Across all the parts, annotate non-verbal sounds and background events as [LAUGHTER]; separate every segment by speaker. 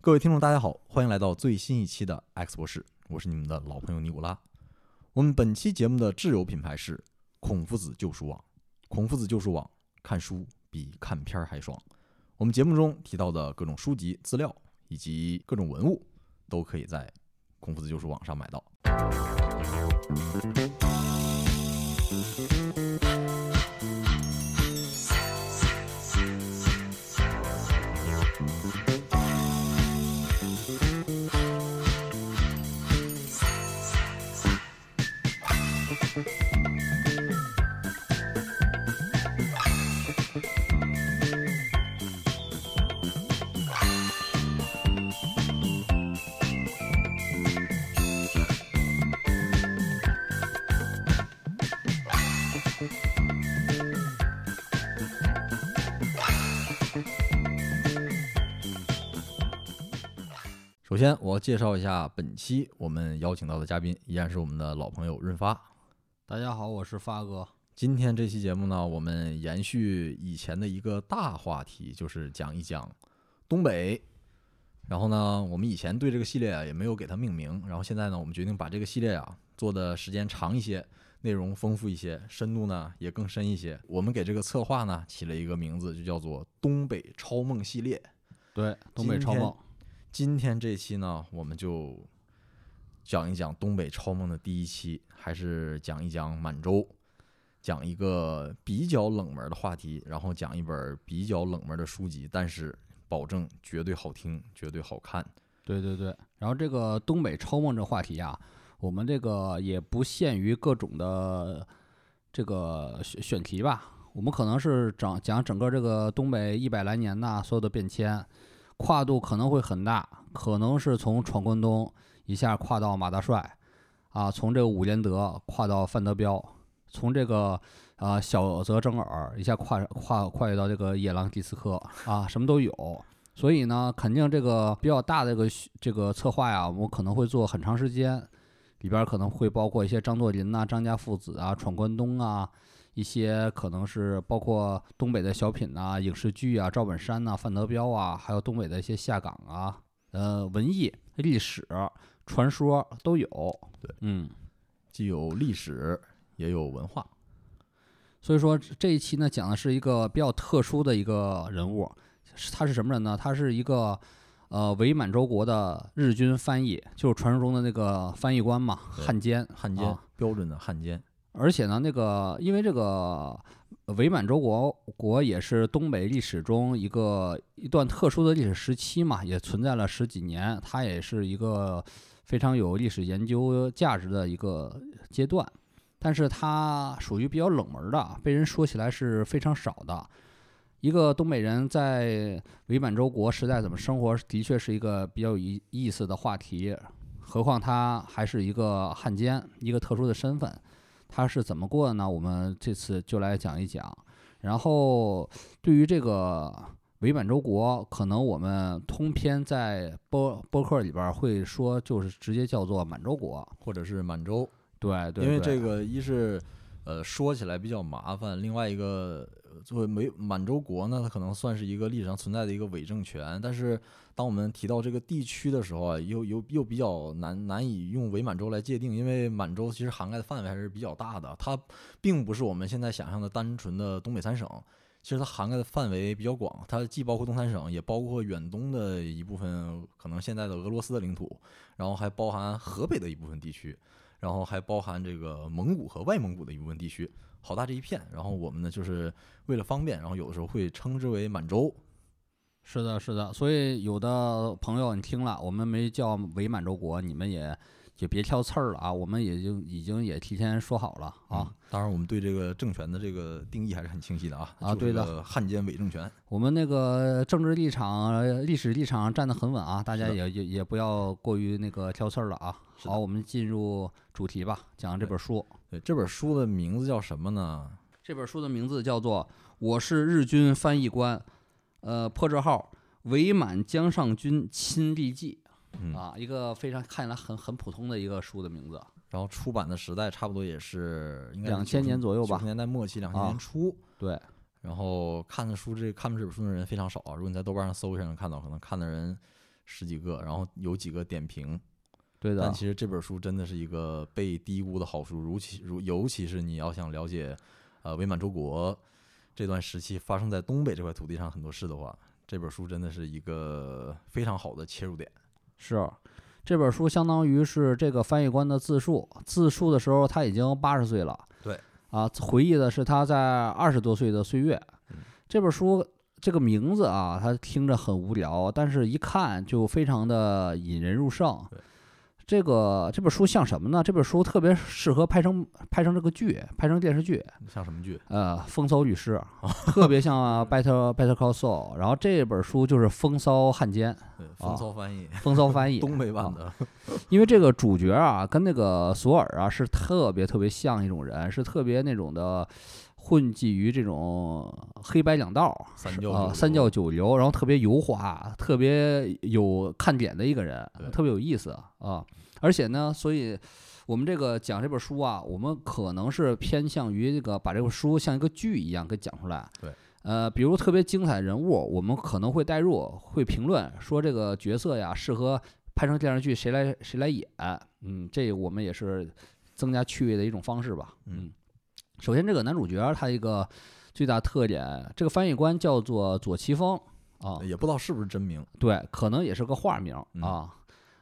Speaker 1: 各位听众，大家好，欢迎来到最新一期的 X 博士，我是你们的老朋友尼古拉。我们本期节目的挚友品牌是孔夫子旧书网。孔夫子旧书网，看书比看片儿还爽。我们节目中提到的各种书籍、资料以及各种文物，都可以在孔夫子旧书网上买到。首先，我要介绍一下本期我们邀请到的嘉宾，依然是我们的老朋友润发。
Speaker 2: 大家好，我是发哥。
Speaker 1: 今天这期节目呢，我们延续以前的一个大话题，就是讲一讲东北。然后呢，我们以前对这个系列啊也没有给它命名，然后现在呢，我们决定把这个系列啊做的时间长一些，内容丰富一些，深度呢也更深一些。我们给这个策划呢起了一个名字，就叫做“东北超梦系列”。
Speaker 2: 对，东北超梦，
Speaker 1: 今天这期呢，我们就讲一讲东北超梦的第一期，还是讲一讲满洲，讲一个比较冷门的话题，然后讲一本比较冷门的书籍，但是保证绝对好听，绝对好看。
Speaker 2: 对对对。然后这个东北超梦这话题啊，我们这个也不限于各种的这个选选题吧，我们可能是讲讲整个这个东北一百来年呐所有的变迁，跨度可能会很大，可能是从闯关东一下跨到马大帅，啊，从这个伍连德跨到范德彪，从这个啊小泽征尔一下跨跨跨越到这个野狼迪斯科啊，什么都有。所以呢，肯定这个比较大的这个需这个策划呀，我们可能会做很长时间，里边儿可能会包括一些张作霖呐、张家父子啊、闯关东啊，一些可能是包括东北的小品呐、影视剧啊、赵本山呐、范德彪啊，还有东北的一些下岗啊、呃文艺、历史、传说都有。
Speaker 1: 对，
Speaker 2: 嗯，
Speaker 1: 既有历史，也有文化。
Speaker 2: 所以说这一期呢，讲的是一个比较特殊的一个人物，是他是什么人呢？他是一个呃伪满洲国的日军翻译，就是传说中的那个翻译官嘛，
Speaker 1: 对
Speaker 2: 汉奸。
Speaker 1: 汉奸，
Speaker 2: 啊
Speaker 1: 标准的汉奸。
Speaker 2: 而且呢，那个因为这个伪满洲国国也是东北历史中一个一段特殊的历史时期嘛，也存在了十几年，它也是一个非常有历史研究价值的一个阶段。但是它属于比较冷门的，啊被人说起来是非常少的。一个东北人在伪满洲国时代怎么生活，的确是一个比较有意意思的话题。何况他还是一个汉奸，一个特殊的身份。他是怎么过的呢？我们这次就来讲一讲。然后对于这个伪满洲国，可能我们通篇在播播客里边儿会说，就是直接叫做满洲国。
Speaker 1: 或者是满洲，
Speaker 2: 对对，
Speaker 1: 因为
Speaker 2: 对
Speaker 1: 这个一是呃说起来比较麻烦，另外一个呃作为没满洲国呢，它可能算是一个历史上存在的一个伪政权，但是当我们提到这个地区的时候啊，又又又比较难难以用伪满洲来界定，因为满洲其实涵盖的范围还是比较大的，它并不是我们现在想象的单纯的东北三省。其实它涵盖的范围比较广，它既包括东三省，也包括远东的一部分，可能现在的俄罗斯的领土，然后还包含河北的一部分地区，然后还包含这个蒙古和外蒙古的一部分地区，好大这一片。然后我们呢，就是为了方便，然后有的时候会称之为满洲。
Speaker 2: 是的，是的。所以有的朋友你听了，我们没叫伪满洲国，你们也也别挑刺儿了啊，我们也就已经也提前说好了啊。
Speaker 1: 嗯当然我们对这个政权的这个定义还是很清晰的啊。
Speaker 2: 啊对的，
Speaker 1: 汉奸伪政权。
Speaker 2: 我们那个政治立场、呃历史立场站得很稳啊，大家
Speaker 1: 是
Speaker 2: 也也也不要过于那个挑刺儿了啊。
Speaker 1: 是的
Speaker 2: 好，我们进入主题吧，讲这本书。
Speaker 1: 对，这本书的名字叫什么呢？
Speaker 2: 这本书的名字叫做《我是日军翻译官》，呃，破折号伪满江上军亲历记
Speaker 1: 嗯，
Speaker 2: 啊，一个非常看起来很很普通的一个书的名字。
Speaker 1: 然后出版的时代差不多也是应该
Speaker 2: 2000年左右吧
Speaker 1: 九十年代末期，两千
Speaker 2: 啊
Speaker 1: 年初。
Speaker 2: 对，
Speaker 1: 然后看的书这看这本书的人非常少啊，如果你在豆瓣上搜一下能看到，可能看的人十几个，然后有几个点评。
Speaker 2: 对的
Speaker 1: 但，其实这本书真的是一个被低估的好书，如其如尤其是你要想了解，呃，伪满洲国这段时期发生在东北这块土地上很多事的话，这本书真的是一个非常好的切入点。
Speaker 2: 是这本书相当于是这个翻译官的自述，自述的时候他已经八十岁了，
Speaker 1: 对，
Speaker 2: 啊，回忆的是他在二十多岁的岁月。
Speaker 1: 嗯
Speaker 2: 这本书这个名字啊，它听着很无聊，但是一看就非常的引人入胜
Speaker 1: 对。
Speaker 2: 这个这本书像什么呢？这本书特别适合拍成拍成这个剧，拍成电视剧。
Speaker 1: 像什么剧？
Speaker 2: 呃，风骚律师，
Speaker 1: 哦
Speaker 2: 特别像《Better Better Call Saul》，然后这本书就是《风骚汉奸》，
Speaker 1: 呃，风骚翻译，
Speaker 2: 风骚翻
Speaker 1: [LAUGHS]
Speaker 2: 译，
Speaker 1: 东北
Speaker 2: 啊
Speaker 1: 版的。
Speaker 2: 因为这个主角啊，跟那个索尔啊是特别特别像一种人，是特别那种的混迹于这种黑白两道儿
Speaker 1: 三
Speaker 2: 是
Speaker 1: 教
Speaker 2: 啊
Speaker 1: 九
Speaker 2: 三
Speaker 1: 流
Speaker 2: 教九流，然后特别油滑，特别有看点的一个人
Speaker 1: 对，
Speaker 2: 特别有意思啊。而且呢，所以我们这个讲这本书啊，我们可能是偏向于这个把这个书像一个剧一样给讲出来。
Speaker 1: 对。
Speaker 2: 呃，比如特别精彩人物，我们可能会带入，会评论说这个角色呀适合拍成电视剧谁来谁来演，嗯，这我们也是增加趣味的一种方式吧。
Speaker 1: 嗯
Speaker 2: 嗯，首先这个男主角他一个最大特点，这个翻译官叫做左奇峰啊，
Speaker 1: 也不知道是不是真名。
Speaker 2: 对，可能也是个化名
Speaker 1: 哎嗯
Speaker 2: 啊。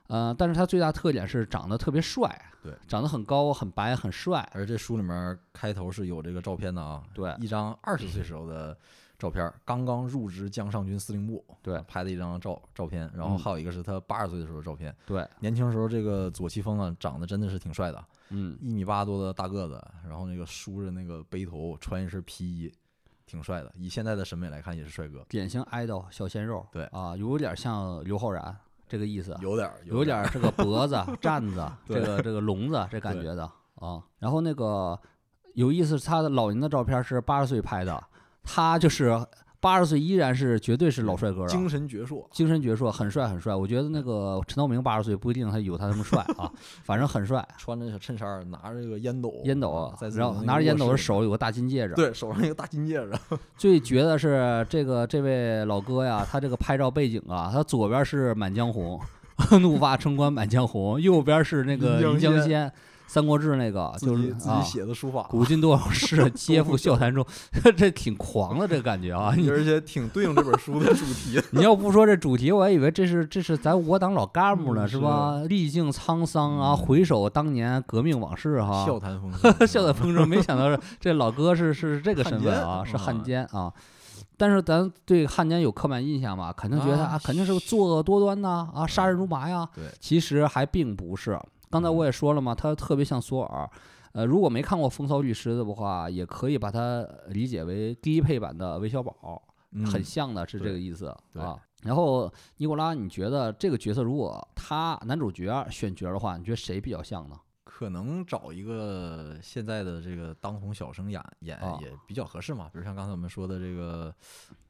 Speaker 2: 呃，但是他最大特点是长得特别帅，
Speaker 1: 对，
Speaker 2: 长得很高、很白、很帅，
Speaker 1: 而这书里面开头是有这个照片的啊，
Speaker 2: 对
Speaker 1: 一张二十岁时候的照片，刚刚入职江上军司令部，
Speaker 2: 对
Speaker 1: 拍的一张照照片，然后
Speaker 2: 嗯
Speaker 1: 还有一个是他八十岁的时候的照片。
Speaker 2: 对，
Speaker 1: 年轻时候这个左奇峰啊，长得真的是挺帅的，
Speaker 2: 嗯，
Speaker 1: 一米八多的大个子，然后那个梳着那个背头，穿一身皮衣，挺帅的。以现在的审美来看，也是帅哥，
Speaker 2: 典型 idol 小鲜肉，
Speaker 1: 对
Speaker 2: 啊，有点像刘昊然这个意思，啊
Speaker 1: 有点儿
Speaker 2: 有
Speaker 1: 点
Speaker 2: 点儿这个
Speaker 1: [LAUGHS]
Speaker 2: 脖子、站子、这
Speaker 1: 对
Speaker 2: 个这个笼子这感
Speaker 1: 对
Speaker 2: 觉的啊。然后那个有意思，他的老年的照片是八十岁拍的，他就是八十岁依然是绝对是老帅哥
Speaker 1: 儿
Speaker 2: 了，
Speaker 1: 嗯精神矍铄，
Speaker 2: 精神矍铄，很帅很帅。我觉得那个陈道明八十岁不一定他有他那么帅
Speaker 1: [LAUGHS]
Speaker 2: 啊，反正很帅。
Speaker 1: 穿着小衬衫儿，拿着这个烟斗，
Speaker 2: 烟斗
Speaker 1: 啊
Speaker 2: 啊
Speaker 1: 在，自己
Speaker 2: 然后
Speaker 1: 的那
Speaker 2: 拿
Speaker 1: 个
Speaker 2: 着烟斗
Speaker 1: 卧
Speaker 2: 的
Speaker 1: 室里
Speaker 2: 手有个大金戒指。
Speaker 1: 对手上一个大金戒指，
Speaker 2: 最绝的是这个这位老哥呀，他这个拍照背景啊，他左边是《满江红》， [LAUGHS] 怒发冲冠《满江红》，右边是那个《
Speaker 1: 临
Speaker 2: 临
Speaker 1: 江
Speaker 2: 江
Speaker 1: 仙
Speaker 2: 仙》《三国志》那个，
Speaker 1: 自
Speaker 2: 就
Speaker 1: 己
Speaker 2: 是
Speaker 1: 自己
Speaker 2: 啊，
Speaker 1: 写的 [LAUGHS] 书法，
Speaker 2: 古今多少事，皆付笑谈中， [LAUGHS] 这挺狂的这个感觉啊！ [LAUGHS] 你
Speaker 1: 而且挺对应这本书的主题。
Speaker 2: [LAUGHS] 你要不说这主题，我还以为这是这是咱我党老干部呢，
Speaker 1: 嗯
Speaker 2: 是
Speaker 1: 是
Speaker 2: 吧？历尽沧桑啊，
Speaker 1: 嗯
Speaker 2: 回首当年革命往事哈，
Speaker 1: 笑谈风
Speaker 2: [LAUGHS]
Speaker 1: 生，
Speaker 2: 笑得风生。没想到是这老哥是是这个身份啊，
Speaker 1: 汉奸
Speaker 2: 是汉
Speaker 1: 啊
Speaker 2: 奸啊。但是咱对汉奸有刻板印象嘛，肯定觉得他、
Speaker 1: 啊
Speaker 2: 啊肯定是个作恶多端呐、啊，杀人如麻呀。
Speaker 1: 对
Speaker 2: 其实还并不是。刚才我也说了嘛，他特别像索尔。呃，如果没看过《风骚律师》的话，也可以把它理解为低配版的韦小宝，
Speaker 1: 嗯
Speaker 2: 很像的，是这
Speaker 1: 对
Speaker 2: 个意思
Speaker 1: 对
Speaker 2: 啊。然后尼古拉，你觉得这个角色如果他男主角选角的话，你觉得谁比较像呢？
Speaker 1: 可能找一个现在的这个当红小生演演
Speaker 2: 啊
Speaker 1: 也比较合适嘛，比如像刚才我们说的这个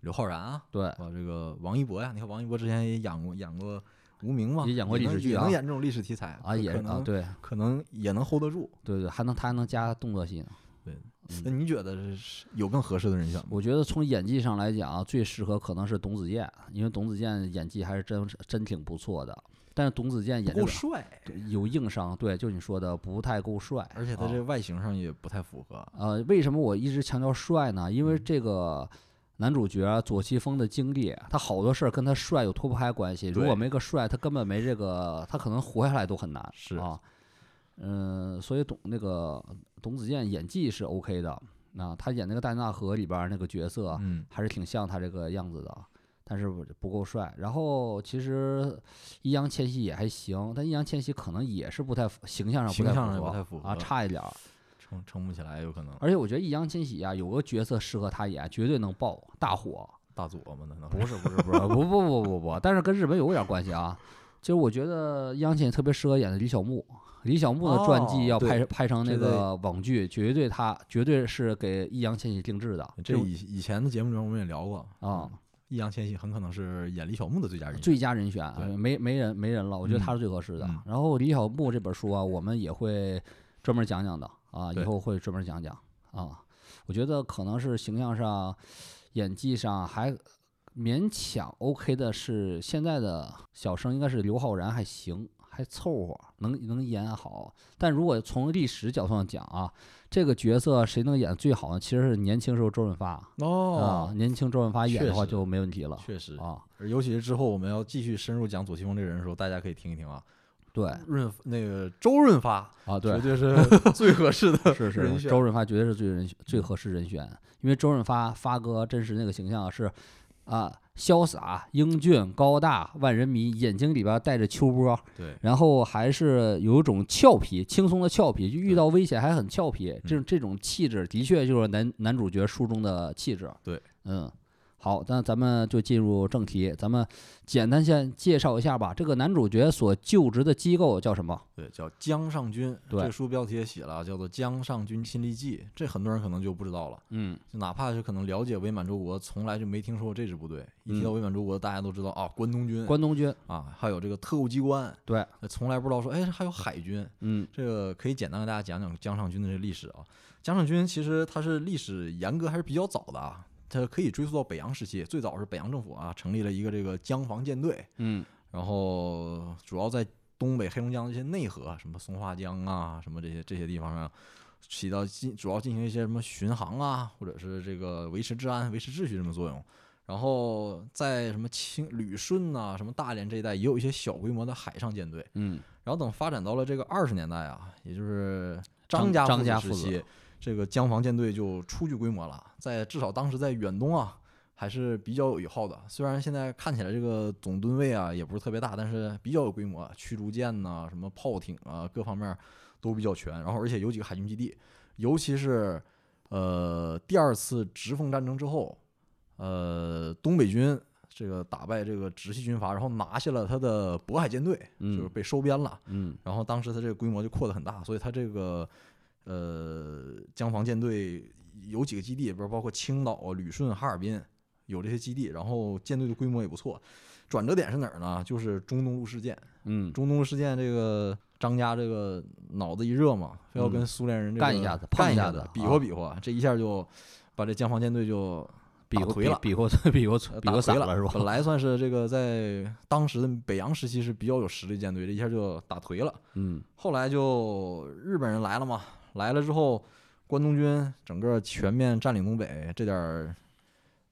Speaker 1: 刘昊然啊，
Speaker 2: 对，
Speaker 1: 啊这个王一博呀，你看王一博之前也演过演过无名嘛，
Speaker 2: 也演过历
Speaker 1: 能
Speaker 2: 史剧
Speaker 1: 也
Speaker 2: 啊
Speaker 1: 能演这种历史题材可
Speaker 2: 啊，也
Speaker 1: 可
Speaker 2: 啊，
Speaker 1: 能
Speaker 2: 对，
Speaker 1: 可能也能 hold 得住。
Speaker 2: 对对，还能他还能加动作戏
Speaker 1: 嗯
Speaker 2: 呢。嗯
Speaker 1: 那你觉得是有更合适的人选吗？
Speaker 2: 我觉得从演技上来讲啊，最适合可能是董子健，因为董子健演技还是真真挺不错的。但是董子健
Speaker 1: 不
Speaker 2: 演这
Speaker 1: 够
Speaker 2: 个
Speaker 1: 帅，
Speaker 2: 对有硬伤，对，就你说的不太够帅，
Speaker 1: 而且他
Speaker 2: 啊
Speaker 1: 这外形上也不太符合。
Speaker 2: 呃，为什么我一直强调帅呢？因
Speaker 1: 嗯
Speaker 2: 为这个男主角啊左奇峰的经历，他好多事儿跟他帅有脱不开关系。如果
Speaker 1: 对
Speaker 2: 没个帅，他根本没这个，他可能活下来都很难。
Speaker 1: 是
Speaker 2: 啊，嗯、所以董那个董子健演技是 OK 的，那、他演那个戴纳河里边儿那个角色，
Speaker 1: 嗯，
Speaker 2: 还是挺像他这个样子的，但是不不够帅。然后其实易烊千玺也还行，但易烊千玺可能也是不太符形象上不
Speaker 1: 形
Speaker 2: 太
Speaker 1: 象上也
Speaker 2: 符
Speaker 1: 不
Speaker 2: 合
Speaker 1: 太符
Speaker 2: 啊，
Speaker 1: 合
Speaker 2: 差一点儿。
Speaker 1: 撑撑不起来有可能。
Speaker 2: 而且我觉得易烊千玺啊，有个角色适合他演，绝对能爆大火。
Speaker 1: 大佐嘛，那能
Speaker 2: [LAUGHS] 不是不是不是不不不不不，但是跟日本有点关系啊。就是我觉得易烊千玺特别适合演的李小牧，李小牧的传记
Speaker 1: 哦
Speaker 2: 要
Speaker 1: 对
Speaker 2: 拍、拍成那
Speaker 1: 这
Speaker 2: 个网剧，绝对他绝对是给易烊千玺定制的。
Speaker 1: 这
Speaker 2: 种
Speaker 1: 以以前的节目中我们也聊过
Speaker 2: 啊、，
Speaker 1: 易烊千玺很可能是演李小牧的最佳人选。
Speaker 2: 最佳人选啊
Speaker 1: 对，
Speaker 2: 没没人没人了，我觉得他是最合适的。
Speaker 1: 嗯嗯
Speaker 2: 然后李小牧这本书啊，我们也会专门讲讲的啊，以
Speaker 1: 对
Speaker 2: 后会专门讲讲啊。我觉得可能是形象上、演技上还勉强 OK 的是现在的小生，应该是刘昊然还行，还凑合，能能演好。但如果从历史角度上讲啊，这个角色谁能演得最好呢？其实是年轻时候周润发啊、
Speaker 1: 哦，
Speaker 2: 年轻周润发演
Speaker 1: 确
Speaker 2: 的话
Speaker 1: 实
Speaker 2: 就没问题了
Speaker 1: 确实，
Speaker 2: 啊。
Speaker 1: 而尤其是之后我们要继续深入讲左奇峰这个人的时候，大家可以听一听啊，
Speaker 2: 对
Speaker 1: 润那个周润发
Speaker 2: 啊，
Speaker 1: 绝
Speaker 2: 对，
Speaker 1: 对是
Speaker 2: [LAUGHS]
Speaker 1: 最合适的
Speaker 2: 是
Speaker 1: 人
Speaker 2: 是，
Speaker 1: 选
Speaker 2: 周润发绝对是最人最合适人选，因为周润发发哥真实那个形象是啊、潇洒、英俊、高大、万人迷，眼睛里边带着秋波，
Speaker 1: 对，
Speaker 2: 然后还是有一种俏皮、轻松的俏皮，就遇到危险还很俏
Speaker 1: 嗯
Speaker 2: 皮，这种这种气质的确就是男男主角书中的气质。
Speaker 1: 对，
Speaker 2: 嗯，好，那咱们就进入正题，咱们简单先介绍一下吧。这个男主角所就职的机构叫什么？
Speaker 1: 对，叫江上君。
Speaker 2: 对
Speaker 1: 这书标题也写了，啊叫做《江上君亲历记》，这很多人可能就不知道了。
Speaker 2: 嗯，
Speaker 1: 就哪怕是可能了解伪满洲国，从来就没听说过这支部队。一提
Speaker 2: 嗯
Speaker 1: 到伪满洲国，大家都知道啊，关东军
Speaker 2: 关东军。
Speaker 1: 啊，还有这个特务机关，
Speaker 2: 对，
Speaker 1: 呃从来不知道说，哎，还有海军。
Speaker 2: 嗯
Speaker 1: 这个可以简单跟大家讲讲江上军的这历史啊。江上军其实它是历史严格还是比较早的啊，它可以追溯到北洋时期，最早是北洋政府啊成立了一个这个江防舰队，
Speaker 2: 嗯。
Speaker 1: 然后主要在东北黑龙江的一些内河，什么松花江啊，什么这些这些地方上，起到进主要进行一些什么巡航啊，或者是这个维持治安、维持秩序这么作用。然后在什么清旅顺呐、什么大连这一带，也有一些小规模的海上舰队。
Speaker 2: 嗯
Speaker 1: 然后等发展到了这个二十年代啊，也就是
Speaker 2: 张
Speaker 1: 家
Speaker 2: 张家
Speaker 1: 父
Speaker 2: 父
Speaker 1: 子时
Speaker 2: 子
Speaker 1: 期，这个江防舰队就初具规模了，在至少当时在远东啊还是比较有一号的。虽然现在看起来这个总吨位啊也不是特别大，但是比较有规模，驱逐舰呐、什么炮艇啊，各方面都比较全。然后而且有几个海军基地，尤其是呃第二次直奉战争之后，呃东北军。这个打败这个直系军阀，然后拿下了他的渤海舰队，
Speaker 2: 嗯
Speaker 1: 就是被收编了。
Speaker 2: 嗯
Speaker 1: 然后当时它这个规模就扩得很大，所以它这个呃江防舰队有几个基地，不是包括青岛啊、旅顺、哈尔滨有这些基地，然后舰队的规模也不错。转折点是哪儿呢？就是中东路事件。
Speaker 2: 嗯，
Speaker 1: 中东路事件这个张家这个脑子一热嘛，非要跟
Speaker 2: 嗯
Speaker 1: 苏联人、这个
Speaker 2: 干一下子碰
Speaker 1: 干
Speaker 2: 一
Speaker 1: 一
Speaker 2: 下
Speaker 1: 下
Speaker 2: 子
Speaker 1: 子，比
Speaker 2: 啊
Speaker 1: 划比划，这一下就把这江防舰队就
Speaker 2: 比
Speaker 1: 打
Speaker 2: 划
Speaker 1: 颓
Speaker 2: 比
Speaker 1: 了
Speaker 2: [LAUGHS] 比划比划
Speaker 1: 呃
Speaker 2: 比
Speaker 1: 打
Speaker 2: 划散
Speaker 1: 颓了
Speaker 2: 是吧？ [LAUGHS]
Speaker 1: 本来算是这个在当时的北洋时期是比较有实力舰队，这一下就打颓了。
Speaker 2: 嗯
Speaker 1: 后来就日本人来了嘛，来了之后，关东军整个全面占领东北，这点儿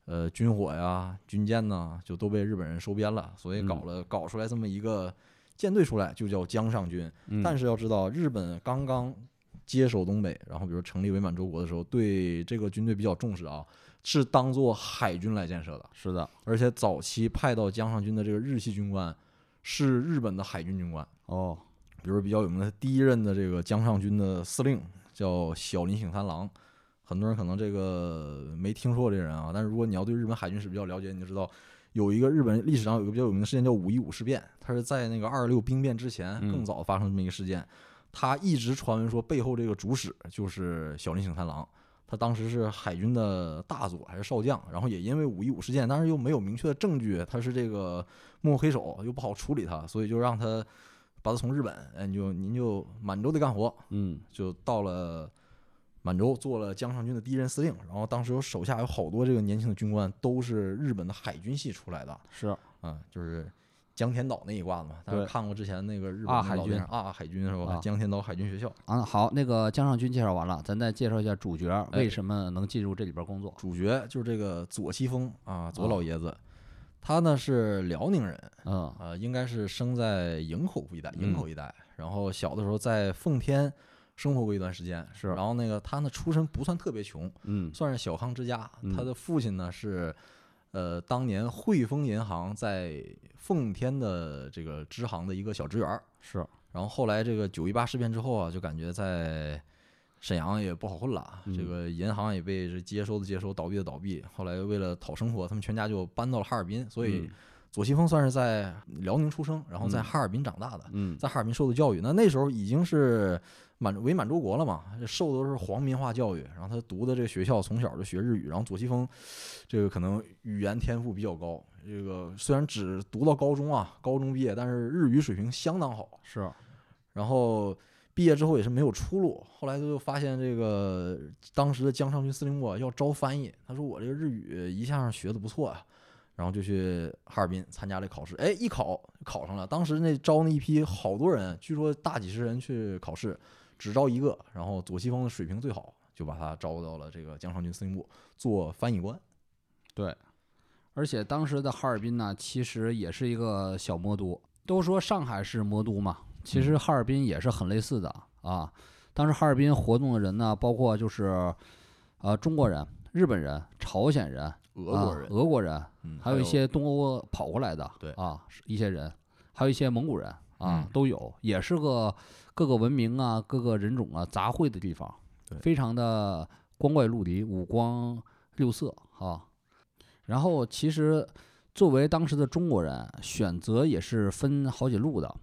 Speaker 1: 呃军火呀、军舰呐，就都被日本人收编了，所以搞了、搞出来这么一个舰队出来，就叫江上军。
Speaker 2: 嗯，
Speaker 1: 但
Speaker 2: 是
Speaker 1: 是要知道，日本刚刚接手东北，然后比如成立伪满洲国的时候，对这个军队比较重视啊，是当做海军来建设的，
Speaker 2: 是的
Speaker 1: 而且早期派到江上军的这个日系军官是日本的海军军官。
Speaker 2: 哦，
Speaker 1: 比如比较有名的第一任的这个江上军的司令叫小林醒三郎，很多人可能这个没听说过这人啊，但是如果你要对日本海军史比较了解，你就知道有一个日本历史上有一个比较有名的事件叫五一五事变，它是在那个二六兵变之前
Speaker 2: 嗯
Speaker 1: 更早发生这么一个事件，他一直传闻说背后这个主使就是小林醒三郎。他当时是海军的大佐还是少将，然后也因为五一五事件，但是又没有明确的证据，他是这个幕后黑手，又不好处理他，所以就让他把他从日本，哎，你就您就满洲的干活，
Speaker 2: 嗯
Speaker 1: 就到了满洲做了江上军的第一任司令。然后当时有手下有好多这个年轻的军官都是日本的海军系出来的，
Speaker 2: 是
Speaker 1: 啊，就是江田岛那一挂的嘛。大家
Speaker 2: 对
Speaker 1: 看过之前那个日本
Speaker 2: 啊
Speaker 1: 那个老
Speaker 2: 海军
Speaker 1: 电影啊，海军是吧？
Speaker 2: 啊
Speaker 1: 江田岛海军学校
Speaker 2: 啊。好，那个江上君介绍完了，咱再介绍一下主角
Speaker 1: 哎
Speaker 2: 为什么能进入这里边工作
Speaker 1: 主角就是这个左西峰啊，左
Speaker 2: 啊
Speaker 1: 老爷子。他呢是辽宁人，
Speaker 2: 嗯
Speaker 1: 呃，应该是生在营口一带，营口一带。然后小的时候在奉天生活过一段时间，
Speaker 2: 是
Speaker 1: 然后那个他呢，出身不算特别穷，
Speaker 2: 嗯
Speaker 1: 算是小康之家。他
Speaker 2: 嗯
Speaker 1: 的父亲呢是，呃，当年汇丰银行在奉天的这个支行的一个小职员儿。
Speaker 2: 是
Speaker 1: 然后后来这个九一八事变之后啊，就感觉在沈阳也不好混了，啊这
Speaker 2: 嗯
Speaker 1: 个银行也被这接收的接收，倒闭的倒闭。后来为了讨生活，他们全家就搬到了哈尔滨，所以左西峰算是在辽宁出生，然后在
Speaker 2: 嗯
Speaker 1: 哈尔滨长大的，
Speaker 2: 嗯
Speaker 1: 在哈尔滨受的教育。那那时候已经是满伪满洲国了嘛，受的都是皇民化教育。然后他读的这个学校从小就学日语，然后左西峰这个可能语言天赋比较高，这个虽然只读到高中啊，高中毕业，但是日语水平相当好。
Speaker 2: 是
Speaker 1: 然后毕业之后也是没有出路，后来他就发现这个当时的江上军司令部啊要招翻译，他说我这个日语一向学的不错啊，然后就去哈尔滨参加这考试，哎，一考考上了。当时那招那一批好多人，据说大几十人去考试，只招一个。然后左西峰的水平最好，就把他招到了这个江上军司令部做翻译官。
Speaker 2: 对，而且当时的哈尔滨呢，其实也是一个小魔都。都说上海是魔都嘛，其实哈尔滨也是很类似的啊。当时哈尔滨活动的人呢，包括就是呃中国人、日本人、朝鲜人、
Speaker 1: 俄国
Speaker 2: 啊
Speaker 1: 人，
Speaker 2: 俄国人，
Speaker 1: 嗯，
Speaker 2: 还有一些东欧跑过来的，
Speaker 1: 对
Speaker 2: 啊，是一些人，还有一些蒙古人啊
Speaker 1: 嗯，
Speaker 2: 都有，也是个各个文明啊、各个人种啊杂烩的地方
Speaker 1: 对，
Speaker 2: 非常的光怪陆离、五光六色啊。然后其实作为当时的中国人，选择也是分好几路的。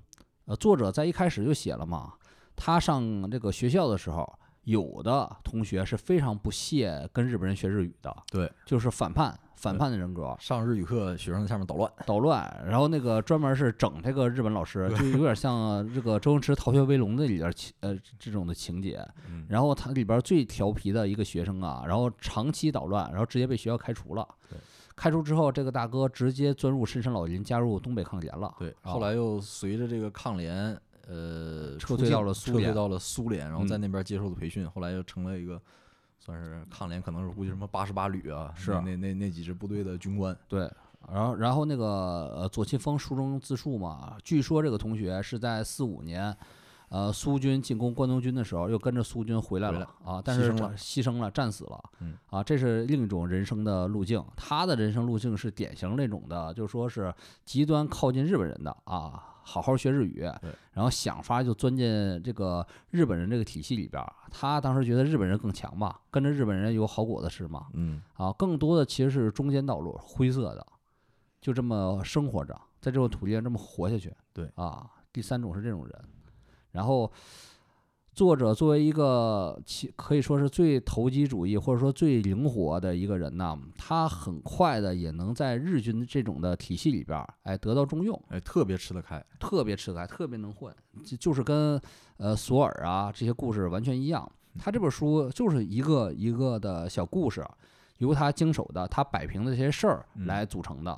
Speaker 2: 呃，作者在一开始就写了嘛，他上这个学校的时候，有的同学是非常不屑跟日本人学日语的，
Speaker 1: 对，
Speaker 2: 就是反叛反
Speaker 1: 对
Speaker 2: 叛的人格，
Speaker 1: 上日语课学生在下面捣乱，
Speaker 2: 捣乱，然后那个专门是整这个日本老师，就有点像这个周星驰《逃学威龙》那里边情呃这种的情节。
Speaker 1: 嗯，
Speaker 2: 然后他里边最调皮的一个学生啊，然后长期捣乱，然后直接被学校开除了
Speaker 1: 对。
Speaker 2: 开除之后，这个大哥直接钻入深山老林，加入东北抗联了。
Speaker 1: 对，
Speaker 2: 啊
Speaker 1: 后来又随着这个抗联，呃，
Speaker 2: 撤
Speaker 1: 出
Speaker 2: 退
Speaker 1: 境
Speaker 2: 到了苏
Speaker 1: 撤退
Speaker 2: 联
Speaker 1: 到了苏联，然后在
Speaker 2: 嗯
Speaker 1: 那边接受的培训，后来又成了一个算是抗联，可能是估计什么八十八旅啊，
Speaker 2: 是
Speaker 1: 那那那那几支部队的军官，
Speaker 2: 对，然后然后那个呃左清峰书中自述嘛，据说这个同学是在四五年，呃苏军进攻关东军的时候，又跟着苏军回来
Speaker 1: 回
Speaker 2: 了啊，但
Speaker 1: 牺
Speaker 2: 是
Speaker 1: 牲
Speaker 2: 这
Speaker 1: 了
Speaker 2: 牺牲了，战死了，
Speaker 1: 嗯
Speaker 2: 啊，这是另一种人生的路径。他的人生路径是典型那种的，就说是极端靠近日本人的啊。好好学日语
Speaker 1: 对，
Speaker 2: 然后想法就钻进这个日本人这个体系里边儿。他当时觉得日本人更强嘛，跟着日本人有好果子吃嘛，
Speaker 1: 嗯，
Speaker 2: 啊，更多的其实是中间道路，灰色的，就这么生活着，在这种土地上这么活下去。
Speaker 1: 对
Speaker 2: 啊，第三种是这种人，然后作者作为一个其可以说是最投机主义或者说最灵活的一个人呐，他很快的也能在日军这种的体系里边儿，哎，得到重用。
Speaker 1: 哎，特别吃得开，
Speaker 2: 特别吃得开，特别能混，就就是跟呃索尔啊这些故事完全一样。他这本书就是一个一个的小故事，由他经手的他摆平的这些事儿
Speaker 1: 嗯
Speaker 2: 来组成的。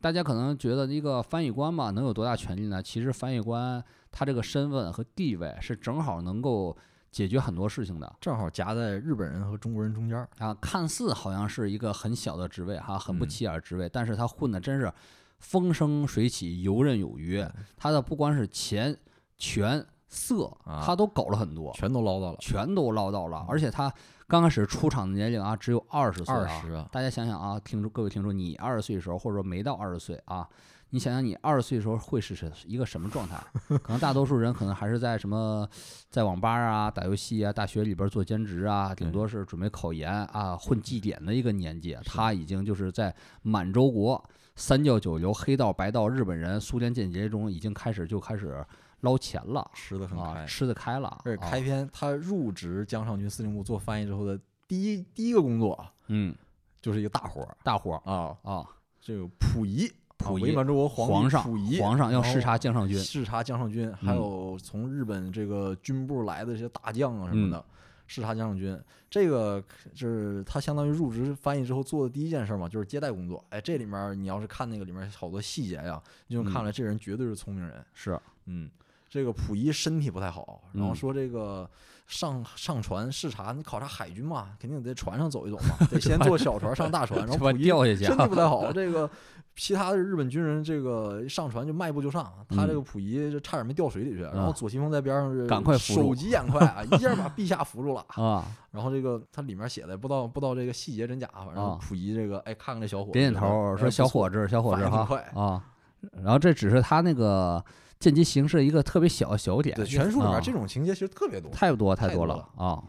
Speaker 2: 大家可能觉得一个翻译官嘛，能有多大权力呢？其实翻译官他这个身份和地位是正好能够解决很多事情的。
Speaker 1: 正好夹在日本人和中国人中间儿，
Speaker 2: 啊，看似好像是一个很小的职位哈，很不
Speaker 1: 嗯
Speaker 2: 起眼儿职位，但是他混的真是风生水起，游刃有余。
Speaker 1: 嗯
Speaker 2: 他的不光是钱、权、色，
Speaker 1: 啊
Speaker 2: 他都搞了很多，
Speaker 1: 全嗯都捞到了，
Speaker 2: 全都捞到了。而且他刚开始出场的年龄啊，只有二十岁
Speaker 1: 二
Speaker 2: 啊。
Speaker 1: 十啊，
Speaker 2: 大家想想啊，听众各位听众，你二十岁的时候，或者说没到二十岁啊，你想想你二十岁的时候会是是一个什么状态？可能大多数人可能还是在什么，在网吧啊、打游戏啊、大学里边做兼职啊，顶
Speaker 1: 对
Speaker 2: 多是准备考研啊、混绩点的一个年纪。他已经就是在满洲国三教九流、黑道、白道、日本人、苏联间谍中，已经开始就开始捞钱了
Speaker 1: 吃得很
Speaker 2: 啊，
Speaker 1: 开。
Speaker 2: 吃得开了。
Speaker 1: 而且
Speaker 2: 啊
Speaker 1: 开篇他入职江上军司令部做翻译之后的第一第一个工作啊
Speaker 2: 嗯，
Speaker 1: 就是一个大活儿
Speaker 2: 大伙儿
Speaker 1: 啊，
Speaker 2: 啊，
Speaker 1: 这个溥仪，
Speaker 2: 溥
Speaker 1: 啊
Speaker 2: 仪
Speaker 1: 伪满洲国帝
Speaker 2: 皇上
Speaker 1: 溥仪，哦
Speaker 2: 皇上要
Speaker 1: 然后
Speaker 2: 视察江上军，
Speaker 1: 视察江上军，还
Speaker 2: 嗯
Speaker 1: 有从日本这个军部来的这些大将啊什么的，
Speaker 2: 嗯
Speaker 1: 视察江上军。这个就是他相当于入职翻译之后做的第一件事嘛，就是接待工作。哎，这里面儿你要是看那个里面好多细节呀、你就能看
Speaker 2: 嗯
Speaker 1: 出来这人绝对是聪明人。
Speaker 2: 是
Speaker 1: 嗯，这个溥仪身体不太好，然后
Speaker 2: 嗯
Speaker 1: 说这个上上船视察，你考察海军嘛，肯定得船上走一走
Speaker 2: [LAUGHS]
Speaker 1: 嘛，得先坐小船上大船，然后
Speaker 2: 这把
Speaker 1: 溥仪
Speaker 2: 掉下去
Speaker 1: 身体
Speaker 2: 啊
Speaker 1: 不太
Speaker 2: [LAUGHS]
Speaker 1: 好。这个其他的日本军人，这个上船就迈步就上，他这个溥仪就差点没掉水里去。然后
Speaker 2: 啊
Speaker 1: 左西风在边上是
Speaker 2: 嗯赶快扶住
Speaker 1: 手疾眼快
Speaker 2: [LAUGHS]
Speaker 1: 啊，一下把陛下扶住了。
Speaker 2: 啊，
Speaker 1: 然后这个它里面写的不知道不知道这个细节真假，反正
Speaker 2: 啊
Speaker 1: 溥仪这个哎看看这小伙，
Speaker 2: 点点
Speaker 1: 觉得
Speaker 2: 头，
Speaker 1: 哎
Speaker 2: 说：“小
Speaker 1: 不错
Speaker 2: 伙子，小伙子
Speaker 1: 反应挺
Speaker 2: 哈
Speaker 1: 快
Speaker 2: 啊。”然后这只是他那个见机行事一个特别小的小点，
Speaker 1: 对全书里
Speaker 2: 啊
Speaker 1: 面这种情节其实特别多。
Speaker 2: 太多太
Speaker 1: 太
Speaker 2: 多
Speaker 1: 多
Speaker 2: 了啊。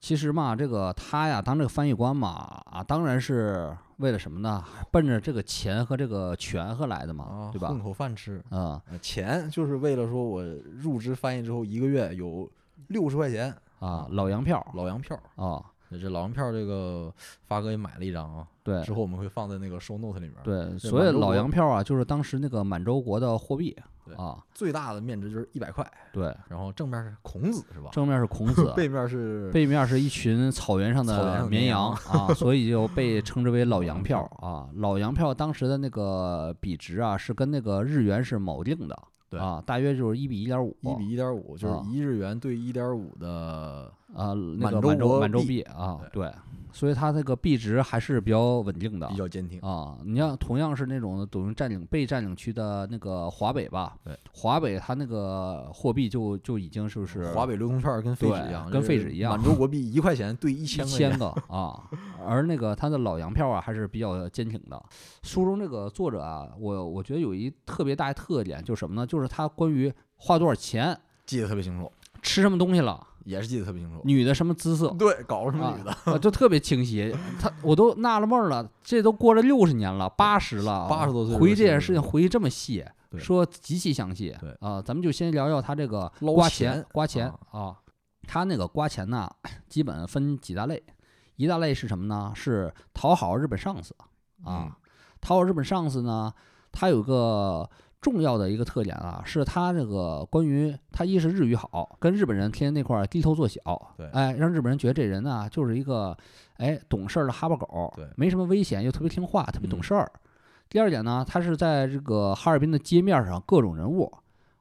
Speaker 2: 其实嘛，这个他呀，当这个翻译官嘛，啊，当然是为了什么呢？奔着这个钱和这个权和来的嘛
Speaker 1: 啊，，
Speaker 2: 对吧
Speaker 1: 混？口饭吃，
Speaker 2: 嗯
Speaker 1: 呃钱就是为了说我入职翻译之后一个月有六十块钱
Speaker 2: 啊，老洋票
Speaker 1: 老洋票，
Speaker 2: 啊，
Speaker 1: 这老洋票这个发哥也买了一张啊，
Speaker 2: 对
Speaker 1: 之后我们会放在那个 show note 里面。，
Speaker 2: 对，
Speaker 1: 这
Speaker 2: 所以
Speaker 1: 满洲
Speaker 2: 老
Speaker 1: 国
Speaker 2: 洋票啊，就是当时那个满洲国的货币
Speaker 1: 对啊
Speaker 2: 啊，
Speaker 1: 最大的面值就是一百块，
Speaker 2: 对，
Speaker 1: 然后正面是孔子是吧？
Speaker 2: 正面是孔子，
Speaker 1: 背面是
Speaker 2: 背面是一群草原上
Speaker 1: 草原
Speaker 2: 的
Speaker 1: 上的
Speaker 2: 绵
Speaker 1: 绵
Speaker 2: 羊
Speaker 1: 羊 [LAUGHS]
Speaker 2: 啊，所以就被称之为老洋票啊。老洋票当时的那个比值啊，是跟那个日元是锚定的，
Speaker 1: 对
Speaker 2: 啊，大约就是一比一点五，
Speaker 1: 一比一点五，就是
Speaker 2: 啊
Speaker 1: 一日元对一点五的，
Speaker 2: 啊，那
Speaker 1: 满
Speaker 2: 个
Speaker 1: 洲
Speaker 2: 满洲
Speaker 1: 国
Speaker 2: 满洲
Speaker 1: 币
Speaker 2: 币啊，对，所以它这个币值还是比较稳定的
Speaker 1: 比较坚挺。
Speaker 2: 啊。你像同样是那种等于占领被占领区的那个华北吧，
Speaker 1: 对，
Speaker 2: 华北它那个货币就就已经是不是
Speaker 1: 华北流通券跟废纸一样，
Speaker 2: 对跟
Speaker 1: 这
Speaker 2: 废纸一样
Speaker 1: 满洲国币一块钱兑一
Speaker 2: 一
Speaker 1: 千块
Speaker 2: 千
Speaker 1: 钱。
Speaker 2: 个啊，而那个他的老洋票啊还是比较坚挺的。书中这个作者啊，我我觉得有一特别大的特点，就是什么呢？就是他关于花多少钱、
Speaker 1: 记得特别清楚，
Speaker 2: 吃什么东西了、
Speaker 1: 也是记得特别清楚。
Speaker 2: 女的什么姿色，
Speaker 1: 对，搞什么女的？
Speaker 2: 啊，就特别清晰。他我都纳了闷儿了，这都过了六十年了，八十了，
Speaker 1: 80多岁
Speaker 2: 回忆
Speaker 1: 了
Speaker 2: 这件
Speaker 1: 是
Speaker 2: 事情回忆这么细，
Speaker 1: 对
Speaker 2: 说极其详细。
Speaker 1: 对
Speaker 2: 啊，咱们就先聊聊他这个
Speaker 1: 捞
Speaker 2: 刮
Speaker 1: 钱
Speaker 2: 钱，刮钱啊，他那个刮钱呢，基本分几大类，一大类是什么呢？是讨好日本上司啊，
Speaker 1: 嗯
Speaker 2: 讨好日本上司呢，他有个。重要的一个特点啊，是他这个关于他一是日语好，跟日本人天天那块儿低头做小，
Speaker 1: 对
Speaker 2: 哎，让日本人觉得这人啊就是一个哎懂事儿的哈巴狗，
Speaker 1: 对
Speaker 2: 没什么危险，又特别听话，特别懂
Speaker 1: 嗯
Speaker 2: 事儿。第二点呢，他是在这个哈尔滨的街面上各种人物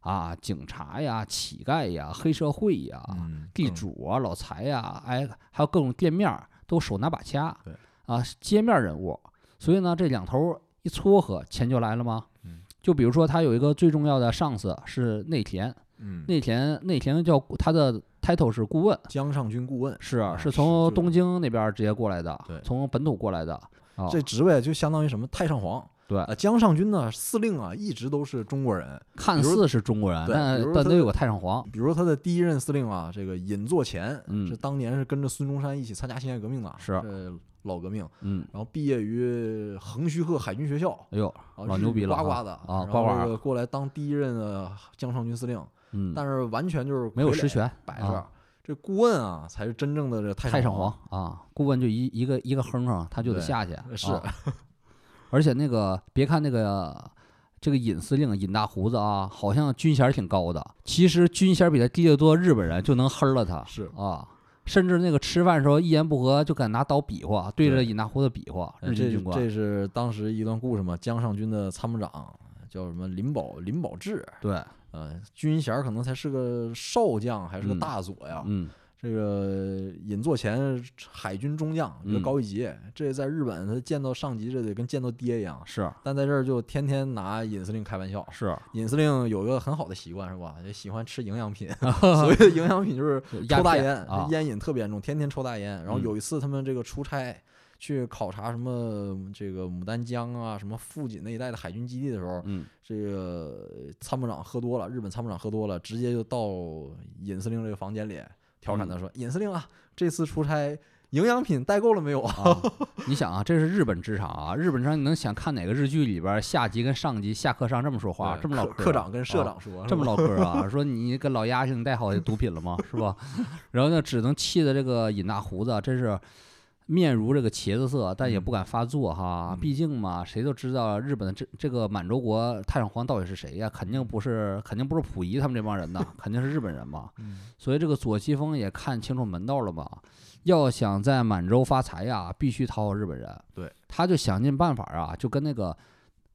Speaker 2: 啊，警察呀、乞丐呀、黑社会呀、
Speaker 1: 嗯，
Speaker 2: 地
Speaker 1: 更
Speaker 2: 主啊、老财呀、哎，还有各种店面儿都手拿把掐，
Speaker 1: 对
Speaker 2: 啊，街面人物。所以呢，这两头儿一撮合，钱就来了吗？
Speaker 1: 嗯
Speaker 2: 就比如说，他有一个最重要的上司是内田，
Speaker 1: 嗯，
Speaker 2: 内田内田叫他的 title 是顾问，
Speaker 1: 江上军顾问
Speaker 2: 是
Speaker 1: 啊是
Speaker 2: 是
Speaker 1: 就
Speaker 2: 从
Speaker 1: 是
Speaker 2: 东京那边儿直接过来的
Speaker 1: 对，
Speaker 2: 从本土过来的。啊，
Speaker 1: 这职位就相当于什么太上皇。
Speaker 2: 对
Speaker 1: 啊，江上军呢，司令啊，一直都是中国人。
Speaker 2: 看
Speaker 1: 比如
Speaker 2: 似是中国人，
Speaker 1: 对比
Speaker 2: 但
Speaker 1: 如
Speaker 2: 但
Speaker 1: 他
Speaker 2: 得有个太上皇。
Speaker 1: 比如他的第一任司令啊，这个尹作前，
Speaker 2: 嗯
Speaker 1: 是当年是跟着孙中山一起参加辛亥革命的，
Speaker 2: 是
Speaker 1: 这老革命。
Speaker 2: 嗯，
Speaker 1: 然后毕业于横须贺海军学校，
Speaker 2: 哎呦，
Speaker 1: 啊
Speaker 2: 老
Speaker 1: 日
Speaker 2: 牛
Speaker 1: 语
Speaker 2: 逼了
Speaker 1: 呱
Speaker 2: 哈
Speaker 1: 呱的
Speaker 2: 啊
Speaker 1: 然
Speaker 2: 呱
Speaker 1: 后
Speaker 2: 呱
Speaker 1: 这
Speaker 2: 啊
Speaker 1: 个过来当第一任的江上军司令，
Speaker 2: 嗯，
Speaker 1: 但是完全就是
Speaker 2: 没有
Speaker 1: 傀儡
Speaker 2: 实权，
Speaker 1: 摆这
Speaker 2: 啊
Speaker 1: 儿。这顾问啊，才是真正的这
Speaker 2: 太上
Speaker 1: 上
Speaker 2: 皇
Speaker 1: 皇。
Speaker 2: 啊，顾问就一一个一个哼哼，他就得
Speaker 1: 对
Speaker 2: 下去。
Speaker 1: 是
Speaker 2: 啊而且那个别看那个这个尹司令尹大胡子啊，好像军衔儿挺高的，其实军衔儿比他低得多，日本人就能哼了他。
Speaker 1: 是
Speaker 2: 啊。甚至那个吃饭的时候一言不合就敢拿刀比划，对着
Speaker 1: 对
Speaker 2: 尹大胡子比划，
Speaker 1: 呃
Speaker 2: 日军
Speaker 1: 这
Speaker 2: 军官
Speaker 1: 这是当时一段故事嘛，江上军的参谋长叫什么林宝林宝志，
Speaker 2: 对，
Speaker 1: 呃，军衔儿可能才是个少将，还是个
Speaker 2: 嗯
Speaker 1: 大佐呀。
Speaker 2: 嗯，
Speaker 1: 这个尹作前海军中将，比
Speaker 2: 嗯
Speaker 1: 高一级，这在日本他见到上级这得跟见到爹一样。
Speaker 2: 是啊
Speaker 1: 但在这儿就天天拿尹司令开玩笑，
Speaker 2: 是，啊
Speaker 1: 尹司令有一个很好的习惯是吧？就喜欢吃营养品，
Speaker 2: [LAUGHS]
Speaker 1: 所谓的营养品就是抽大
Speaker 2: 鸦片
Speaker 1: 烟
Speaker 2: 啊，
Speaker 1: 烟瘾特别严重，天天抽大烟。然后
Speaker 2: 嗯
Speaker 1: 有一次他们这个出差去考察什么这个牡丹江啊、什么富锦那一带的海军基地的时候，
Speaker 2: 嗯，
Speaker 1: 这个参谋长喝多了，日本参谋长喝多了，直接就到尹司令这个房间里调侃他
Speaker 2: 嗯
Speaker 1: 说：“尹司令啊，这次出差营养品带够了没有啊 [LAUGHS]
Speaker 2: 啊，你想啊，这是日本职场啊，日本职场你能想看哪个日剧里边儿下级跟上级下课上这么说？”话，
Speaker 1: 对
Speaker 2: 这么老
Speaker 1: 科
Speaker 2: 嗑
Speaker 1: 科
Speaker 2: 啊
Speaker 1: 长跟社
Speaker 2: 啊
Speaker 1: 长说，
Speaker 2: 这么
Speaker 1: 是吧
Speaker 2: 唠嗑啊，说你给老丫头你带好毒品了吗？是吧？ [LAUGHS] 然后呢，只能气的这个尹大胡子啊真是面如这个茄子色，但也不敢发作哈。
Speaker 1: 嗯
Speaker 2: 毕竟嘛，谁都知道日本的这这个满洲国太上皇到底是谁呀？肯定不是，肯定不是溥仪他们这帮人呐，肯定是日本人嘛。
Speaker 1: 嗯
Speaker 2: 所以这个左西风也看清楚门道了嘛。要想在满洲发财呀，必须讨好日本人。
Speaker 1: 对，
Speaker 2: 他就想尽办法啊，就跟那个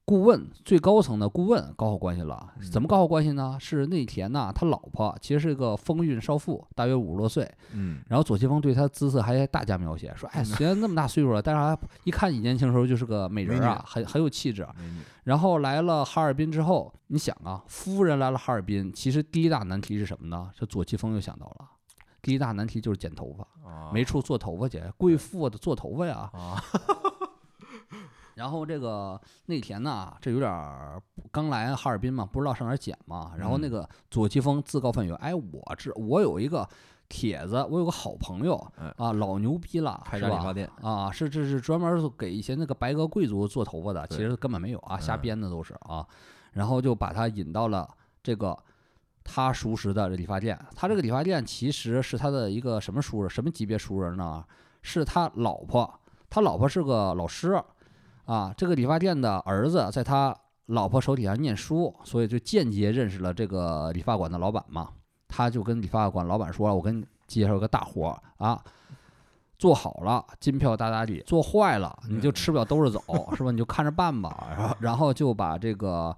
Speaker 2: 顾问最高层的顾问搞好关系了。
Speaker 1: 嗯
Speaker 2: 怎么搞好关系呢？是内田呐、他老婆其实是一个风韵少妇，大约五十多岁。
Speaker 1: 嗯，
Speaker 2: 然后左西风对她姿色还大加描写，说：“
Speaker 1: [LAUGHS]
Speaker 2: 哎，虽然那么大岁数了，但是还一看你年轻时候就是个美
Speaker 1: 美
Speaker 2: 人
Speaker 1: 女
Speaker 2: 啊，很很有气质。”
Speaker 1: 美女
Speaker 2: 然后来了哈尔滨之后，你想啊，夫人来了哈尔滨，其实第一大难题是什么呢？这左奇峰又想到了，第一大难题就是剪头发，
Speaker 1: 啊，
Speaker 2: 没处做头发去，贵妇得做头发呀。
Speaker 1: 啊，
Speaker 2: 然后这个内田呐，这有点儿刚来哈尔滨嘛，不知道上哪儿剪嘛。然后那
Speaker 1: 嗯
Speaker 2: 个左奇峰自告奋勇，哎，我知我有一个帖子，我有个好朋友
Speaker 1: 哎
Speaker 2: 啊，老牛逼了，
Speaker 1: 开
Speaker 2: 是
Speaker 1: 家理
Speaker 2: 吧
Speaker 1: 发店
Speaker 2: 啊，是这是专门儿给一些那个白俄贵族做头发的，其
Speaker 1: 对
Speaker 2: 实根本没有啊，瞎
Speaker 1: 嗯
Speaker 2: 编的都是啊。然后就把他引到了这个他熟识的理发店，他这个理发店其实是他的一个什么熟人，什么级别熟人呢？是他老婆，他老婆是个老师，啊，这个理发店的儿子在他老婆手底下念书，所以就间接认识了这个理发馆的老板嘛。他就跟理发馆老板说：“我跟你介绍个大活儿啊，做好了金票大打底，做坏了你就吃不了兜着走，
Speaker 1: 嗯
Speaker 2: [LAUGHS] 是吧？你就看着办
Speaker 1: [LAUGHS]
Speaker 2: 吧。”然后，然后就把这个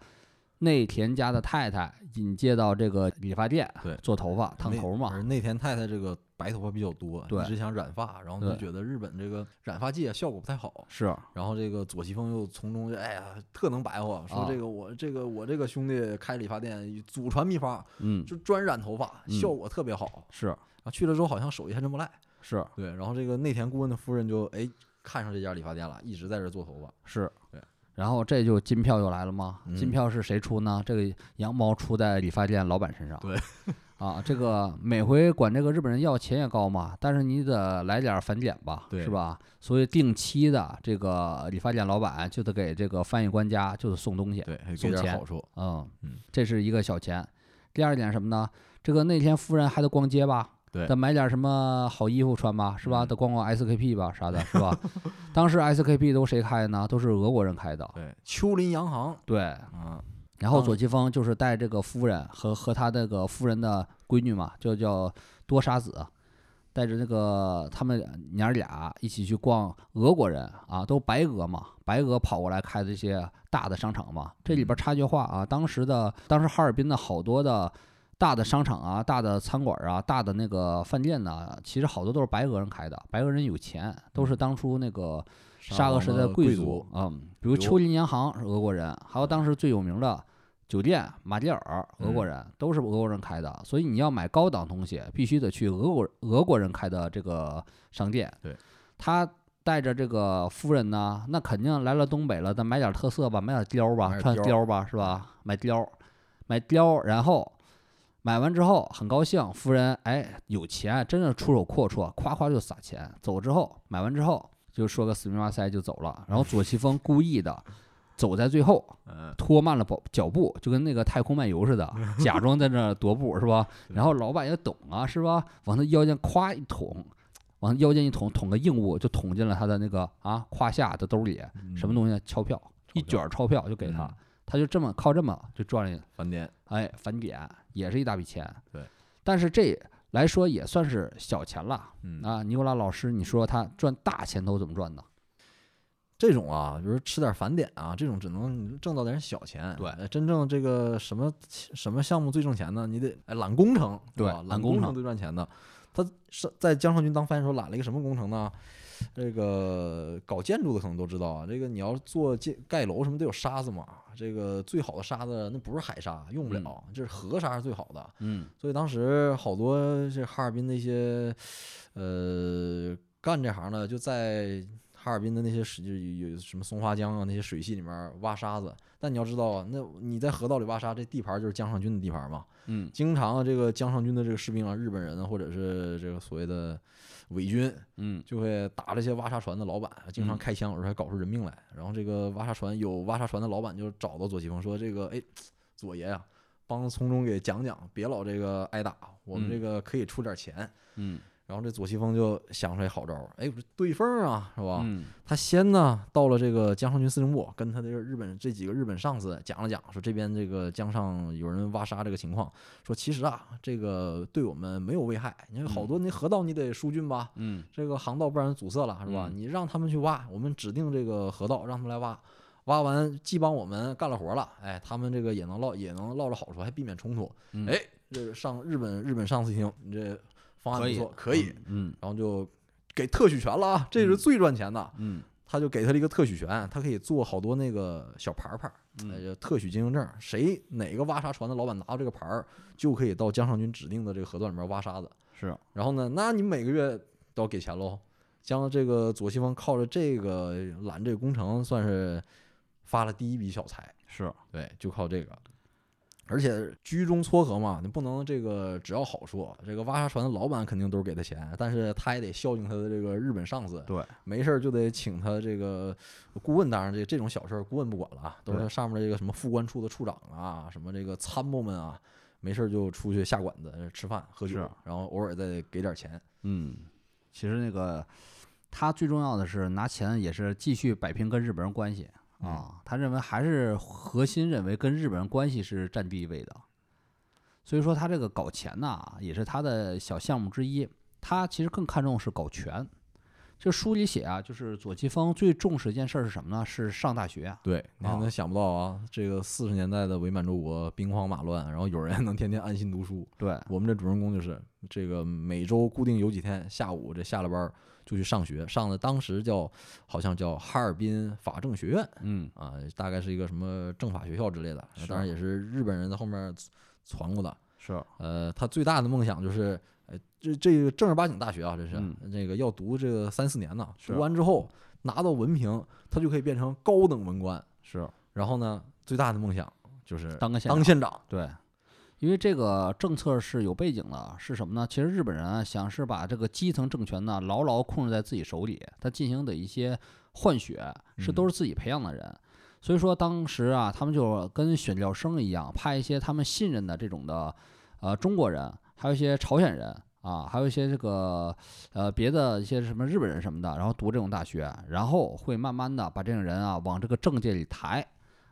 Speaker 2: 内田家的太太引介到这个理发店
Speaker 1: 对
Speaker 2: 做头发、烫
Speaker 1: 那
Speaker 2: 头嘛。
Speaker 1: 而内田太太这个白头发比较多，
Speaker 2: 对
Speaker 1: 一直想染发，然后
Speaker 2: 对
Speaker 1: 就觉得日本这个染发界啊效果不太好。
Speaker 2: 是，
Speaker 1: 然后这个左西风又从中就哎呀，特能白话，说
Speaker 2: 啊
Speaker 1: 这个我、这个我这个兄弟开理发店，祖传秘方，
Speaker 2: 嗯，
Speaker 1: 就专染头发，
Speaker 2: 嗯
Speaker 1: 效果特别好。
Speaker 2: 是
Speaker 1: 然后去了之后好像手艺还真不赖。
Speaker 2: 是
Speaker 1: 对，然后这个内田顾问的夫人就哎看上这家理发店了，一直在这儿做头发。
Speaker 2: 是
Speaker 1: 对。
Speaker 2: 然后这就金票就来了吗？金
Speaker 1: 嗯
Speaker 2: 票是谁出呢？这个羊毛出在理发店老板身上。
Speaker 1: 对，
Speaker 2: [LAUGHS] 啊，这个每回管这个日本人要钱也高嘛，但是你得来点儿返点吧，
Speaker 1: 对
Speaker 2: 是吧？所以定期的这个理发店老板就得给这个翻译官家就得送东西，
Speaker 1: 对，还给
Speaker 2: 送
Speaker 1: 点
Speaker 2: 钱
Speaker 1: 好处。
Speaker 2: 嗯
Speaker 1: 嗯，
Speaker 2: 这是一个小钱。第二点什么呢？这个那天夫人还得逛街吧，
Speaker 1: 对
Speaker 2: 得买点什么好衣服穿吧，是吧？
Speaker 1: 嗯
Speaker 2: 得逛逛 SKP 吧，啥的，是吧？ [LAUGHS] 当时 SKP 都谁开的呢？都是俄国人开的，
Speaker 1: 对，秋林洋行
Speaker 2: 对。
Speaker 1: 啊，
Speaker 2: 然后
Speaker 1: 当
Speaker 2: 左奇峰就是带这个夫人和和他这个夫人的闺女嘛，就叫多沙子，带着那个他们娘儿俩一起去逛俄国人啊，都白俄嘛，白俄跑过来开的这些大的商场嘛。这里边插一句话啊，当时的当时哈尔滨的好多的大的商场啊、大的餐馆啊、大的那个饭店呢、其实好多都是白俄人开的，白俄人有钱，都是当初那个嗯沙俄
Speaker 1: 皇
Speaker 2: 时代
Speaker 1: 的
Speaker 2: 的贵
Speaker 1: 族
Speaker 2: 族，嗯，比如
Speaker 1: 比如
Speaker 2: 秋林洋行是俄国人，还有当时最有名的酒店啊马迭尔，俄国
Speaker 1: 嗯
Speaker 2: 人、都是俄国人开的，所以你要买高档东西，必须得去俄国俄国人开的这个商店。
Speaker 1: 对，
Speaker 2: 他带着这个夫人呢，那肯定来了东北了，咱买点特色吧，买点貂吧，
Speaker 1: 买点
Speaker 2: 穿
Speaker 1: 貂
Speaker 2: 貂吧，是吧？买貂，买貂，然后。买完之后很高兴，夫人哎有钱，真的出手阔绰，夸夸就撒钱。走之后买完之后就说个死命哇塞就走了。然后左奇峰故意的走在最后，
Speaker 1: 嗯，
Speaker 2: 拖慢了脚脚步，就跟那个太空漫游似 [LAUGHS] 的，假装在那儿踱步是吧？
Speaker 1: 对
Speaker 2: 然后老板也懂啊，是吧？往他腰间咵一捅，往他腰间一捅，捅个硬物就捅进了他的那个啊胯下的兜里，什
Speaker 1: 西
Speaker 2: 么东西呢？嗯啊钞票，嗯一卷儿钞票就给他，他就这么靠这么就赚了，
Speaker 1: 返点？
Speaker 2: 哎，返点也是一大笔钱。
Speaker 1: 对，
Speaker 2: 但是这来说也算是小钱了
Speaker 1: 嗯
Speaker 2: 啊。尼古拉老师，你说他赚大钱都怎么赚的？
Speaker 1: 这种啊，比如吃点返点啊，这种只能挣到点小钱。
Speaker 2: 对
Speaker 1: 呃，真正这个什么什么项目最挣钱呢？你得哎揽工程，
Speaker 2: 对
Speaker 1: 吧？
Speaker 2: 揽
Speaker 1: 揽
Speaker 2: 工
Speaker 1: 工
Speaker 2: 程
Speaker 1: 程最赚钱的。他是在江少军当发言时候揽了一个什么工程呢？这个搞建筑的可能都知道啊，这个你要做建盖楼什么得有沙子嘛。这个最好的沙子那不是海沙，用不了，这是河沙是最好的。
Speaker 2: 嗯
Speaker 1: 所以当时好多这哈尔滨的一些呃干这行的，就在哈尔滨的那些水，就有有什么松花江啊那些水系里面挖沙子。但你要知道啊，那你在河道里挖沙，这地盘就是江上军的地盘嘛。
Speaker 2: 嗯，
Speaker 1: 经常啊这个江上军的这个士兵啊，日本人啊，或者是这个所谓的伪军，
Speaker 2: 嗯
Speaker 1: 就会打这些挖沙船的老板，啊经常
Speaker 2: 嗯
Speaker 1: 开枪，有时候还搞出人命来。然后这个挖沙船有挖沙船的老板就找到左奇峰说：“这个哎，左爷呀、帮从中给讲讲，别老这个挨打，我们
Speaker 2: 嗯
Speaker 1: 这个可以出点钱。
Speaker 2: 嗯
Speaker 1: 然后这左奇峰就想出来好招儿，哎，我这对缝儿啊，是吧？
Speaker 2: 嗯
Speaker 1: 他先呢到了这个江上军司令部，跟他的日本这几个日本上司讲了讲，说这边这个江上有人挖沙这个情况，说其实啊，这个对我们没有危害，因为好多那河道你得疏浚吧，
Speaker 2: 嗯
Speaker 1: 这个航道不然阻塞了，是吧？
Speaker 2: 嗯
Speaker 1: 你让他们去挖，我们指定这个河道，让他们来挖。挖完既帮我们干了活了，哎，他们这个也能落也能落着好处，还避免冲突。
Speaker 2: 嗯
Speaker 1: 哎，这个上日本日本上司一听，你这方案
Speaker 2: 可
Speaker 1: 不
Speaker 2: 以
Speaker 1: 错，可以，
Speaker 2: 嗯
Speaker 1: 然后就给特许权了啊，这是最赚钱的。
Speaker 2: 嗯
Speaker 1: 他就给他了一个特许权，他可以做好多那个小牌牌，
Speaker 2: 嗯
Speaker 1: 呃，特许经营证，谁哪个挖沙船的老板拿到这个牌儿，就可以到江上军指定的这个河段里面挖沙子。
Speaker 2: 是
Speaker 1: 然后呢，那你每个月都要给钱喽。将这个左西方靠着这个揽这个工程，算是发了第一笔小财。
Speaker 2: 是，
Speaker 1: 对，就靠这个。而且居中撮合嘛，你不能这个只要好处。这个挖沙船的老板肯定都是给他钱，但是他也得孝敬他的这个日本上司，
Speaker 2: 对，
Speaker 1: 没事儿就得请他这个顾问。当然这这种小事儿顾问不管了啊，都是
Speaker 2: 对
Speaker 1: 他上面这个什么副官处的处长啊，什么这个参谋们啊，没事儿就出去下馆子吃饭喝酒
Speaker 2: 是，
Speaker 1: 然后偶尔再给点钱。
Speaker 2: 嗯，其实那个他最重要的是拿钱也是继续摆平跟日本人关系啊，他认为还是核心认为跟日本人关系是占地位的，所以说他这个搞钱呐、也是他的小项目之一。他其实更看重是搞权。这书里写啊，就是左奇峰最重视一件事儿是什么呢？是上大学啊。
Speaker 1: 对，你看
Speaker 2: 啊
Speaker 1: 他想不到啊，这个四十年代的伪满洲国兵荒马乱，然后有人还能天天安心读书。
Speaker 2: 对，
Speaker 1: 我们这主人公就是这个每周固定有几天下午这下了班儿就去上学，上的当时叫好像叫哈尔滨法政学院
Speaker 2: 嗯，
Speaker 1: 啊，大概是一个什么政法学校之类的，
Speaker 2: 是啊
Speaker 1: 当然也是日本人在后面传过的。
Speaker 2: 是
Speaker 1: 呃，他最大的梦想就是，呃，这这个正儿八经大学啊，这是、
Speaker 2: 嗯
Speaker 1: 这个要读这个三四年呢，
Speaker 2: 是啊
Speaker 1: 读完之后拿到文凭，他就可以变成高等文官。
Speaker 2: 是，啊
Speaker 1: 然后呢，最大的梦想就是
Speaker 2: 当个县
Speaker 1: 当
Speaker 2: 长
Speaker 1: 县长。
Speaker 2: 对，因为这个政策是有背景的，是什么呢？其实日本人啊，想是把这个基层政权呢牢牢控制在自己手里，他进行的一些换血是都是自己培养的人。所以说当时啊，他们就跟选调生一样，派一些他们信任的这种的，呃，中国人，还有一些朝鲜人啊，还有一些这个呃别的一些什么日本人什么的，然后读这种大学，然后会慢慢的把这种人啊往这个政界里抬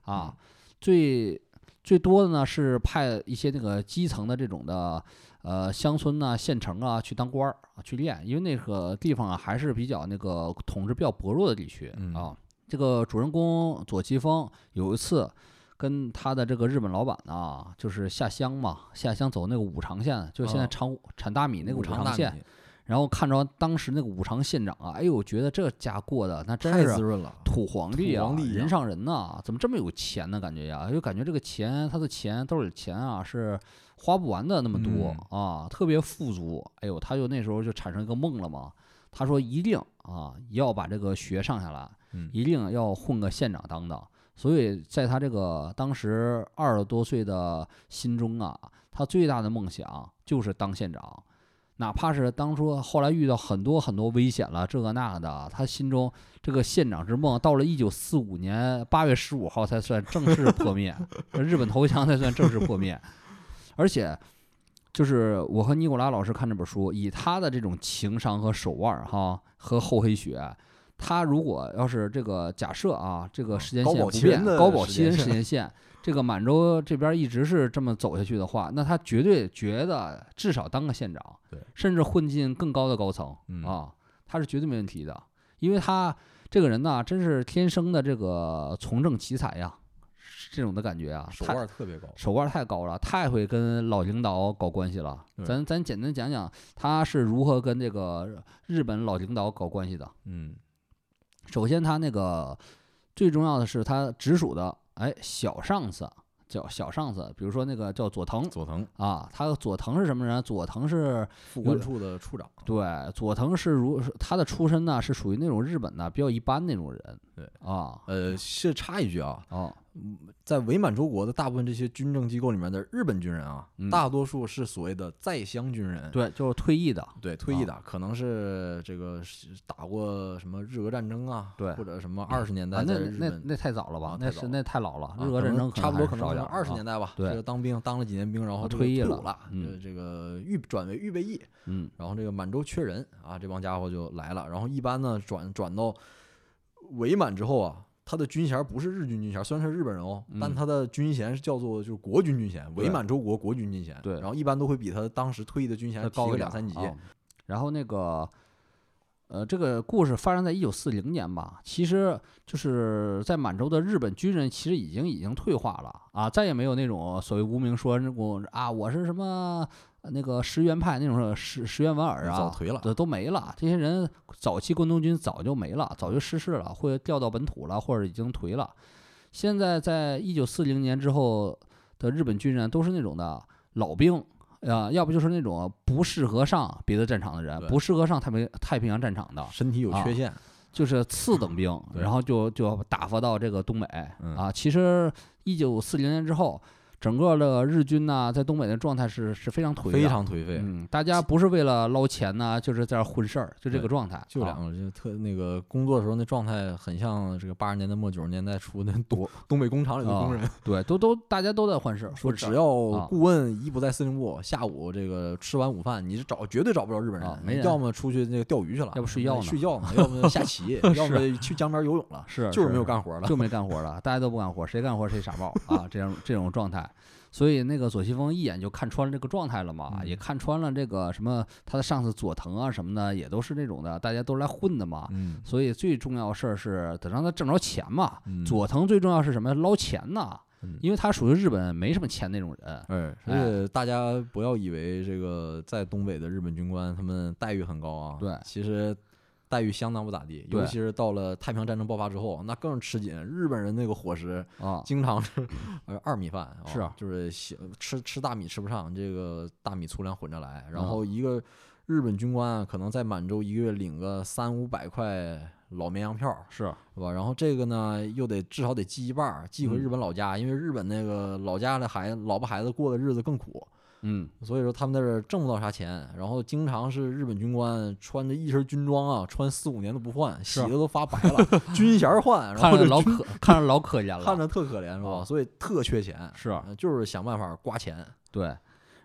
Speaker 2: 啊。
Speaker 1: 嗯
Speaker 2: 最最多的呢是派一些那个基层的这种的呃乡村呐、县城啊去当官儿啊去练，因为那个地方啊还是比较那个统治比较薄弱的地区
Speaker 1: 嗯
Speaker 2: 啊。这个主人公左奇峰有一次跟他的这个日本老板啊，就是下乡嘛，下乡走那个五常县，就是现在
Speaker 1: 啊
Speaker 2: 产五产大米那个五
Speaker 1: 五常
Speaker 2: 常
Speaker 1: 大
Speaker 2: 县，
Speaker 1: 米
Speaker 2: 然后看着当时那个五常县长啊，哎呦，觉得这家过的那真
Speaker 1: 太
Speaker 2: 是啊
Speaker 1: 滋润
Speaker 2: [LAUGHS]
Speaker 1: 了，
Speaker 2: 土皇帝啊，
Speaker 1: 土皇帝一样
Speaker 2: 人上人呐、怎么这么有钱呢？感觉呀、哎就感觉这个钱，他的钱兜里钱啊是花不完的那么多、
Speaker 1: 嗯
Speaker 2: 啊，特别富足。哎呦，他就那时候就产生一个梦了嘛，他说一定啊要把这个学上下来，
Speaker 1: 嗯
Speaker 2: 一定要混个县长当当。所以在他这个当时二十多岁的心中啊，他最大的梦想就是当县长。哪怕是当初后来遇到很多很多危险了，这个那个的，他心中这个县长之梦，到了一九四五年八月十五号才算正式破灭，日本投降才算正式破灭。而且，就是我和尼古拉老师看这本书，以他的这种情商和手腕儿哈和厚黑学，他如果要是这个假设啊，这个时间
Speaker 1: 高
Speaker 2: 线
Speaker 1: 保
Speaker 2: 不
Speaker 1: 奇
Speaker 2: 变
Speaker 1: 人，的
Speaker 2: 高保
Speaker 1: 时
Speaker 2: 期
Speaker 1: 间
Speaker 2: 人时
Speaker 1: 线
Speaker 2: 间线，这个满洲这边一直是这么走下去的话，那他绝对觉得至少当个县长，
Speaker 1: 对
Speaker 2: 甚至混进更高的高层、
Speaker 1: 嗯
Speaker 2: 啊，他是绝对没问题的，因为他这个人呐，真是天生的这个从政奇才呀，是这种的感觉啊，
Speaker 1: 手
Speaker 2: 太
Speaker 1: 腕儿特别高。
Speaker 2: 手腕太高了，太会跟老领导搞关系了。
Speaker 1: 对
Speaker 2: 咱咱简单讲讲他是如何跟这个日本老领导搞关系的。
Speaker 1: 嗯，
Speaker 2: 首先，他那个最重要的是他直属的，哎，小上司叫小上司，比如说那个叫佐藤
Speaker 1: 佐藤
Speaker 2: 啊，他佐藤是什么人？啊佐藤是
Speaker 1: 副官处的处长，
Speaker 2: 对，佐藤是如他的出身呢，是属于那种日本的比较一般那种人。
Speaker 1: 对
Speaker 2: 啊，
Speaker 1: 呃，是插一句啊，
Speaker 2: 哦，
Speaker 1: 在伪满洲国的大部分这些军政机构里面的日本军人啊，
Speaker 2: 嗯
Speaker 1: 大多数是所谓的在乡军人，
Speaker 2: 对，啊就是退役的，
Speaker 1: 对退役的，可能是这个是打过什么日俄战争啊，
Speaker 2: 对
Speaker 1: 或者什么二十年代
Speaker 2: 啊
Speaker 1: 在
Speaker 2: 那
Speaker 1: 日
Speaker 2: 那
Speaker 1: 本，
Speaker 2: 那太早了吧？
Speaker 1: 啊
Speaker 2: 那
Speaker 1: 太早
Speaker 2: 是
Speaker 1: 了
Speaker 2: 那太老了，
Speaker 1: 啊
Speaker 2: 日俄战争
Speaker 1: 差不多可能
Speaker 2: 能
Speaker 1: 是二十年代吧，
Speaker 2: 对
Speaker 1: 这个当兵当了几年兵，然后
Speaker 2: 啊
Speaker 1: 这个
Speaker 2: 退役
Speaker 1: 退伍
Speaker 2: 了
Speaker 1: 了，
Speaker 2: 嗯
Speaker 1: 这这个预转为预备役，
Speaker 2: 嗯，
Speaker 1: 然后这个满洲缺人啊，这帮家伙就来了。然后一般呢，转转到伪满之后啊，他的军衔不是日军军衔，虽然是日本人哦，但
Speaker 2: 嗯
Speaker 1: 他的军衔是叫做就是国军军衔，
Speaker 2: 对
Speaker 1: 伪满洲国国军军衔。
Speaker 2: 对
Speaker 1: 然后一般都会比他当时退役的军衔
Speaker 2: 再
Speaker 1: 提
Speaker 2: 高
Speaker 1: 个
Speaker 2: 一点
Speaker 1: 两三级。
Speaker 2: 啊然后那个，呃，这个故事发生在一九四零年吧。其实就是在满洲的日本军人，其实已经已经退化了啊，再也没有那种所谓无名说那种啊，我是什么呃那个石原派那种石石原莞尔
Speaker 1: 早
Speaker 2: 啊，
Speaker 1: 颓了
Speaker 2: 都都没了。这些人早期关东军早就没了，早就失势了，或者调到本土了，或者已经颓了。现在在一九四零年之后的日本军人都是那种的老兵，啊，要不就是那种不适合上别的战场的人，
Speaker 1: 对
Speaker 2: 不适合上太平太平洋战场的，
Speaker 1: 身体有缺
Speaker 2: 啊
Speaker 1: 陷，
Speaker 2: 就是次等兵，
Speaker 1: [SNIFFS] 对
Speaker 2: 然后就就打发到这个东北
Speaker 1: 嗯
Speaker 2: 啊。其实一九四零年之后，整个的日军呢，在东北的状态是是非常颓的，
Speaker 1: 非常颓废，
Speaker 2: 嗯，大家不是为了捞钱呢，就是在这儿混事儿，就这个
Speaker 1: 对
Speaker 2: 状态，
Speaker 1: 就两
Speaker 2: 啊
Speaker 1: 个人就特那个工作的时候那状态很像这个八十年代末九十年代初那 [LAUGHS] 东东北工厂里的工人，
Speaker 2: 对，都都大家都在混事儿，
Speaker 1: 说
Speaker 2: 混事儿
Speaker 1: 只要
Speaker 2: 啊
Speaker 1: 顾问一不在司令部，下午这个吃完午饭，你是找绝对找不着日本人，
Speaker 2: 啊没人
Speaker 1: 要么出去那个钓鱼去了，
Speaker 2: 要不睡觉呢
Speaker 1: 睡觉呢，要么下
Speaker 2: [LAUGHS]
Speaker 1: 棋，要么去江边游泳了，
Speaker 2: 是
Speaker 1: 就是没有干活了。
Speaker 2: 就没干活了，大家都不干活，谁干活谁傻帽啊，这样这种状态。所以那个左西峰一眼就看穿了这个状态了嘛，
Speaker 1: 嗯
Speaker 2: 也看穿了这个什么他的上司佐藤啊什么的，也都是那种的，大家都来混的嘛。
Speaker 1: 嗯，
Speaker 2: 所以最重要的事儿是得让他挣着钱嘛。
Speaker 1: 嗯
Speaker 2: 佐藤最重要是什么？捞钱呐
Speaker 1: 嗯，
Speaker 2: 因为他属于日本没什么钱那种人。
Speaker 1: 哎，而且大家不要以为这个在东北的日本军官他们待遇很高啊，
Speaker 2: 对
Speaker 1: 其实待遇相当不咋地，
Speaker 2: 对
Speaker 1: 尤其是到了太平洋战争爆发之后，那更吃紧。日本人那个伙食
Speaker 2: 啊，
Speaker 1: 经常是 [LAUGHS] 呃二米饭，啊
Speaker 2: 是啊
Speaker 1: 就是小吃吃大米吃不上，这个大米粗粮混着来，然
Speaker 2: 嗯
Speaker 1: 后一个日本军官啊，可能在满洲一个月领个三五百块老绵羊票，
Speaker 2: 是
Speaker 1: 是吧？然后这个呢，又得至少得寄一半儿，寄回
Speaker 2: 嗯
Speaker 1: 日本老家，因为日本那个老家的孩子、老婆孩子过的日子更苦，
Speaker 2: 嗯，
Speaker 1: 所以说他们在这儿挣不到啥钱。然后经常是日本军官穿着一身军装啊，穿四五年都不换，洗
Speaker 2: 是啊
Speaker 1: 的都发白了， [LAUGHS] 军衔儿换，然
Speaker 2: 看
Speaker 1: 后
Speaker 2: 着
Speaker 1: 这
Speaker 2: 老
Speaker 1: 军
Speaker 2: 可看着老可怜了，
Speaker 1: 看着特可怜是吧？
Speaker 2: 啊
Speaker 1: 所以特缺钱，
Speaker 2: 是
Speaker 1: 呃就是想办法刮钱。
Speaker 2: 对，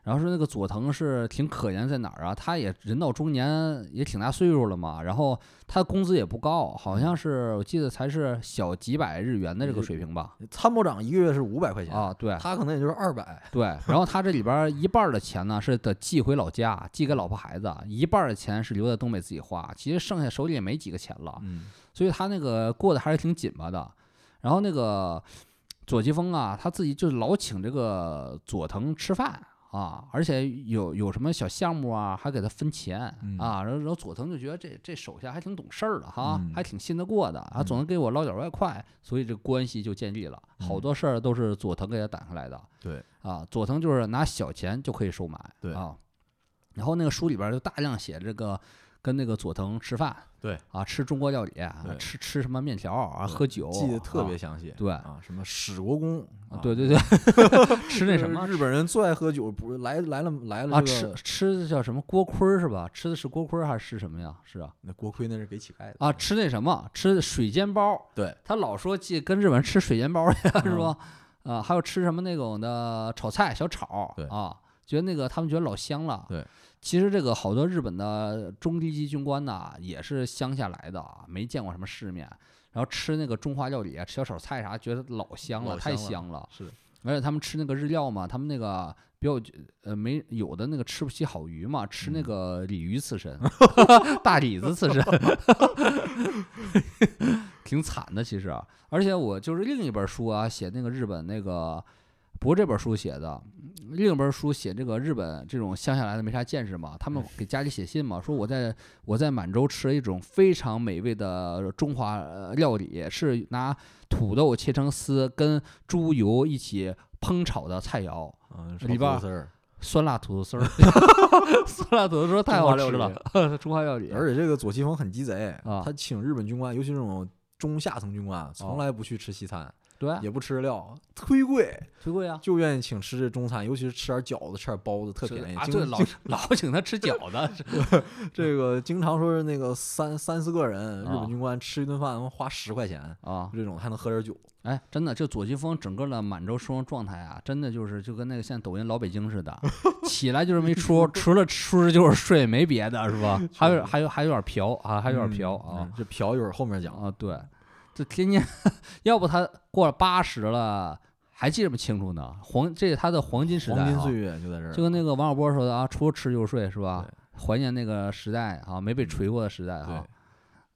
Speaker 2: 然后说那个佐藤是挺可怜在哪儿啊？他也人到中年，也挺大岁数了嘛，然后他的工资也不高，好像是我记得才是小几百日元的这个水平吧。
Speaker 1: 参谋长一个月是五百块钱，
Speaker 2: 啊，对
Speaker 1: 他可能也就是二百，
Speaker 2: 对，然后他这里边儿一半儿的钱呢是得寄回老家，寄给老婆孩子，一半儿的钱是留在东北自己花，其实剩下手里也没几个钱了，
Speaker 1: 嗯
Speaker 2: 所以他那个过得还是挺紧巴的。然后那个左吉峰啊，他自己就老请这个佐藤吃饭啊，而且有有什么小项目啊，还给他分钱
Speaker 1: 嗯
Speaker 2: 啊。然后然后佐藤就觉得这这手下还挺懂事儿的哈，
Speaker 1: 嗯
Speaker 2: 还挺信得过的，啊，总能给我捞点外快，所以这关系就建立了。好
Speaker 1: 嗯
Speaker 2: 多事儿都是佐藤给他挡下来的。
Speaker 1: 对
Speaker 2: 啊，佐藤就是拿小钱就可以收买，
Speaker 1: 对
Speaker 2: 啊。然后那个书里边儿就大量写这个跟那个佐藤吃饭，
Speaker 1: 对
Speaker 2: 啊，吃中国料理，
Speaker 1: 对
Speaker 2: 吃吃什么面条啊，
Speaker 1: 对
Speaker 2: 喝酒，
Speaker 1: 记得特别
Speaker 2: 啊
Speaker 1: 详细。
Speaker 2: 对
Speaker 1: 啊，什么史国公，
Speaker 2: 啊
Speaker 1: 啊
Speaker 2: 对对对，
Speaker 1: [LAUGHS]
Speaker 2: 吃那什么
Speaker 1: 日本人最爱喝酒，不是来来了来了
Speaker 2: 啊，
Speaker 1: 这
Speaker 2: 吃
Speaker 1: 个
Speaker 2: 吃的叫什么锅盔儿是吧？吃的是锅盔儿还是什么呀？是啊，
Speaker 1: 那锅盔那是给乞丐的
Speaker 2: 啊，吃那什么，吃水煎包儿，
Speaker 1: 对
Speaker 2: 他老说记跟日本人吃水煎包儿去是
Speaker 1: 嗯
Speaker 2: 吧？啊，还有吃什么那种的炒菜小炒，
Speaker 1: 对
Speaker 2: 啊，觉得那个他们觉得老香了。
Speaker 1: 对，
Speaker 2: 其实这个好多日本的中低级军官呐，也是乡下来的啊，没见过什么世面，然后吃那个中华料理啊，吃小炒菜啥，觉得老香了，
Speaker 1: 老
Speaker 2: 太
Speaker 1: 香了
Speaker 2: 香了。
Speaker 1: 是
Speaker 2: 而且他们吃那个日料嘛，他们那个比较呃没有的那个吃不起好鱼嘛，吃那
Speaker 1: 嗯
Speaker 2: 个鲤鱼刺身，大鲤子刺身， [LAUGHS] 挺惨的其实啊。而且我就是另一本书啊，写那个日本那个。不是这本书写的，另一本书写这个日本这种乡下来的没啥见识嘛，他们给家里写信嘛，说我在我在满洲吃了一种非常美味的中华呃料理，是拿土豆切成丝，跟猪油一起烹炒的菜肴，
Speaker 1: 嗯，
Speaker 2: 里边儿
Speaker 1: 丝儿，
Speaker 2: 酸辣土豆 [LAUGHS] 丝儿，酸辣土豆丝儿太好吃了， [LAUGHS] 中华料理。
Speaker 1: 而且这个左西峰很鸡贼
Speaker 2: 啊
Speaker 1: 他请日本军官，尤其这种中下层军官，啊从来不去吃西餐，
Speaker 2: [LAUGHS] 哦对啊，
Speaker 1: 也不吃料，忒贵，
Speaker 2: 最贵啊，
Speaker 1: 就愿意请吃这中餐，尤其是吃点饺子、吃点包子，特
Speaker 2: 是 [LAUGHS]
Speaker 1: 便宜。
Speaker 2: 啊，
Speaker 1: 经
Speaker 2: 对，老老请他吃饺 [LAUGHS] 子，是
Speaker 1: 这个经常说是那个三三四个人，日
Speaker 2: 啊
Speaker 1: 本军官吃一顿饭花十块钱，
Speaker 2: 啊，
Speaker 1: 这种还能喝点酒。
Speaker 2: 哎，真的，就左金峰整个的满洲生活状态啊，真的就是就跟那个现在抖音老北京似 [LAUGHS] 的，起来就是没出，除了吃就是睡，没别的是吧？还有还有还有点嫖啊，还有点嫖啊。
Speaker 1: 嗯，这嫖一会儿后面讲。
Speaker 2: 啊，对，这天天， [LAUGHS] 要不他过了八十了，还记这么清楚呢？黄，这是他的黄金时代、啊，
Speaker 1: 黄金岁月就在这儿，
Speaker 2: 就跟那个王小波说的啊，除了吃就是睡，是吧
Speaker 1: 对？
Speaker 2: 怀念那个时代啊，没被锤过的时代啊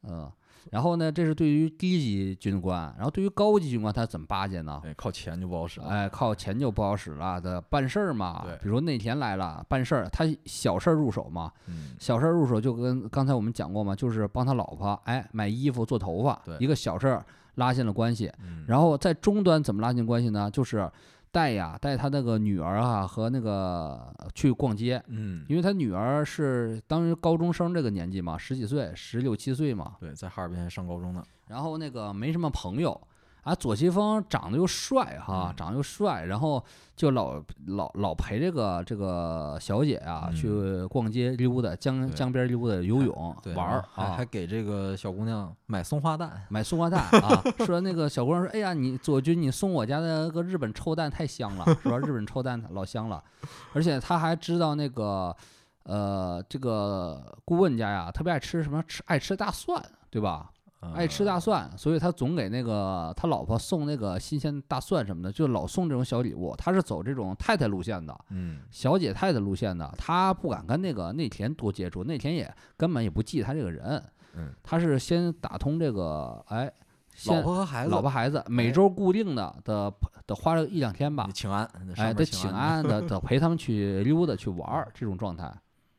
Speaker 1: 对，，
Speaker 2: 嗯。然后呢，这是对于低级军官，然后对于高级军官，他怎么巴结呢？
Speaker 1: 哎，靠钱就不好使了。
Speaker 2: 哎，靠钱就不好使了，得办事儿嘛
Speaker 1: 对。
Speaker 2: 比如内田来了，办事儿，他小事儿入手嘛，
Speaker 1: 嗯，
Speaker 2: 小事儿入手就跟刚才我们讲过嘛，就是帮他老婆哎买衣服、做头发
Speaker 1: 对，
Speaker 2: 一个小事儿拉近了关系。
Speaker 1: 嗯
Speaker 2: 然后在终端怎么拉近关系呢？就是带呀带他那个女儿啊和那个去逛街，
Speaker 1: 嗯，
Speaker 2: 因为他女儿是当时高中生这个年纪嘛，十几岁，十六七岁嘛，
Speaker 1: 对，在哈尔滨还上高中呢。
Speaker 2: 然后那个没什么朋友。啊，左奇峰长得又帅哈，
Speaker 1: 嗯
Speaker 2: 长得又帅，然后就老老老陪这个这个小姐啊、
Speaker 1: 嗯
Speaker 2: 去逛街溜达，江
Speaker 1: 对
Speaker 2: 江边溜达游泳
Speaker 1: 对，
Speaker 2: 玩儿
Speaker 1: 还
Speaker 2: 啊
Speaker 1: 还，给这个小姑娘买松花蛋，
Speaker 2: 买松花蛋
Speaker 1: [LAUGHS]
Speaker 2: 啊，说那个小姑娘说，哎呀，你左军你送我家的个日本臭蛋太香了，是吧？日本臭蛋老香了，而且他还知道那个呃，这个顾问家呀特别爱吃什么吃爱吃大蒜，对吧？爱吃大
Speaker 1: 呃
Speaker 2: 蒜，所以他总给那个他老婆送那个新鲜大蒜什么的，就老送这种小礼物。他是走这种太太路线的，
Speaker 1: 嗯
Speaker 2: 小姐太太路线的，他不敢跟那个内田多接触，内田也根本也不记他这个人。
Speaker 1: 嗯，
Speaker 2: 他是先打通这个哎，
Speaker 1: 老
Speaker 2: 先
Speaker 1: 婆和孩子，
Speaker 2: 老婆孩子每
Speaker 1: 哎
Speaker 2: 周固定的的得花个一两天吧
Speaker 1: 你，请安，那上
Speaker 2: 哎，
Speaker 1: 面
Speaker 2: 得
Speaker 1: 请
Speaker 2: 请
Speaker 1: 安。
Speaker 2: 安
Speaker 1: [LAUGHS]
Speaker 2: 的得陪他们去溜达去玩儿这种状态。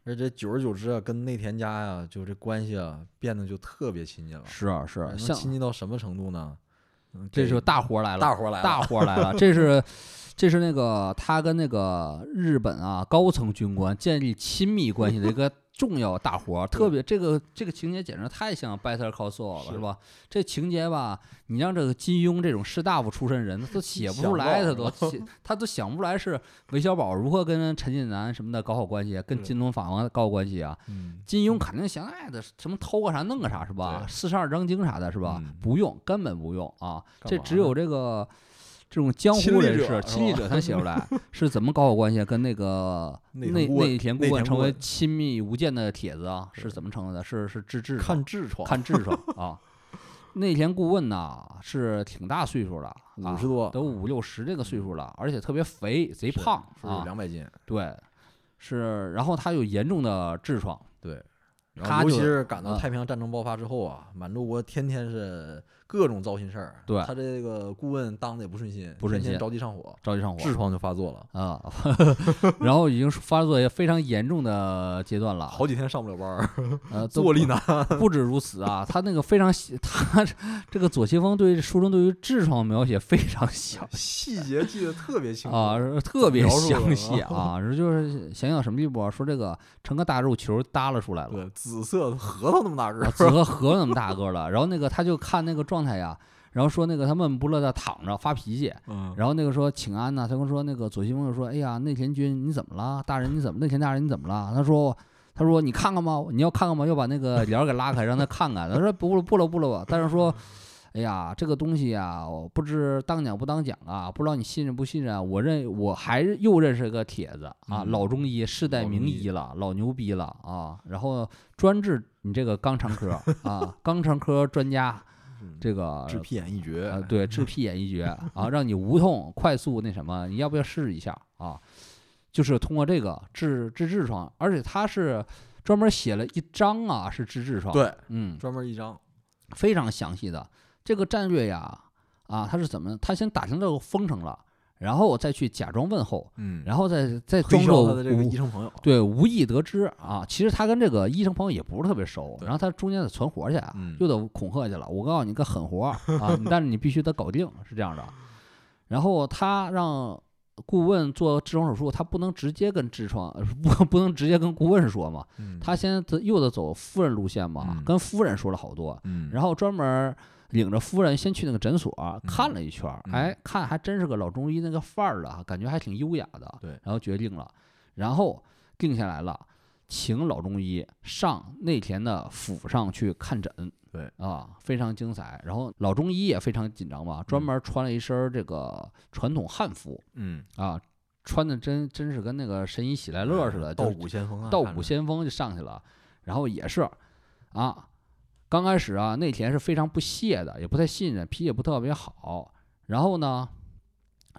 Speaker 1: 而且久而久之啊，跟内田家呀、就这关系啊，变得就特别亲近了。
Speaker 2: 是啊是啊，
Speaker 1: 能
Speaker 2: 像
Speaker 1: 亲近到什么程度呢？嗯
Speaker 2: 这
Speaker 1: 给
Speaker 2: 就大活儿来了，
Speaker 1: 大活儿来了，
Speaker 2: 大活儿来了，这是这是那个他跟那个日本啊高层军官建立亲密关系的一
Speaker 1: [LAUGHS]
Speaker 2: 个重要大活儿，特别这个这个情节简直太像《Better Call Saul》了，
Speaker 1: 是
Speaker 2: 是吧？这情节吧，你让这个金庸这种士大夫出身人，他都写不
Speaker 1: 想
Speaker 2: 出
Speaker 1: 不
Speaker 2: 来，
Speaker 1: 到
Speaker 2: 他
Speaker 1: 是
Speaker 2: 都
Speaker 1: 吧
Speaker 2: 写他都想不出来是韦小宝如何跟陈近南什么的搞好关系，跟
Speaker 1: 对
Speaker 2: 金龙法王搞好关系啊。
Speaker 1: 嗯，
Speaker 2: 金庸肯定想哎的什么偷个啥弄个啥是吧？
Speaker 1: 对
Speaker 2: 四十二章经啥的是吧？
Speaker 1: 嗯
Speaker 2: 不用，根本不用啊！
Speaker 1: 干
Speaker 2: 这
Speaker 1: 嘛
Speaker 2: 只
Speaker 1: 呢
Speaker 2: 有这个这种江
Speaker 1: 亲
Speaker 2: 湖
Speaker 1: 历
Speaker 2: 人
Speaker 1: 者
Speaker 2: 士、
Speaker 1: 是
Speaker 2: 亲历
Speaker 1: 吧
Speaker 2: 者才写出来 [LAUGHS] 是怎么搞好关系，啊跟那个
Speaker 1: 内田
Speaker 2: 内
Speaker 1: 顾问
Speaker 2: 内田顾
Speaker 1: 内
Speaker 2: 问
Speaker 1: 田
Speaker 2: 成
Speaker 1: 顾
Speaker 2: 为
Speaker 1: 问
Speaker 2: 亲密无间的帖子啊，是
Speaker 1: 对
Speaker 2: 怎么成为的？是是治痔疮
Speaker 1: 看痔疮，
Speaker 2: 看痔疮
Speaker 1: [LAUGHS]
Speaker 2: 啊！内田顾问呐是挺大岁数了，
Speaker 1: 五
Speaker 2: 啊
Speaker 1: 十多，
Speaker 2: 都五六十这个岁数了，而且特别肥，贼
Speaker 1: 是
Speaker 2: 胖
Speaker 1: 是
Speaker 2: 啊！
Speaker 1: 两百斤。
Speaker 2: 对，是，然后他有严重的痔疮。
Speaker 1: 对，然
Speaker 2: 他
Speaker 1: 后尤
Speaker 2: 就
Speaker 1: 其是赶到
Speaker 2: 嗯
Speaker 1: 太平洋战争爆发之后啊，满洲国天天是各种糟心事儿。
Speaker 2: 对
Speaker 1: 他这个顾问当的也不顺心，
Speaker 2: 不顺
Speaker 1: 天天
Speaker 2: 心
Speaker 1: 着急上火，
Speaker 2: 着急上火，
Speaker 1: 痔疮就发作了，
Speaker 2: 啊， [LAUGHS] 然后已经是发作也非常严重的阶段了，
Speaker 1: 好几天上不了班儿，
Speaker 2: 呃，都
Speaker 1: 坐立
Speaker 2: [LAUGHS]
Speaker 1: 难安。
Speaker 2: 不止如此啊，他那个非常细他这个左奇峰对书中对于痔疮描写非常详
Speaker 1: 细节记得特别清楚
Speaker 2: 啊，是特别
Speaker 1: 描述
Speaker 2: 详
Speaker 1: 了
Speaker 2: 细
Speaker 1: [LAUGHS]
Speaker 2: 啊，这就是想想什么地步啊，说这个成个大肉球耷拉出来了，
Speaker 1: 对，紫色的核桃那么大个
Speaker 2: 啊 [LAUGHS]
Speaker 1: 儿，
Speaker 2: 紫河河那么大个儿了，然后那个他就看那个状态呀，然后说那个他闷不乐的躺着发脾气，
Speaker 1: 嗯，
Speaker 2: 然后那个说请安呐、他跟我说那个左西风就说，哎呀，内田君你怎么了？大人你怎么？内田大人你怎么了？他说。他说：“你看看吧，你要看看吧，要把那个帘儿给拉开，让他看看。”他说：“不了，不了，不了吧。”但是说：“哎呀，这个东西啊，我不知当讲不当讲啊，不知道你信任不信任啊。我认，我还是又认识个帖子啊，
Speaker 1: 嗯
Speaker 2: 老中医，世代
Speaker 1: 老
Speaker 2: 名
Speaker 1: 中医
Speaker 2: 医了，老牛逼了啊。然后专治你这个肛肠科啊， [LAUGHS] 肛肠科专家，这个
Speaker 1: 智屁嗯眼一绝
Speaker 2: 啊，，对，治屁眼一
Speaker 1: [LAUGHS]
Speaker 2: 绝啊，让你无痛快速那什么，你要不要试一下啊？就是通过这个治治痔疮，而且他是专门写了一章啊，是治痔疮，，
Speaker 1: 对，
Speaker 2: 嗯，
Speaker 1: 专门一张，
Speaker 2: 非常详细的这个战略呀，啊，他是怎么？他先打听到封城了，然后再去假装问候，
Speaker 1: 嗯
Speaker 2: 然后再再
Speaker 1: 推
Speaker 2: 装
Speaker 1: 销
Speaker 2: 作
Speaker 1: 他的这个
Speaker 2: 无
Speaker 1: 医生朋友，
Speaker 2: 对无意得知啊，其实他跟这个医生朋友也不是特别熟，
Speaker 1: 对
Speaker 2: 然后他中间得存活去啊，
Speaker 1: 嗯
Speaker 2: 又得恐吓去了。我告诉你个狠活儿
Speaker 1: [LAUGHS]
Speaker 2: 啊，但是你必须得搞定，是这样的。然后他让顾问做痔疮手术，他不能直接跟痔疮呃 [LAUGHS] 不不能直接跟顾问说嘛，
Speaker 1: 嗯
Speaker 2: 他先得又得走夫人路线嘛，
Speaker 1: 嗯
Speaker 2: 跟夫人说了好多，
Speaker 1: 嗯，
Speaker 2: 然后专门儿领着夫人先去那个诊所儿看
Speaker 1: 嗯
Speaker 2: 了一圈儿，
Speaker 1: 嗯
Speaker 2: 哎，看还真是个老中医那个范儿了，感觉还挺优雅的。
Speaker 1: 对
Speaker 2: 然后决定了，然后定下来了，请老中医上内田的府上去看诊。
Speaker 1: 对
Speaker 2: 啊，非常精彩。然后老中医也非常紧张嘛，专
Speaker 1: 嗯
Speaker 2: 门穿了一身儿这个传统汉服
Speaker 1: 嗯，
Speaker 2: 啊，穿的真真是跟那个神医喜来乐似的，就
Speaker 1: 道
Speaker 2: 是
Speaker 1: 骨先锋啊，
Speaker 2: 道
Speaker 1: 看
Speaker 2: 骨
Speaker 1: 着
Speaker 2: 先锋就上去了，然后也是啊，刚开始啊，内田是非常不屑的，也不太信任，脾气也不特别好。然后呢，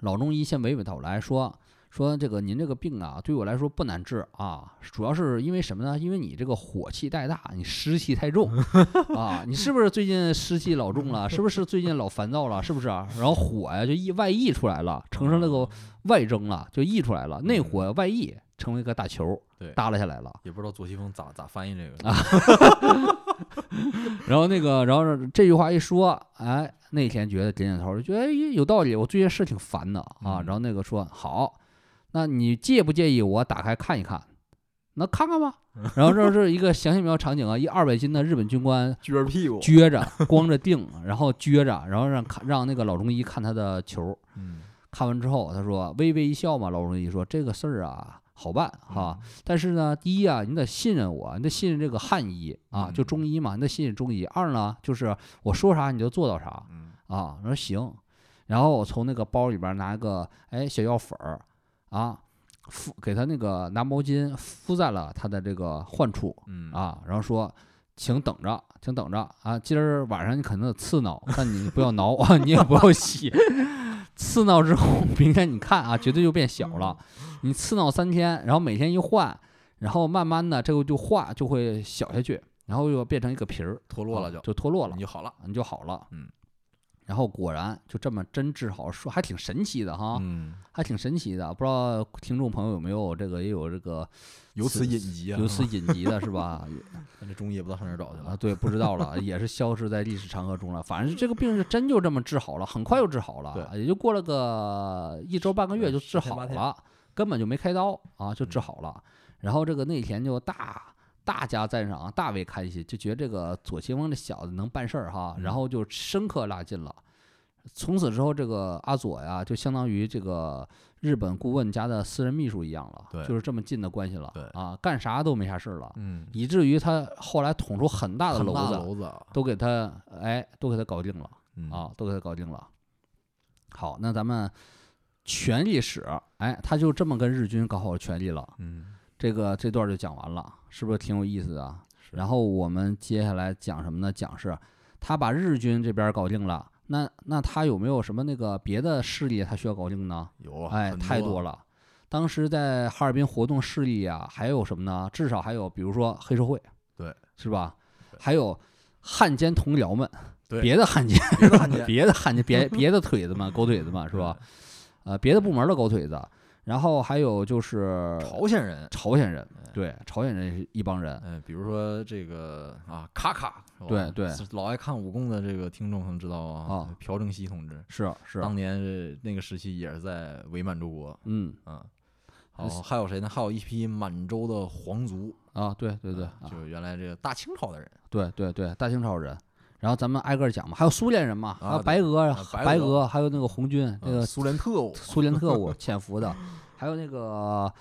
Speaker 2: 老中医先娓娓道来说说这个您这个病啊，对我来说不难治啊，主要是因为什么呢？因为你这个火气太大，你湿气
Speaker 1: [LAUGHS]
Speaker 2: 太重啊，你是不是最近湿气老重了？是不是最近老烦躁了？是不是啊？然后火呀、就溢外溢出来了，成成那个外蒸了，就溢出来了，内火外溢成为一个大球，
Speaker 1: 嗯对
Speaker 2: 耷拉下来了。
Speaker 1: 也不知道左西峰咋咋翻译这个啊，
Speaker 2: 然后那个，然 [LAUGHS] 后这句话一说，哎，那天觉得点点头，就觉得哎有道理，我最近是挺烦的啊。
Speaker 1: 嗯
Speaker 2: 然后那个说好，那你介不介意我打开看一看？那
Speaker 1: [LAUGHS]
Speaker 2: 看看吧。然后这是一个详细描述场景啊，一二百斤的日本军官
Speaker 1: 撅着屁股，
Speaker 2: 撅
Speaker 1: [LAUGHS]
Speaker 2: 着光着腚，然后撅着，然后让看让那个老中医看他的球。
Speaker 1: 嗯，
Speaker 2: 看完之后，他说微微一笑嘛，老中医说这个事儿啊 [LAUGHS] 好办哈，
Speaker 1: 嗯
Speaker 2: 但是呢，第一啊，你得信任我，你得信任这个汉医啊，就
Speaker 1: 嗯
Speaker 2: 中医嘛，你得信任中医。二呢，就是我说啥你就做到啥，
Speaker 1: 嗯，
Speaker 2: 啊，我说行，然后我从那个包里边拿个哎小药粉儿啊，敷给他那个拿毛巾敷在了他的这个患处
Speaker 1: 嗯，
Speaker 2: 啊，然后说。请等着，请等着啊！今儿晚上你可能得刺挠，但你不要挠 [LAUGHS] 啊，你也不要洗。刺挠之后，明天你看啊，绝对就变小了。
Speaker 1: 嗯
Speaker 2: 你刺挠三天，然后每天一换，然后慢慢的这个就化就会小下去，然后又变成一个皮儿，
Speaker 1: 脱落了
Speaker 2: 啊
Speaker 1: 就
Speaker 2: 就脱落了
Speaker 1: 你。就好了，
Speaker 2: 你就好了。
Speaker 1: 嗯，
Speaker 2: 然后果然就这么真治好，说还挺神奇的哈，
Speaker 1: 嗯，
Speaker 2: 还挺神奇的。不知道听众朋友有没有这个也有这
Speaker 1: [LAUGHS]
Speaker 2: 个
Speaker 1: 由此
Speaker 2: 此
Speaker 1: 引疾啊，
Speaker 2: 由此引疾的是吧？
Speaker 1: 那这中医也不知道上哪儿找去
Speaker 2: 啊，
Speaker 1: 了，
Speaker 2: 对，不知道了，也是消失在历史长河中了。反正这个病是真就这么治好了，很快就治好了，
Speaker 1: 对
Speaker 2: 也就过了个一周半个月
Speaker 1: 对
Speaker 2: 就
Speaker 1: 十
Speaker 2: 治
Speaker 1: 天
Speaker 2: 好
Speaker 1: 八天
Speaker 2: 了，根本就没开刀啊，就治
Speaker 1: 嗯
Speaker 2: 好了。然后这个内田就大大加赞赏，大为开心，就觉得这个左清翁这小子能办事儿哈，然
Speaker 1: 嗯
Speaker 2: 后就深刻拉近了。从此之后，这个阿佐呀，就相当于这个日本顾问家的私人秘书一样了，
Speaker 1: 对
Speaker 2: 就是这么近的关系了
Speaker 1: 对
Speaker 2: 啊，干啥都没啥事儿了。
Speaker 1: 嗯，
Speaker 2: 以至于他后来捅出很大的
Speaker 1: 很
Speaker 2: 篓
Speaker 1: 大
Speaker 2: 子，
Speaker 1: 的篓子啊，
Speaker 2: 都给他哎，都给他搞定了
Speaker 1: 嗯，
Speaker 2: 啊，都给他搞定了。好，那咱们权力史，哎，他就这么跟日军搞好权力了。
Speaker 1: 嗯，
Speaker 2: 这个这段就讲完了，是不是挺有意思的啊？
Speaker 1: 是
Speaker 2: 然后我们接下来讲什么呢？讲是他把日军这边搞定了，那那他有没有什么那个别的势力他需要搞定呢？
Speaker 1: 有啊，
Speaker 2: 哎，
Speaker 1: 很
Speaker 2: 太多
Speaker 1: 多
Speaker 2: 了。当时在哈尔滨活动势力啊，还有什么呢？至少还有，比如说黑社会，
Speaker 1: 对，
Speaker 2: 是吧
Speaker 1: 对？
Speaker 2: 还有汉奸同僚们，
Speaker 1: 对
Speaker 2: 别的汉奸，
Speaker 1: 别的汉奸
Speaker 2: 别的汉奸，别别的腿子们，狗腿子们，是吧？？呃，别的部门的狗腿子，然后还有就是
Speaker 1: 对朝哎鲜人，
Speaker 2: 朝鲜人，对，朝鲜人是一帮人，
Speaker 1: 嗯，比如说这个啊，卡卡，是吧
Speaker 2: 对对，
Speaker 1: 是老爱看武功的这个听众可能知道啊
Speaker 2: 啊，
Speaker 1: 朴正熙同志，
Speaker 2: 是是，啊
Speaker 1: 当年是那个时期也是在伪满洲国，
Speaker 2: 嗯
Speaker 1: 嗯，然后还有谁呢？还有一批满洲的皇族，
Speaker 2: 啊，对对对，
Speaker 1: 啊
Speaker 2: 啊
Speaker 1: 就是原来这个大清朝的人，
Speaker 2: 对对对，大清朝人。然后咱们挨个儿讲嘛，还有苏联人嘛，还有
Speaker 1: 啊对
Speaker 2: 白俄、
Speaker 1: 啊白
Speaker 2: 白
Speaker 1: 俄
Speaker 2: 俄，还有那个红军，那
Speaker 1: 嗯
Speaker 2: 个
Speaker 1: 苏联特务，
Speaker 2: 苏联特务潜伏的，还有那个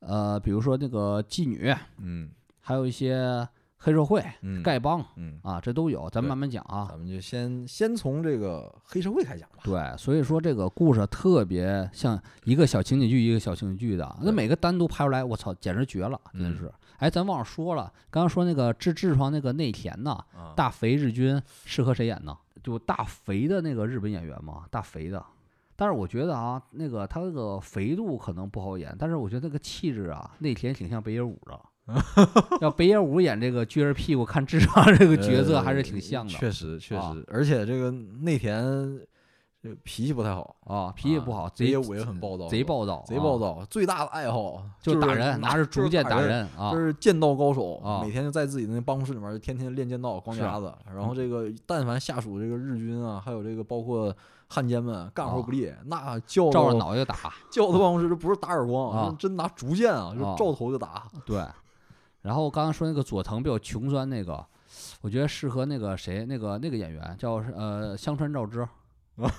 Speaker 2: 呃，比如说那个妓女，
Speaker 1: 嗯
Speaker 2: 还有一些黑社会、
Speaker 1: 嗯，
Speaker 2: 丐帮
Speaker 1: 嗯，
Speaker 2: 啊，这都有，咱
Speaker 1: 对
Speaker 2: 慢慢讲啊。
Speaker 1: 咱们就先先从这个黑社会开讲吧。
Speaker 2: 对，所以说这个故事特别像一个小情景剧，一个小情景剧的，那
Speaker 1: 对
Speaker 2: 每个单独拍出来，我操，简直绝了，真的
Speaker 1: 嗯
Speaker 2: 是。哎，咱忘了说了，刚刚说那个治痔疮那个内田呐，
Speaker 1: 啊，
Speaker 2: 大肥日军是和谁演呢？就大肥的那个日本演员嘛，大肥的。但是我觉得啊，那个他那个肥度可能不好演，但是我觉得那个气质啊，内田挺像北野武
Speaker 1: [LAUGHS]
Speaker 2: 的。要北野武演这个撅着屁股看智商这个角色，
Speaker 1: 呃
Speaker 2: 还是挺像的
Speaker 1: 确实确
Speaker 2: 啊
Speaker 1: 实，而且这个内田这个脾气不太好，
Speaker 2: 啊，脾气
Speaker 1: 啊
Speaker 2: 不好，
Speaker 1: 北
Speaker 2: 贼
Speaker 1: 野武也很暴躁，
Speaker 2: 贼暴躁，
Speaker 1: 贼暴
Speaker 2: 啊，
Speaker 1: 躁，最大的爱好
Speaker 2: 就是打人，拿着竹剑打
Speaker 1: 打，
Speaker 2: 人啊
Speaker 1: 就，是剑道高手
Speaker 2: 啊，
Speaker 1: 每天就在自己的那办公室里面就天天练剑道、光
Speaker 2: 是啊
Speaker 1: 夹子。然后这个但凡下属这个日军啊，还有这个包括汉奸们干活不力，那叫
Speaker 2: 啊照
Speaker 1: 到
Speaker 2: 着脑袋 [LAUGHS] 打。
Speaker 1: 叫到办公室就不是打耳光，
Speaker 2: 啊
Speaker 1: 是真拿竹剑啊，就
Speaker 2: 啊
Speaker 1: 照头就打。
Speaker 2: 对，然后刚刚说那个佐藤比较穷酸那个，我觉得适合那个谁，那个那个演员叫呃香川照 [LAUGHS] 之，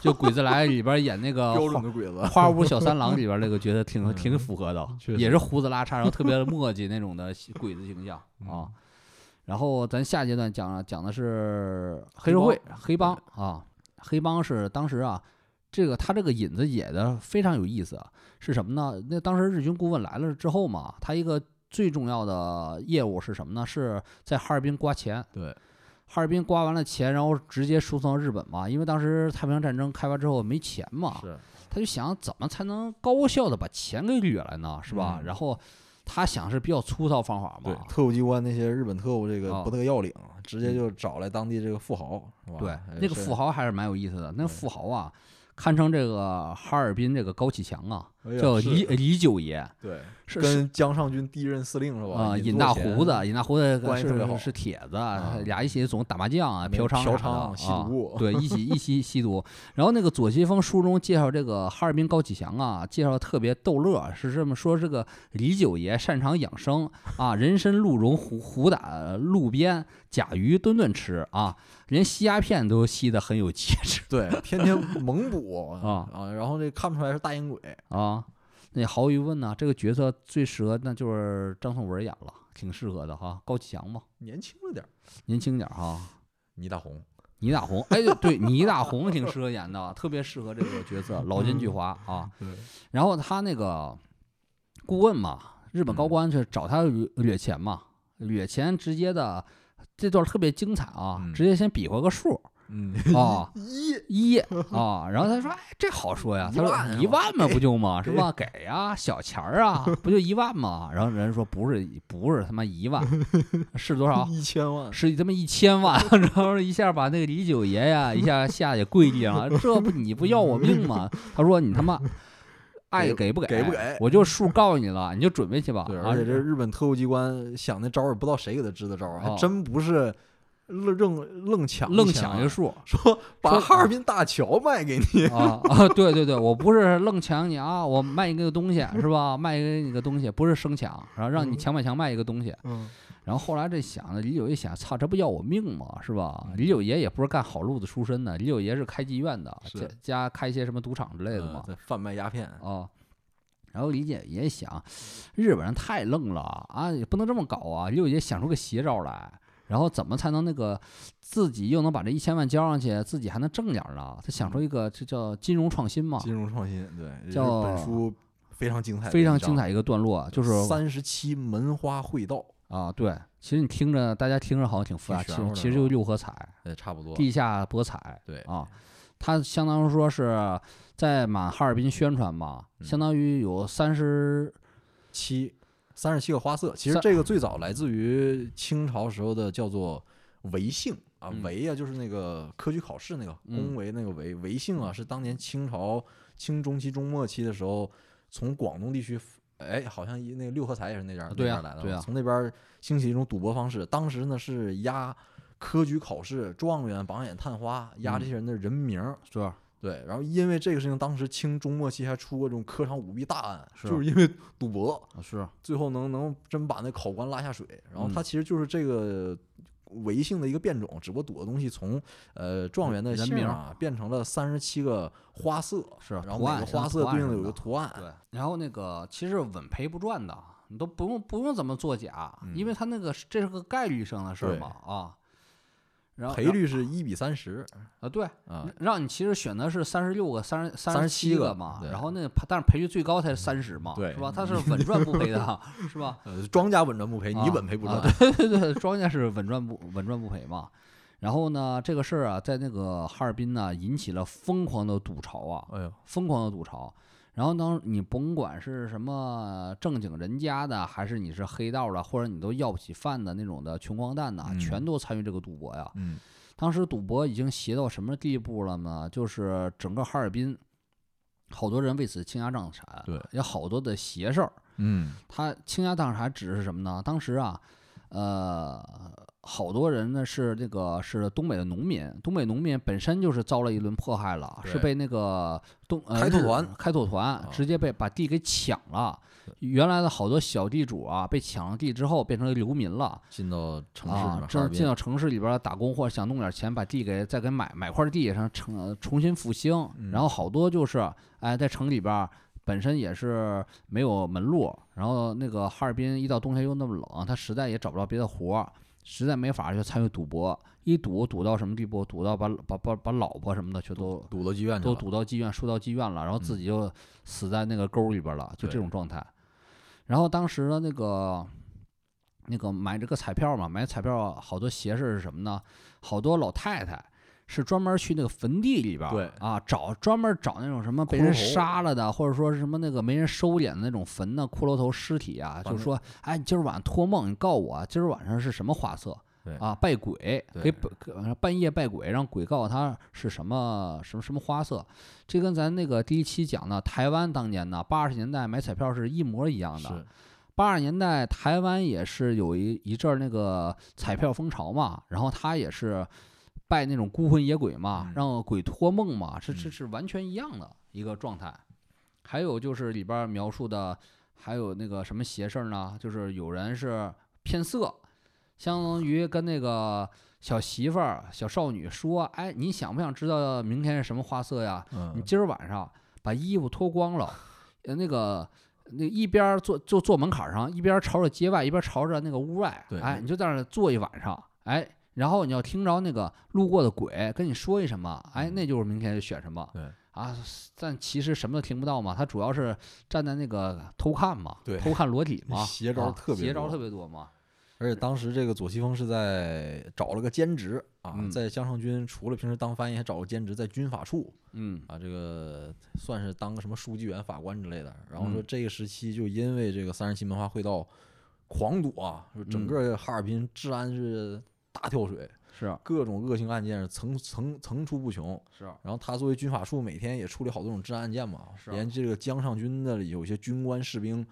Speaker 2: 就《鬼子来》里边演那 [LAUGHS] 个
Speaker 1: 标准
Speaker 2: 花
Speaker 1: 的鬼子， [LAUGHS]
Speaker 2: 花屋小三郎里边那个角色挺挺
Speaker 1: 嗯
Speaker 2: 符合的，
Speaker 1: 确
Speaker 2: 也
Speaker 1: 实
Speaker 2: 是胡子拉碴，然后特别墨迹那种的鬼子形象啊
Speaker 1: 嗯。
Speaker 2: 然后咱下阶段讲了讲的是黑社
Speaker 1: 黑
Speaker 2: 会、黑帮啊，黑帮是当时啊，这个他这个引子也的非常有意思，啊是什么呢？那当时日军顾问来了之后嘛，他一个最重要的业务是什么呢？是在哈尔滨刮钱。
Speaker 1: 对，
Speaker 2: 哈尔滨刮完了钱，然后直接输送到日本嘛，因为当时太平洋战争开完之后没钱嘛，
Speaker 1: 是
Speaker 2: 他就想怎么才能高效的把钱给掠来呢，是吧？
Speaker 1: 嗯
Speaker 2: 然后他想是比较粗糙方法
Speaker 1: 对
Speaker 2: 嘛，
Speaker 1: 特务机关那些日本特务这
Speaker 2: 啊
Speaker 1: 个不得要领，直接
Speaker 2: 嗯
Speaker 1: 就找来当地这个富豪，是吧？
Speaker 2: 对
Speaker 1: 哎，
Speaker 2: 那个
Speaker 1: 是
Speaker 2: 富豪还是蛮有意思的。那
Speaker 1: 对
Speaker 2: 富豪啊，堪称这个哈尔滨这个高启强啊，
Speaker 1: 哎呀
Speaker 2: 叫
Speaker 1: 是
Speaker 2: 李李九爷，
Speaker 1: 对，
Speaker 2: 是是
Speaker 1: 跟江上军第一任司令是吧？
Speaker 2: 啊，
Speaker 1: 尹
Speaker 2: 尹
Speaker 1: 作
Speaker 2: 大
Speaker 1: 贤
Speaker 2: 胡子，尹大胡子
Speaker 1: 关系特别好啊
Speaker 2: 是是铁子，啊俩一起总打麻将啊、
Speaker 1: 没
Speaker 2: 嫖娼啥
Speaker 1: 嫖
Speaker 2: 的、
Speaker 1: 娼吸毒
Speaker 2: 啊，对，一起一起吸毒。然后那个左西峰书中介绍这个哈尔滨高启强啊，介绍得特别逗乐，啊是这么说：这个李九爷擅长养生啊，人参、鹿茸、虎虎胆、路边甲鱼顿顿吃啊，连吸鸦片都吸得很有节制
Speaker 1: 对，天天猛捕
Speaker 2: 啊
Speaker 1: 啊，然后这看不出来是大烟鬼，
Speaker 2: 啊。那毫无疑问呢、这个角色最适合那就是张颂文演了，挺适合的哈，高启强嘛，
Speaker 1: 年轻了点儿。
Speaker 2: 年轻点儿哈。
Speaker 1: 倪大红，
Speaker 2: 倪大红，哎，对对， [LAUGHS] 倪大红挺适合演的，特别适合这个角色，老奸巨猾啊。
Speaker 1: 对，
Speaker 2: 然后他那个顾问嘛，日本
Speaker 1: 嗯
Speaker 2: 高官去找他掠掠钱嘛，掠钱直接的这段特别精彩啊，
Speaker 1: 嗯
Speaker 2: 直接先比划
Speaker 1: [LAUGHS]
Speaker 2: 个数
Speaker 1: 嗯，，
Speaker 2: 啊
Speaker 1: 一
Speaker 2: 一啊，然后他说，哎，这好说呀，他
Speaker 1: 一万
Speaker 2: 说
Speaker 1: 啊
Speaker 2: 一万嘛，不就嘛，是
Speaker 1: 给
Speaker 2: 吧？给呀，小钱儿啊，不就一万嘛？然后人家说不是，不是他妈一
Speaker 1: [LAUGHS]
Speaker 2: 万，是多少？
Speaker 1: 一千万，
Speaker 2: 啊是他妈一千万， [LAUGHS] 然后一下把那个李九爷呀，一下下也跪地上了，这不你不要我命吗？ [LAUGHS] 他说你他妈爱给不给？
Speaker 1: 给不给
Speaker 2: 我就数告诉你了，你就准备去吧。
Speaker 1: 对，
Speaker 2: 啊
Speaker 1: 而且这日本特务机关想那招儿也不知道谁给他支的招儿，还
Speaker 2: 哦
Speaker 1: 真不是愣愣愣抢一
Speaker 2: 愣
Speaker 1: 千
Speaker 2: 抢
Speaker 1: 万
Speaker 2: 这数
Speaker 1: 说把
Speaker 2: 说
Speaker 1: 哈尔滨大桥卖给你，
Speaker 2: 啊啊！对对对，我不是愣抢你啊，我卖你个东西是吧？卖给你个东西，不是生抢，然后让你
Speaker 1: 嗯
Speaker 2: 强买强卖一个东西。
Speaker 1: 嗯，
Speaker 2: 然后后来这想着李九爷想，操，这不要我命吗？是
Speaker 1: 嗯
Speaker 2: 吧？李九爷也不是干好路子出身的，李九爷是开妓院的，
Speaker 1: 是
Speaker 2: 家家开一些什么赌场之类的嘛。
Speaker 1: 呃贩卖鸦片，
Speaker 2: 哦，然后李姐也想，日本人太愣了啊，也不能这么搞啊。六姐想出个邪招来，然后怎么才能那个自己又能把这一千万交上去，自己还能挣点儿呢？她想出一个，这叫金融创新嘛，
Speaker 1: 金融创新，对，这是
Speaker 2: 叫
Speaker 1: 本书非常精彩，
Speaker 2: 非常精，彩一个段落，就是
Speaker 1: 三十七门花会道，
Speaker 2: 啊，对，其实你听着，大家听着好像挺复
Speaker 1: 挺
Speaker 2: 杂，其
Speaker 1: 玄乎
Speaker 2: 实
Speaker 1: 的
Speaker 2: 其实
Speaker 1: 是
Speaker 2: 就
Speaker 1: 吧
Speaker 2: 六合彩、
Speaker 1: 呃，差不多，
Speaker 2: 地下博彩
Speaker 1: 对，
Speaker 2: 啊。它相当于说是在满哈尔滨宣传嘛，相
Speaker 1: 嗯
Speaker 2: 当于有三十
Speaker 1: 七三十七个花色，其实
Speaker 2: 三
Speaker 1: 这个最早来自于清朝时候的叫做维姓啊
Speaker 2: 嗯，
Speaker 1: 维啊就是那个科举考试那个
Speaker 2: 嗯
Speaker 1: 公维那个维，维姓啊是当年清朝清中期中末期的时候从广东地区。哎，好像一那个六合彩也是那边儿那
Speaker 2: 对
Speaker 1: 边
Speaker 2: 啊
Speaker 1: 儿来的吧，
Speaker 2: 对啊
Speaker 1: 从那边儿兴起一种赌博方式。当时呢是压科举考试、状元、榜眼、探花，
Speaker 2: 嗯
Speaker 1: 压这些人的人名儿，
Speaker 2: 是吧？
Speaker 1: 对，然后因为这个事情，当时清中末期还出过这种科场舞弊大案，
Speaker 2: 是
Speaker 1: 就是因为赌博，
Speaker 2: 啊是
Speaker 1: 最后能能真把那考官拉下水。然后
Speaker 2: 嗯
Speaker 1: 它其实就是这个唯性的一个变种，只不过赌的东西从呃状元的
Speaker 2: 人
Speaker 1: 姓
Speaker 2: 名
Speaker 1: 儿啊变成了三十七个花色，
Speaker 2: 是啊
Speaker 1: 然后
Speaker 2: 图
Speaker 1: 每
Speaker 2: 案
Speaker 1: 个
Speaker 2: 像
Speaker 1: 花
Speaker 2: 图
Speaker 1: 色
Speaker 2: 案
Speaker 1: 对应
Speaker 2: 什
Speaker 1: 的
Speaker 2: 么
Speaker 1: 有一
Speaker 2: 的
Speaker 1: 个图案。
Speaker 2: 对，然后那个其实稳赔不赚的，你都不用不用怎么作假，因为他那个是这是个概率上的事
Speaker 1: 嗯
Speaker 2: 儿
Speaker 1: 对
Speaker 2: 嘛啊。然后
Speaker 1: 赔
Speaker 2: 然
Speaker 1: 率是一比三十
Speaker 2: 啊，对，
Speaker 1: 啊，
Speaker 2: 让你其实选的是三十六个、三十三十
Speaker 1: 37
Speaker 2: 个
Speaker 1: 个
Speaker 2: 嘛，
Speaker 1: 对嗯
Speaker 2: 然后那个但是赔率最高才是三十嘛，
Speaker 1: 对
Speaker 2: 是吧？
Speaker 1: [LAUGHS]
Speaker 2: 它是稳赚不赔的，是吧？
Speaker 1: 呃，庄家稳赚不赔，
Speaker 2: 啊
Speaker 1: [LAUGHS] 你稳赔不
Speaker 2: 啊
Speaker 1: 赚。
Speaker 2: 对对对，庄家是稳赚不稳赚不赔嘛。然后呢，这个事儿啊，在那个哈尔滨呢，引起了疯狂的赌潮啊，
Speaker 1: 哎呦，
Speaker 2: 疯狂的吐槽。然后当你甭管是什么正经人家的，还是你是黑道的，或者你都要不起饭的那种的穷光蛋呐、
Speaker 1: 嗯
Speaker 2: 全都参与这个赌博呀。
Speaker 1: 嗯，
Speaker 2: 当时赌博已经邪到什么地步了呢？就是整个哈尔滨，好多人为此倾家荡产，
Speaker 1: 对，
Speaker 2: 有好多的邪事儿。
Speaker 1: 嗯，
Speaker 2: 他倾家荡产指的是什么呢？当时啊，呃，好多人呢是那个是东北的农民，东北农民本身就是遭了一轮迫害了，是
Speaker 1: 对
Speaker 2: 被那个东、呃、
Speaker 1: 开拓
Speaker 2: 日
Speaker 1: 团啊
Speaker 2: 开拓团直接被把地给抢了。原来的好多小地主啊，被抢了地之后变成流民了，
Speaker 1: 进到城市里
Speaker 2: 啊
Speaker 1: 面，，哈
Speaker 2: 这
Speaker 1: 尔
Speaker 2: 进
Speaker 1: 滨
Speaker 2: 到城市里边儿打工或者想弄点钱，把地给再给买买块地，上城呃重新复兴。
Speaker 1: 嗯
Speaker 2: 然后好多就是哎，在城里边儿本身也是没有门路，然后那个哈尔滨一到冬天又那么冷，他实在也找不着别的活儿，实在没法儿就参与赌博。一赌赌到什么地步？赌到把把把把老婆什么的全都
Speaker 1: 堵到妓院去
Speaker 2: 都
Speaker 1: 了，嗯
Speaker 2: 堵到妓院，输到妓院了，然后自己就死在那个沟里边了，就这
Speaker 1: 对
Speaker 2: 种状态。然后当时的那个那个买这个彩票嘛，买彩票好多邪事儿是什么呢？好多老太太是专门去那个坟地里边儿，
Speaker 1: 对
Speaker 2: 啊，找专门找那种什么被
Speaker 1: 骷髅
Speaker 2: 人
Speaker 1: 头
Speaker 2: 杀了的，或者说是什么那个没人收敛的那种坟呢，骷髅头尸体啊，
Speaker 1: 把
Speaker 2: 就
Speaker 1: 那
Speaker 2: 啊说，哎，你今儿晚上托梦，你告我今儿晚上是什么花色。
Speaker 1: 对
Speaker 2: 啊，拜鬼，
Speaker 1: 对
Speaker 2: 给本给呃半夜拜鬼，让鬼告诉他是什么什么什么花色。这跟咱那个第一期讲的台湾当年呢，八十年代买彩票是一模一样的。
Speaker 1: 是，
Speaker 2: 八十年代台湾也是有一一阵儿那个彩票风潮嘛，然后他也是拜那种孤魂野鬼嘛
Speaker 1: 嗯，
Speaker 2: 让鬼托梦嘛，这这
Speaker 1: 嗯
Speaker 2: 是完全一样的一个状态。还有就是里边儿描述的，还有那个什么邪事儿呢？就是有人是骗色，相当于跟那个小媳妇儿、小少女说：“哎，你想不想知道明天是什么花色呀？你
Speaker 1: 嗯，
Speaker 2: 今儿晚上把衣服脱光了，呃，那个那一边儿坐坐坐门槛儿上，一边儿朝着街外，一边儿朝着那个屋外
Speaker 1: 对，
Speaker 2: 哎，你就在那儿坐一晚上，哎，然后你要听着那个路过的鬼跟你说一什么，哎，
Speaker 1: 嗯
Speaker 2: 那就是明天就选什么，
Speaker 1: 对
Speaker 2: 啊，但其实什么都听不到嘛，他主要是站在那个偷看嘛，
Speaker 1: 对
Speaker 2: 偷看裸体
Speaker 1: [LAUGHS]
Speaker 2: 嘛，
Speaker 1: 邪招
Speaker 2: 啊
Speaker 1: 特别
Speaker 2: 邪招
Speaker 1: 多
Speaker 2: 特别多嘛，
Speaker 1: 而且当时这个左西峰是在找了个兼职啊，
Speaker 2: 嗯
Speaker 1: 在江上军除了平时当翻译，还找个兼职在军法处
Speaker 2: 嗯
Speaker 1: 啊，这个算是当个什么书记员、法官之类的。然后说
Speaker 2: 嗯
Speaker 1: 这个时期就因为这个三十七文化会道狂赌啊，说整
Speaker 2: 嗯
Speaker 1: 个哈尔滨治安是大跳水，
Speaker 2: 是
Speaker 1: 各种恶性案件是层层层出不穷。
Speaker 2: 是，
Speaker 1: 然后他作为军法处，每天也处理好多种治安案件嘛，
Speaker 2: 是啊
Speaker 1: 连这个江上军的有些军官士兵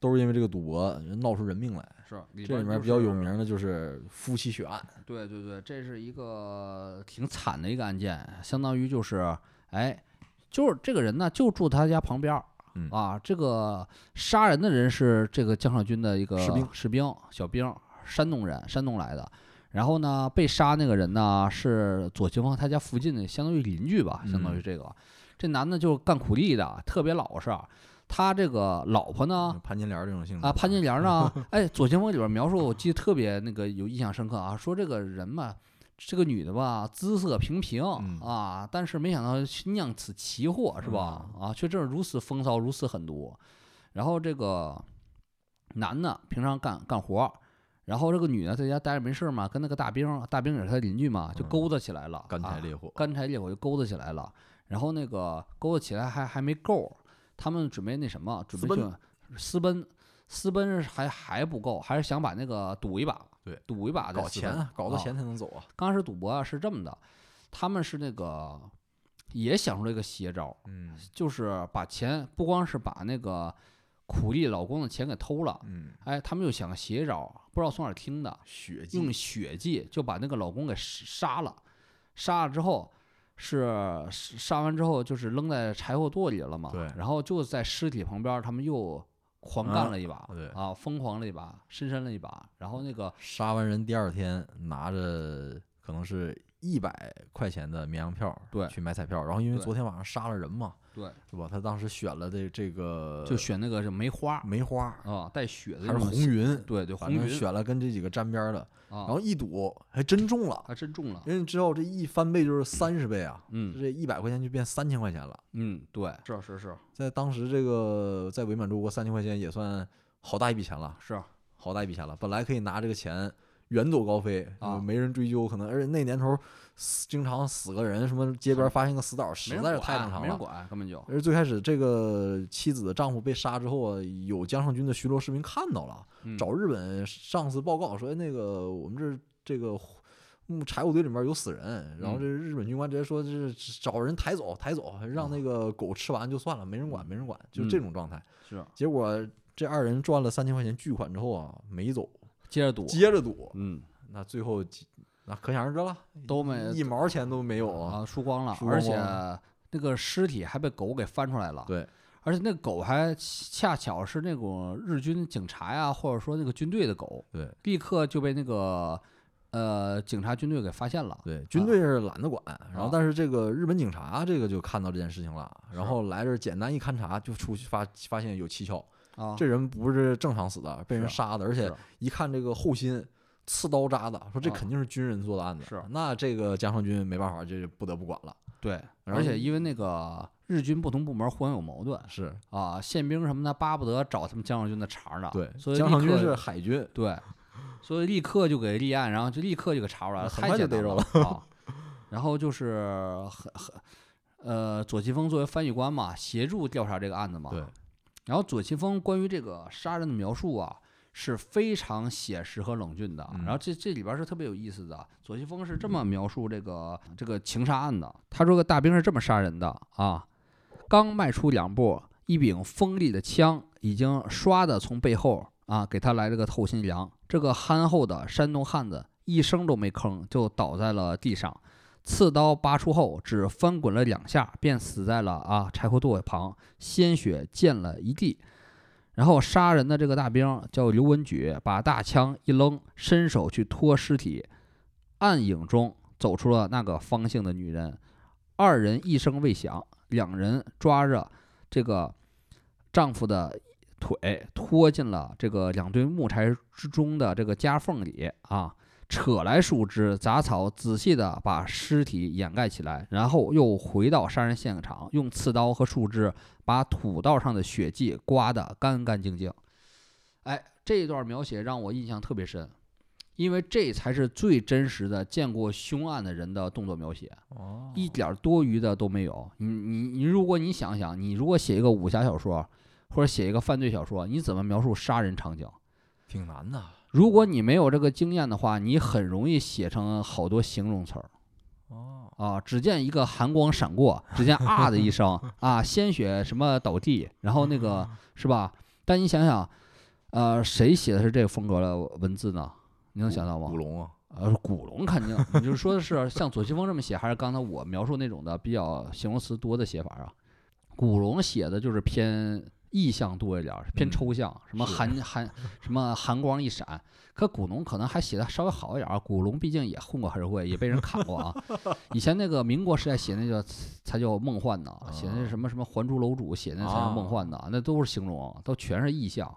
Speaker 1: 都是因为这个赌博闹出人命来。
Speaker 2: 是里
Speaker 1: 这里面
Speaker 2: 就
Speaker 1: 比较有
Speaker 2: 是
Speaker 1: 名的就是夫妻血案，
Speaker 2: 对对对，这是一个挺惨的一个案件，相当于就是，哎，就是这个人呢就住他家旁边儿
Speaker 1: 嗯
Speaker 2: 啊，这个杀人的人是这个江少军的一个
Speaker 1: 士兵
Speaker 2: 士兵小兵，山东人，山东来的。然后呢，被杀那个人呢是左清芳他家附近的，相当于邻居吧，相当于
Speaker 1: 嗯
Speaker 2: 这个。这男的就是干苦力的，特别老实。他这个老婆呢，
Speaker 1: 潘金莲这种性质
Speaker 2: 啊，潘金莲
Speaker 1: [LAUGHS]
Speaker 2: 呢？哎，《左清风》里边描述，我记得特别那个有印象深刻啊，说这个人嘛，这个女的吧，姿色平平、
Speaker 1: 嗯
Speaker 2: 啊，但是没想到是酿此奇祸，是吧？
Speaker 1: 嗯
Speaker 2: 啊，却正是如此风骚，如此狠毒。然后这个男的平常干干活儿，然后这个女的在家待着没事儿嘛，跟那个大兵儿，大兵也是他邻居嘛，就
Speaker 1: 嗯
Speaker 2: 勾搭起来了，
Speaker 1: 干
Speaker 2: 啊
Speaker 1: 柴烈火，
Speaker 2: 干柴烈火就勾搭起来了，然后那个勾搭起来还还没够，他们准备那什么，准备
Speaker 1: 私奔
Speaker 2: 去私奔，私奔是还还不够，还是想把那个赌一把，
Speaker 1: 对，
Speaker 2: 赌一把再
Speaker 1: 搞
Speaker 2: 私
Speaker 1: 钱
Speaker 2: 奔
Speaker 1: 啊，搞到
Speaker 2: 啊
Speaker 1: 钱才能走啊。
Speaker 2: 刚开始赌博啊是这么的，他们是那个也想出了一个邪招，
Speaker 1: 嗯
Speaker 2: 就是把钱不光是把那个苦力老公的钱给偷了，
Speaker 1: 嗯，
Speaker 2: 哎，他们又想个邪招，不知道从哪儿听的，
Speaker 1: 血
Speaker 2: 用
Speaker 1: 祭
Speaker 2: 血迹就把那个老公给杀了，杀了之后是杀完之后就是扔在柴火垛里了嘛，
Speaker 1: 对
Speaker 2: 然后就在尸体旁边儿，他们又狂干
Speaker 1: 啊
Speaker 2: 了一把，
Speaker 1: 对
Speaker 2: 啊，疯狂了一把，深深了一把，然后那个
Speaker 1: 杀完人第二天拿着可能是一百块钱的绵羊票，
Speaker 2: 对
Speaker 1: 去买彩票。然后因为
Speaker 2: 对
Speaker 1: 昨天晚上杀了人嘛，
Speaker 2: 对，
Speaker 1: 是吧？他当时选了这这个
Speaker 2: 就选那个是梅花
Speaker 1: 梅花
Speaker 2: 啊，带血的
Speaker 1: 还
Speaker 2: 那
Speaker 1: 是
Speaker 2: 种
Speaker 1: 红
Speaker 2: 血，
Speaker 1: 云，
Speaker 2: 对对，
Speaker 1: 反
Speaker 2: 红
Speaker 1: 正
Speaker 2: 云
Speaker 1: 选了跟这几个沾边儿的。
Speaker 2: 啊，
Speaker 1: 然后一赌还真中了，
Speaker 2: 还真中了，
Speaker 1: 人家之后这一翻倍就是三十倍啊，
Speaker 2: 嗯
Speaker 1: 这一百块钱就变三千块钱了。
Speaker 2: 嗯，对，
Speaker 1: 啊
Speaker 2: 是是是
Speaker 1: 在当时这个在伪满洲国三千块钱也算好大一笔钱了，
Speaker 2: 是，啊
Speaker 1: 好大一笔钱了。本来可以拿这个钱远走高飞
Speaker 2: 啊
Speaker 1: 呃没人追究，可能而且那年头死经常死个人，什么街边发现个死岛，
Speaker 2: 没
Speaker 1: 实
Speaker 2: 人
Speaker 1: 在是
Speaker 2: 管
Speaker 1: 太正常
Speaker 2: 没人
Speaker 1: 了。
Speaker 2: 管，根本就
Speaker 1: 而且最开始这个妻子的丈夫被杀之后啊，有江上军的巡逻士兵看到了，
Speaker 2: 嗯
Speaker 1: 找日本上司报告说，哎，那个我们这这个木柴火堆里面有死人，然后
Speaker 2: 嗯
Speaker 1: 这日本军官直接说，这是找人抬走，抬走，让
Speaker 2: 啊
Speaker 1: 那个狗吃完就算了，没人管，没人管，
Speaker 2: 嗯
Speaker 1: 就是这种状态。
Speaker 2: 是啊
Speaker 1: 结果这二人赚了三千块钱巨款之后啊，没走，
Speaker 2: 接着赌，
Speaker 1: 接着赌，
Speaker 2: 嗯，
Speaker 1: 那最后几那可想而知了，
Speaker 2: 都没
Speaker 1: 一毛钱都没有啊。
Speaker 2: 啊，输光了，
Speaker 1: 输光
Speaker 2: 而且
Speaker 1: 光
Speaker 2: 那个尸体还被狗给翻出来了。
Speaker 1: 对，
Speaker 2: 而且那狗还恰巧是那种日军警察呀，或者说那个军队的狗，
Speaker 1: 对，
Speaker 2: 立刻就被那个呃警察军队给发现了。
Speaker 1: 对，军队是懒得管，然后
Speaker 2: 啊
Speaker 1: 但是这个日本警察这个就看到这件事情了，然
Speaker 2: 是
Speaker 1: 后来这儿简单一勘察就出去发发现有蹊跷，
Speaker 2: 啊，
Speaker 1: 这人不是正常死的，被人
Speaker 2: 是啊
Speaker 1: 杀的，而且
Speaker 2: 是
Speaker 1: 一看这个后心刺刀扎的，说这
Speaker 2: 啊
Speaker 1: 肯定是军人做的案子。
Speaker 2: 是
Speaker 1: 那这个江上军没办法，这就不得不管了。
Speaker 2: 对，
Speaker 1: 然
Speaker 2: 而
Speaker 1: 后
Speaker 2: 且因为那个日军不同部门互相有矛盾
Speaker 1: 是
Speaker 2: 啊，宪兵什么的巴不得找他们江少军的茬儿呢。
Speaker 1: 对，
Speaker 2: 所以
Speaker 1: 江
Speaker 2: 立
Speaker 1: 上军
Speaker 2: 刻
Speaker 1: 是海军，
Speaker 2: 对，所以立刻就给立案，然后就立刻就给查出来了，
Speaker 1: 很
Speaker 2: 太
Speaker 1: 快
Speaker 2: 简
Speaker 1: 就
Speaker 2: 单
Speaker 1: 逮着
Speaker 2: 了啊。然后就是很很呃，左奇峰作为翻译官嘛，协助调查这个案子嘛。
Speaker 1: 对。
Speaker 2: 然后左奇峰关于这个杀人的描述啊，是非常写实和冷峻的。啊
Speaker 1: 嗯
Speaker 2: 然后这这里边是特别有意思的。左西峰是这么描述这个这个情杀案的，他说个大兵是这么杀人的啊，刚迈出两步，一柄锋利的枪已经唰的从背后啊给他来了个透心凉。这个憨厚的山东汉子一声都没吭，就倒在了地上。刺刀拔出后，只翻滚了两下，便死在了啊柴火垛旁，鲜血溅了一地。然后杀人的这个大兵叫刘文举，把大枪一扔，伸手去拖尸体，暗影中走出了那个方姓的女人。二人一声未响，两人抓着这个丈夫的腿，拖进了这个两堆木柴之中的这个夹缝里啊。扯来树枝、杂草，仔细地把尸体掩盖起来，然后又回到杀人现场，用刺刀和树枝把土道上的血迹刮得干干净净。哎，这一段描写让我印象特别深，因为这才是最真实的见过凶案的人的动作描写。
Speaker 1: 哦
Speaker 2: 一点儿多余的都没有。你你你，如果你想想，你如果写一个武侠小说，或者写一个犯罪小说，你怎么描述杀人场景？
Speaker 1: 挺难的。
Speaker 2: 如果你没有这个经验的话，你很容易写成好多形容词儿
Speaker 1: 哦，
Speaker 2: 啊。只见一个寒光闪过，只见啊的一声啊，鲜血什么倒地，然后那个是吧？但你想想，呃，谁写的是这个风格的文字呢？你能想到吗
Speaker 1: 古？龙啊，
Speaker 2: 呃，古龙肯定，你就是说的是像左西风这么写，还是刚才我描述那种的比较形容词多的写法啊？古龙写的就是偏意象多一点儿，偏
Speaker 1: 嗯
Speaker 2: 抽象，什么
Speaker 1: 是
Speaker 2: 寒寒什么寒光一闪。可古龙可能还写的稍微好一点儿啊，古龙毕竟也混过黑社会，也被人砍过啊。以前那个民国时代写那个才叫梦幻
Speaker 1: 啊
Speaker 2: 呢，写那什么什么《还珠楼主》写那才是梦幻呢，那都是形容，都全是意象。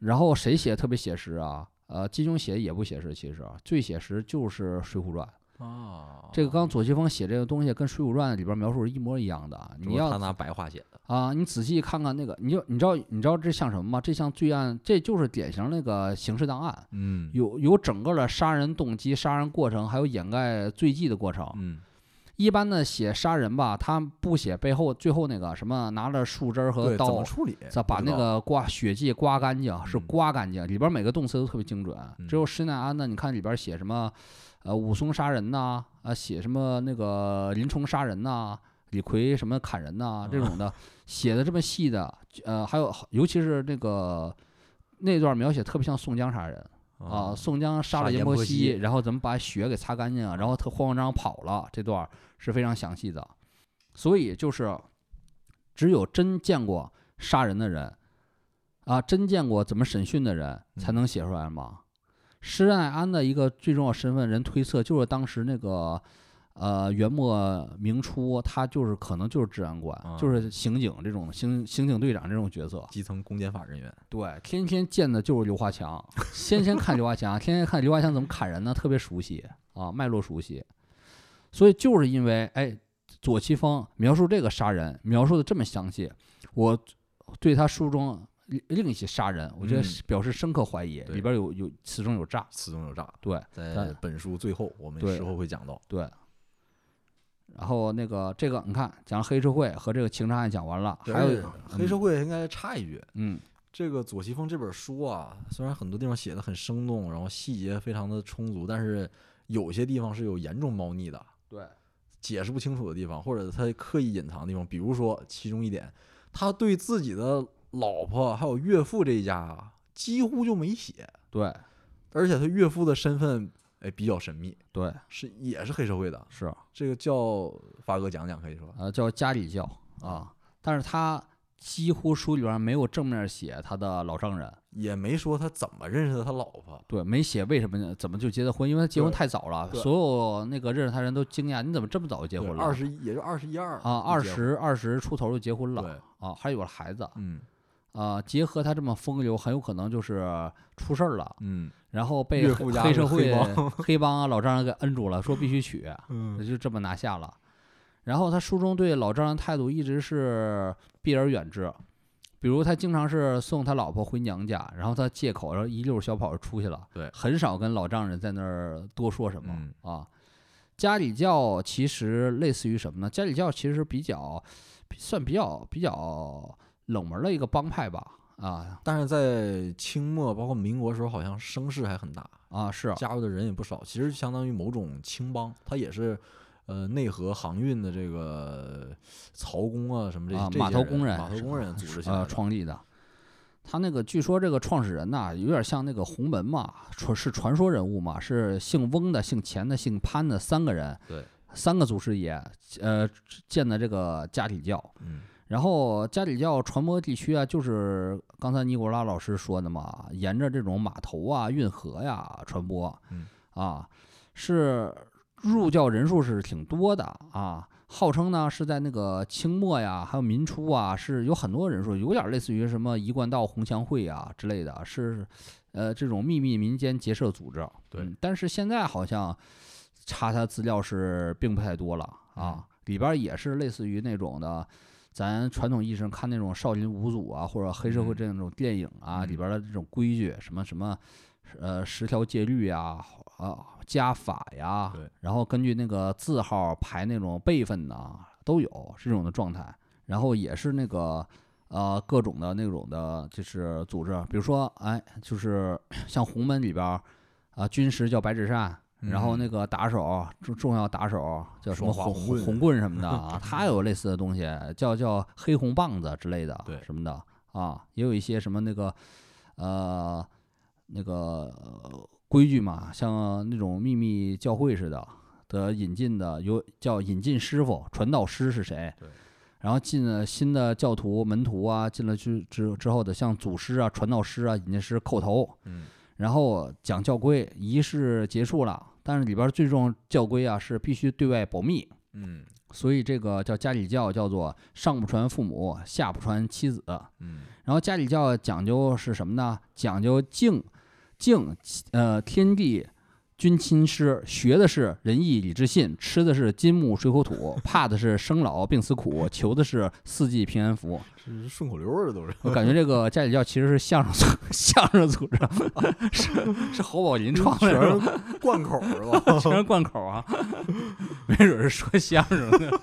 Speaker 2: 然后谁写得特别写实啊？呃，金庸写得也不写实，其实最写实就是《水浒传》。
Speaker 1: 哦，
Speaker 2: 这个刚左西风写这个东西跟《水浒传》里边描述是一模一样的。
Speaker 1: 只
Speaker 2: 你
Speaker 1: 不过
Speaker 2: 要
Speaker 1: 他拿白话写的，
Speaker 2: 啊，你仔细看看那个，你就你知道你知道这像什么吗？这像罪案，这就是典型那个刑事档案，
Speaker 1: 嗯
Speaker 2: 有有整个的杀人动机、杀人过程，还有掩盖罪迹的过程。
Speaker 1: 嗯，
Speaker 2: 一般的写杀人吧，他不写背后最后那个什么拿着树枝儿和
Speaker 1: 对，怎么
Speaker 2: 刀，
Speaker 1: 处理？
Speaker 2: 再把
Speaker 1: 不知
Speaker 2: 那
Speaker 1: 道
Speaker 2: 个刮血迹刮干净，是
Speaker 1: 嗯
Speaker 2: 刮干净，里边每个动词都特别精准。只有
Speaker 1: 嗯
Speaker 2: 施耐庵呢，你看里边写什么，呃，武松杀人呐、啊，写什么那个林冲杀人呐、李逵什么砍人呐、
Speaker 1: 啊
Speaker 2: 这
Speaker 1: [LAUGHS]
Speaker 2: 种的，写的这么细的，呃，还有尤其是那个那段描写特别像宋江杀人。啊，宋江杀
Speaker 1: 杀
Speaker 2: 了阎
Speaker 1: 阎
Speaker 2: 婆
Speaker 1: 婆
Speaker 2: 惜，
Speaker 1: 惜
Speaker 2: 然后怎么把血给擦干净啊？然后他慌慌张张跑了，这段儿是非常详细的。所以就是，只有真见过杀人的人，啊，真见过怎么审讯的人，才
Speaker 1: 嗯
Speaker 2: 能写出来嘛。施耐庵的一个最重要身份，人推测就是当时那个，呃，元末明初，他就是可能就是治安官，就
Speaker 1: 啊
Speaker 2: 是刑警这种刑刑警队长这种角色。
Speaker 1: 基层公检法人员，
Speaker 2: 对，天天见的就是刘华强，先先看刘华强，天天看刘华强怎么砍人呢，特别熟悉啊，脉络熟悉。所以就是因为哎，左奇峰描述这个杀人描述的这么详细，我对他书中另另一起杀人，我觉得
Speaker 1: 嗯
Speaker 2: 是表示深刻怀疑，
Speaker 1: 对
Speaker 2: 里边有有其中有诈。
Speaker 1: 此中有诈。
Speaker 2: 对
Speaker 1: 在
Speaker 2: 但
Speaker 1: 本书最后，我们
Speaker 2: 对
Speaker 1: 事后会讲到。
Speaker 2: 对。然后那个这个你看，讲黑社会和这个情杀案讲完了，还有
Speaker 1: 黑社会，应该插一句，
Speaker 2: 嗯
Speaker 1: 这个左西风这本书啊，虽然很多地方写的很生动，然后细节非常的充足，但是有些地方是有严重猫腻的，
Speaker 2: 对
Speaker 1: 解释不清楚的地方，或者他刻意隐藏的地方。比如说，其中一点，他对自己的老婆还有岳父这一家啊，几乎就没写，
Speaker 2: 对
Speaker 1: 而且他岳父的身份哎比较神秘，
Speaker 2: 对
Speaker 1: 是也是黑社会的。
Speaker 2: 是。
Speaker 1: 这个叫发哥讲讲，可以说
Speaker 2: 呃，叫家里教啊，但是他几乎书里边没有正面写他的老丈人，
Speaker 1: 也没说他怎么认识的他老婆。
Speaker 2: 对，没写为什么怎么就结的婚，因为他结婚
Speaker 1: 对
Speaker 2: 太早了，
Speaker 1: 对
Speaker 2: 所有那个认识他人都惊讶，你怎么这么早就结婚了？
Speaker 1: 二十一也就二十一二
Speaker 2: 啊，二十二十出头就结婚了
Speaker 1: 对，
Speaker 2: 啊，还有了孩子
Speaker 1: 嗯
Speaker 2: 啊，结合他这么风流，很有可能就是出事儿了，
Speaker 1: 嗯
Speaker 2: 然后被
Speaker 1: 岳
Speaker 2: 黑
Speaker 1: 父家
Speaker 2: 黑
Speaker 1: 是
Speaker 2: 社
Speaker 1: 黑 [LAUGHS]
Speaker 2: 会
Speaker 1: 帮
Speaker 2: 黑帮啊老丈人给摁住了，说必须娶，
Speaker 1: 嗯
Speaker 2: 就这么拿下了。然后他书中对老丈人态度一直是避而远之，比如他经常是送他老婆回娘家，然后他借口然后一溜小跑就出去了，
Speaker 1: 对
Speaker 2: 很少跟老丈人在那儿多说什么、
Speaker 1: 嗯
Speaker 2: 啊。家里教其实类似于什么呢？家里教其实比较算比较比较冷门的一个帮派吧，啊
Speaker 1: 但是在清末包括民国时候，好像声势还很大，
Speaker 2: 啊是
Speaker 1: 加入的人也不少，其实相当于某种青帮，它也是。呃，内河航运的这个曹工啊，什么这些、
Speaker 2: 啊
Speaker 1: 这
Speaker 2: 码
Speaker 1: 些
Speaker 2: 头工人
Speaker 1: 码头
Speaker 2: 是
Speaker 1: 工
Speaker 2: 吧
Speaker 1: 人组织起来
Speaker 2: 呃
Speaker 1: 的，
Speaker 2: 创立的。他那个据说这个创始人呐、有点像那个洪门嘛，传是传说人物嘛，是姓翁的、姓钱的、姓潘的三个人，
Speaker 1: 对，
Speaker 2: 三个祖师爷，呃，建的这个家里教。
Speaker 1: 嗯，
Speaker 2: 然后家里教传播地区啊，就是刚才尼古拉老师说的嘛，沿着这种码头啊、运河呀、传播，
Speaker 1: 嗯
Speaker 2: 啊，是入教人数是挺多的啊，号称呢是在那个清末呀，还有民初啊，是有很多人数，有点类似于什么一贯道红墙会啊之类的，是呃这种秘密民间结社组织。
Speaker 1: 对
Speaker 2: 嗯但是现在好像查他资料是并不太多了
Speaker 1: 嗯
Speaker 2: 啊，里边儿也是类似于那种的。咱传统意义上看那种少林五祖啊，或者黑社
Speaker 1: 嗯
Speaker 2: 会这种电影啊，
Speaker 1: 嗯
Speaker 2: 里边的这种规矩，什么什么，呃，十条戒律呀、啊，家法呀
Speaker 1: 对，
Speaker 2: 然后根据那个字号排那种辈分呐、都有是这种的状态。然后也是那个呃各种的那种的，就是组织，比如说哎，就是 [COUGHS] 像洪门里边儿啊、军师叫白纸扇，然后
Speaker 1: 嗯
Speaker 2: 那个打手重重要打手叫什
Speaker 1: 双
Speaker 2: 么
Speaker 1: 花
Speaker 2: 红
Speaker 1: 红
Speaker 2: 红
Speaker 1: 棍
Speaker 2: 红棍
Speaker 1: [LAUGHS]
Speaker 2: 什么的啊，他有类似的东西，叫叫黑红棒子之类的，
Speaker 1: 对
Speaker 2: 什么的啊，也有一些什么那个呃那个、呃规矩嘛，像那种秘密教会似的的引进的，有叫引进师傅、传道师是谁？
Speaker 1: 对。
Speaker 2: 然后进了新的教徒、门徒啊，进了之之之后的，像祖师啊、传道师啊、引进师叩头，
Speaker 1: 嗯，
Speaker 2: 然后讲教规，仪式结束了，但是里边最重教规啊是必须对外保密，
Speaker 1: 嗯
Speaker 2: 所以这个叫家里教叫做上不传父母，下不传妻子。 [LAUGHS]
Speaker 1: 嗯
Speaker 2: 然后家里教讲究是什么呢？讲究敬敬，呃，天地君亲师，学的是仁义礼智信，吃的是金木水火土， [LAUGHS] 怕的是生老病死苦，求的是四季平安福。
Speaker 1: 这是顺口溜儿，这都是。
Speaker 2: 我感觉这个家里教其实是相声组相声组织，是是侯宝林创的，是吧
Speaker 1: 全是贯口儿是吧？
Speaker 2: [LAUGHS] 全是贯口啊，没准是说相声的。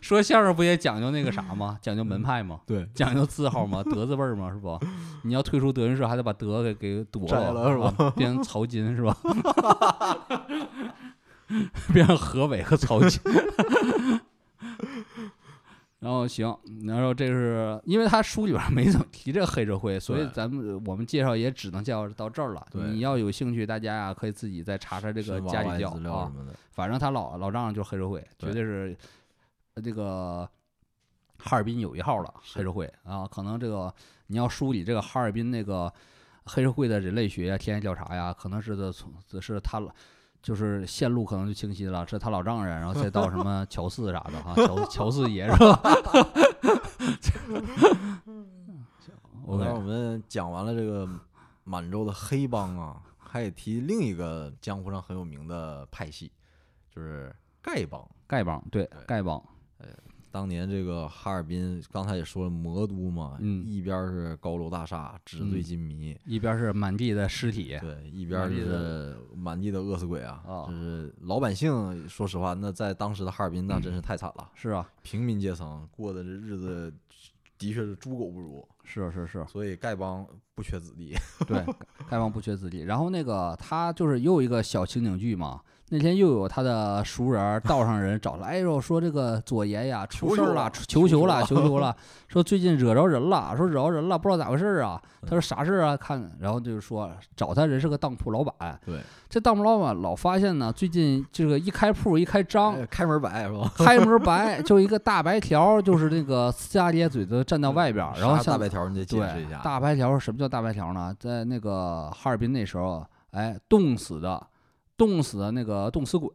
Speaker 2: 说相声不也讲究那个啥吗？讲究门派吗？
Speaker 1: 对，
Speaker 2: 讲究字号
Speaker 1: [LAUGHS]
Speaker 2: 吗？德字辈儿吗？是不？你要退出德云社，还得把德给给夺
Speaker 1: 摘了是吧
Speaker 2: 啊 [LAUGHS] 变成曹金是吧？ [LAUGHS] 变成何伟和曹金。 [LAUGHS] 然后行，然后这是因为他书里边儿没怎么提这个黑社会，所以
Speaker 1: 对
Speaker 2: 咱们我们介绍也只能介绍到这儿了。
Speaker 1: 对
Speaker 2: 你要有兴趣，大家呀、可以自己再查查这个
Speaker 1: 深挖
Speaker 2: 家
Speaker 1: 挖
Speaker 2: 里
Speaker 1: 一
Speaker 2: 教
Speaker 1: 资料
Speaker 2: 啊
Speaker 1: 什。么的，
Speaker 2: 反正他老老丈人就是黑社会，绝
Speaker 1: 对
Speaker 2: 对是呃这个哈尔滨有一号了黑社会啊。可能这个你要梳理这个哈尔滨那个黑社会的人类学呀、田野调查呀，可能是的从是他老就是线路可能就清晰了，是他老丈人，然后再到
Speaker 1: [LAUGHS]
Speaker 2: 什么乔四啥的哈、乔乔四爷是吧 [LAUGHS]
Speaker 1: 嗯
Speaker 2: ？OK，
Speaker 1: 那我们讲完了这个满洲的黑帮啊，还得提另一个江湖上很有名的派系，就是丐帮。
Speaker 2: 丐帮对
Speaker 1: 对
Speaker 2: 丐帮，
Speaker 1: 当年这个哈尔滨，刚才也说了魔都嘛，
Speaker 2: 嗯
Speaker 1: 一边儿是高楼大厦，纸醉
Speaker 2: 嗯
Speaker 1: 金迷，
Speaker 2: 一边是满地的尸体，
Speaker 1: 对，一边儿
Speaker 2: 满
Speaker 1: 就
Speaker 2: 地
Speaker 1: 是满地的饿死鬼啊，
Speaker 2: 啊
Speaker 1: 就是老百姓。说实话，那在当时的哈尔滨，那真是太惨了，
Speaker 2: 是啊，
Speaker 1: 平民阶层过的这日子的确是猪狗不如，
Speaker 2: 是啊是是，
Speaker 1: 所以丐帮不缺子弟。
Speaker 2: 对，
Speaker 1: [LAUGHS]
Speaker 2: 丐丐帮不缺子弟。然后那个他就是又有一个小情景剧嘛，那天又有他的熟人儿道上人找他，哎呦，说这个左爷呀出
Speaker 1: 求
Speaker 2: 事儿
Speaker 1: 求
Speaker 2: 了
Speaker 1: 了，
Speaker 2: 出求
Speaker 1: 求哎 [LAUGHS] 求
Speaker 2: 求了，
Speaker 1: 了
Speaker 2: 求求了，说最近惹着人了，说惹着人了，不知道咋回事儿
Speaker 1: [LAUGHS]
Speaker 2: 啊。他说啥事儿啊？看，然后就是说找他人是个当铺老板，
Speaker 1: 对，
Speaker 2: 这当铺老板老发现呢，最近这个一开铺一开张，
Speaker 1: 哎 [LAUGHS] 开门摆是吧？
Speaker 2: 开
Speaker 1: [LAUGHS]
Speaker 2: 门白就一个大白条儿，就是那个呲牙咧嘴的站到
Speaker 1: [LAUGHS]
Speaker 2: 外边儿，然后
Speaker 1: 嗯啥大
Speaker 2: 像
Speaker 1: 白条，你得解释
Speaker 2: 对
Speaker 1: 一，下。
Speaker 2: 大白条什么叫大白条呢？在那个哈尔滨那时候，哎，冻死的，冻死的那个冻死鬼，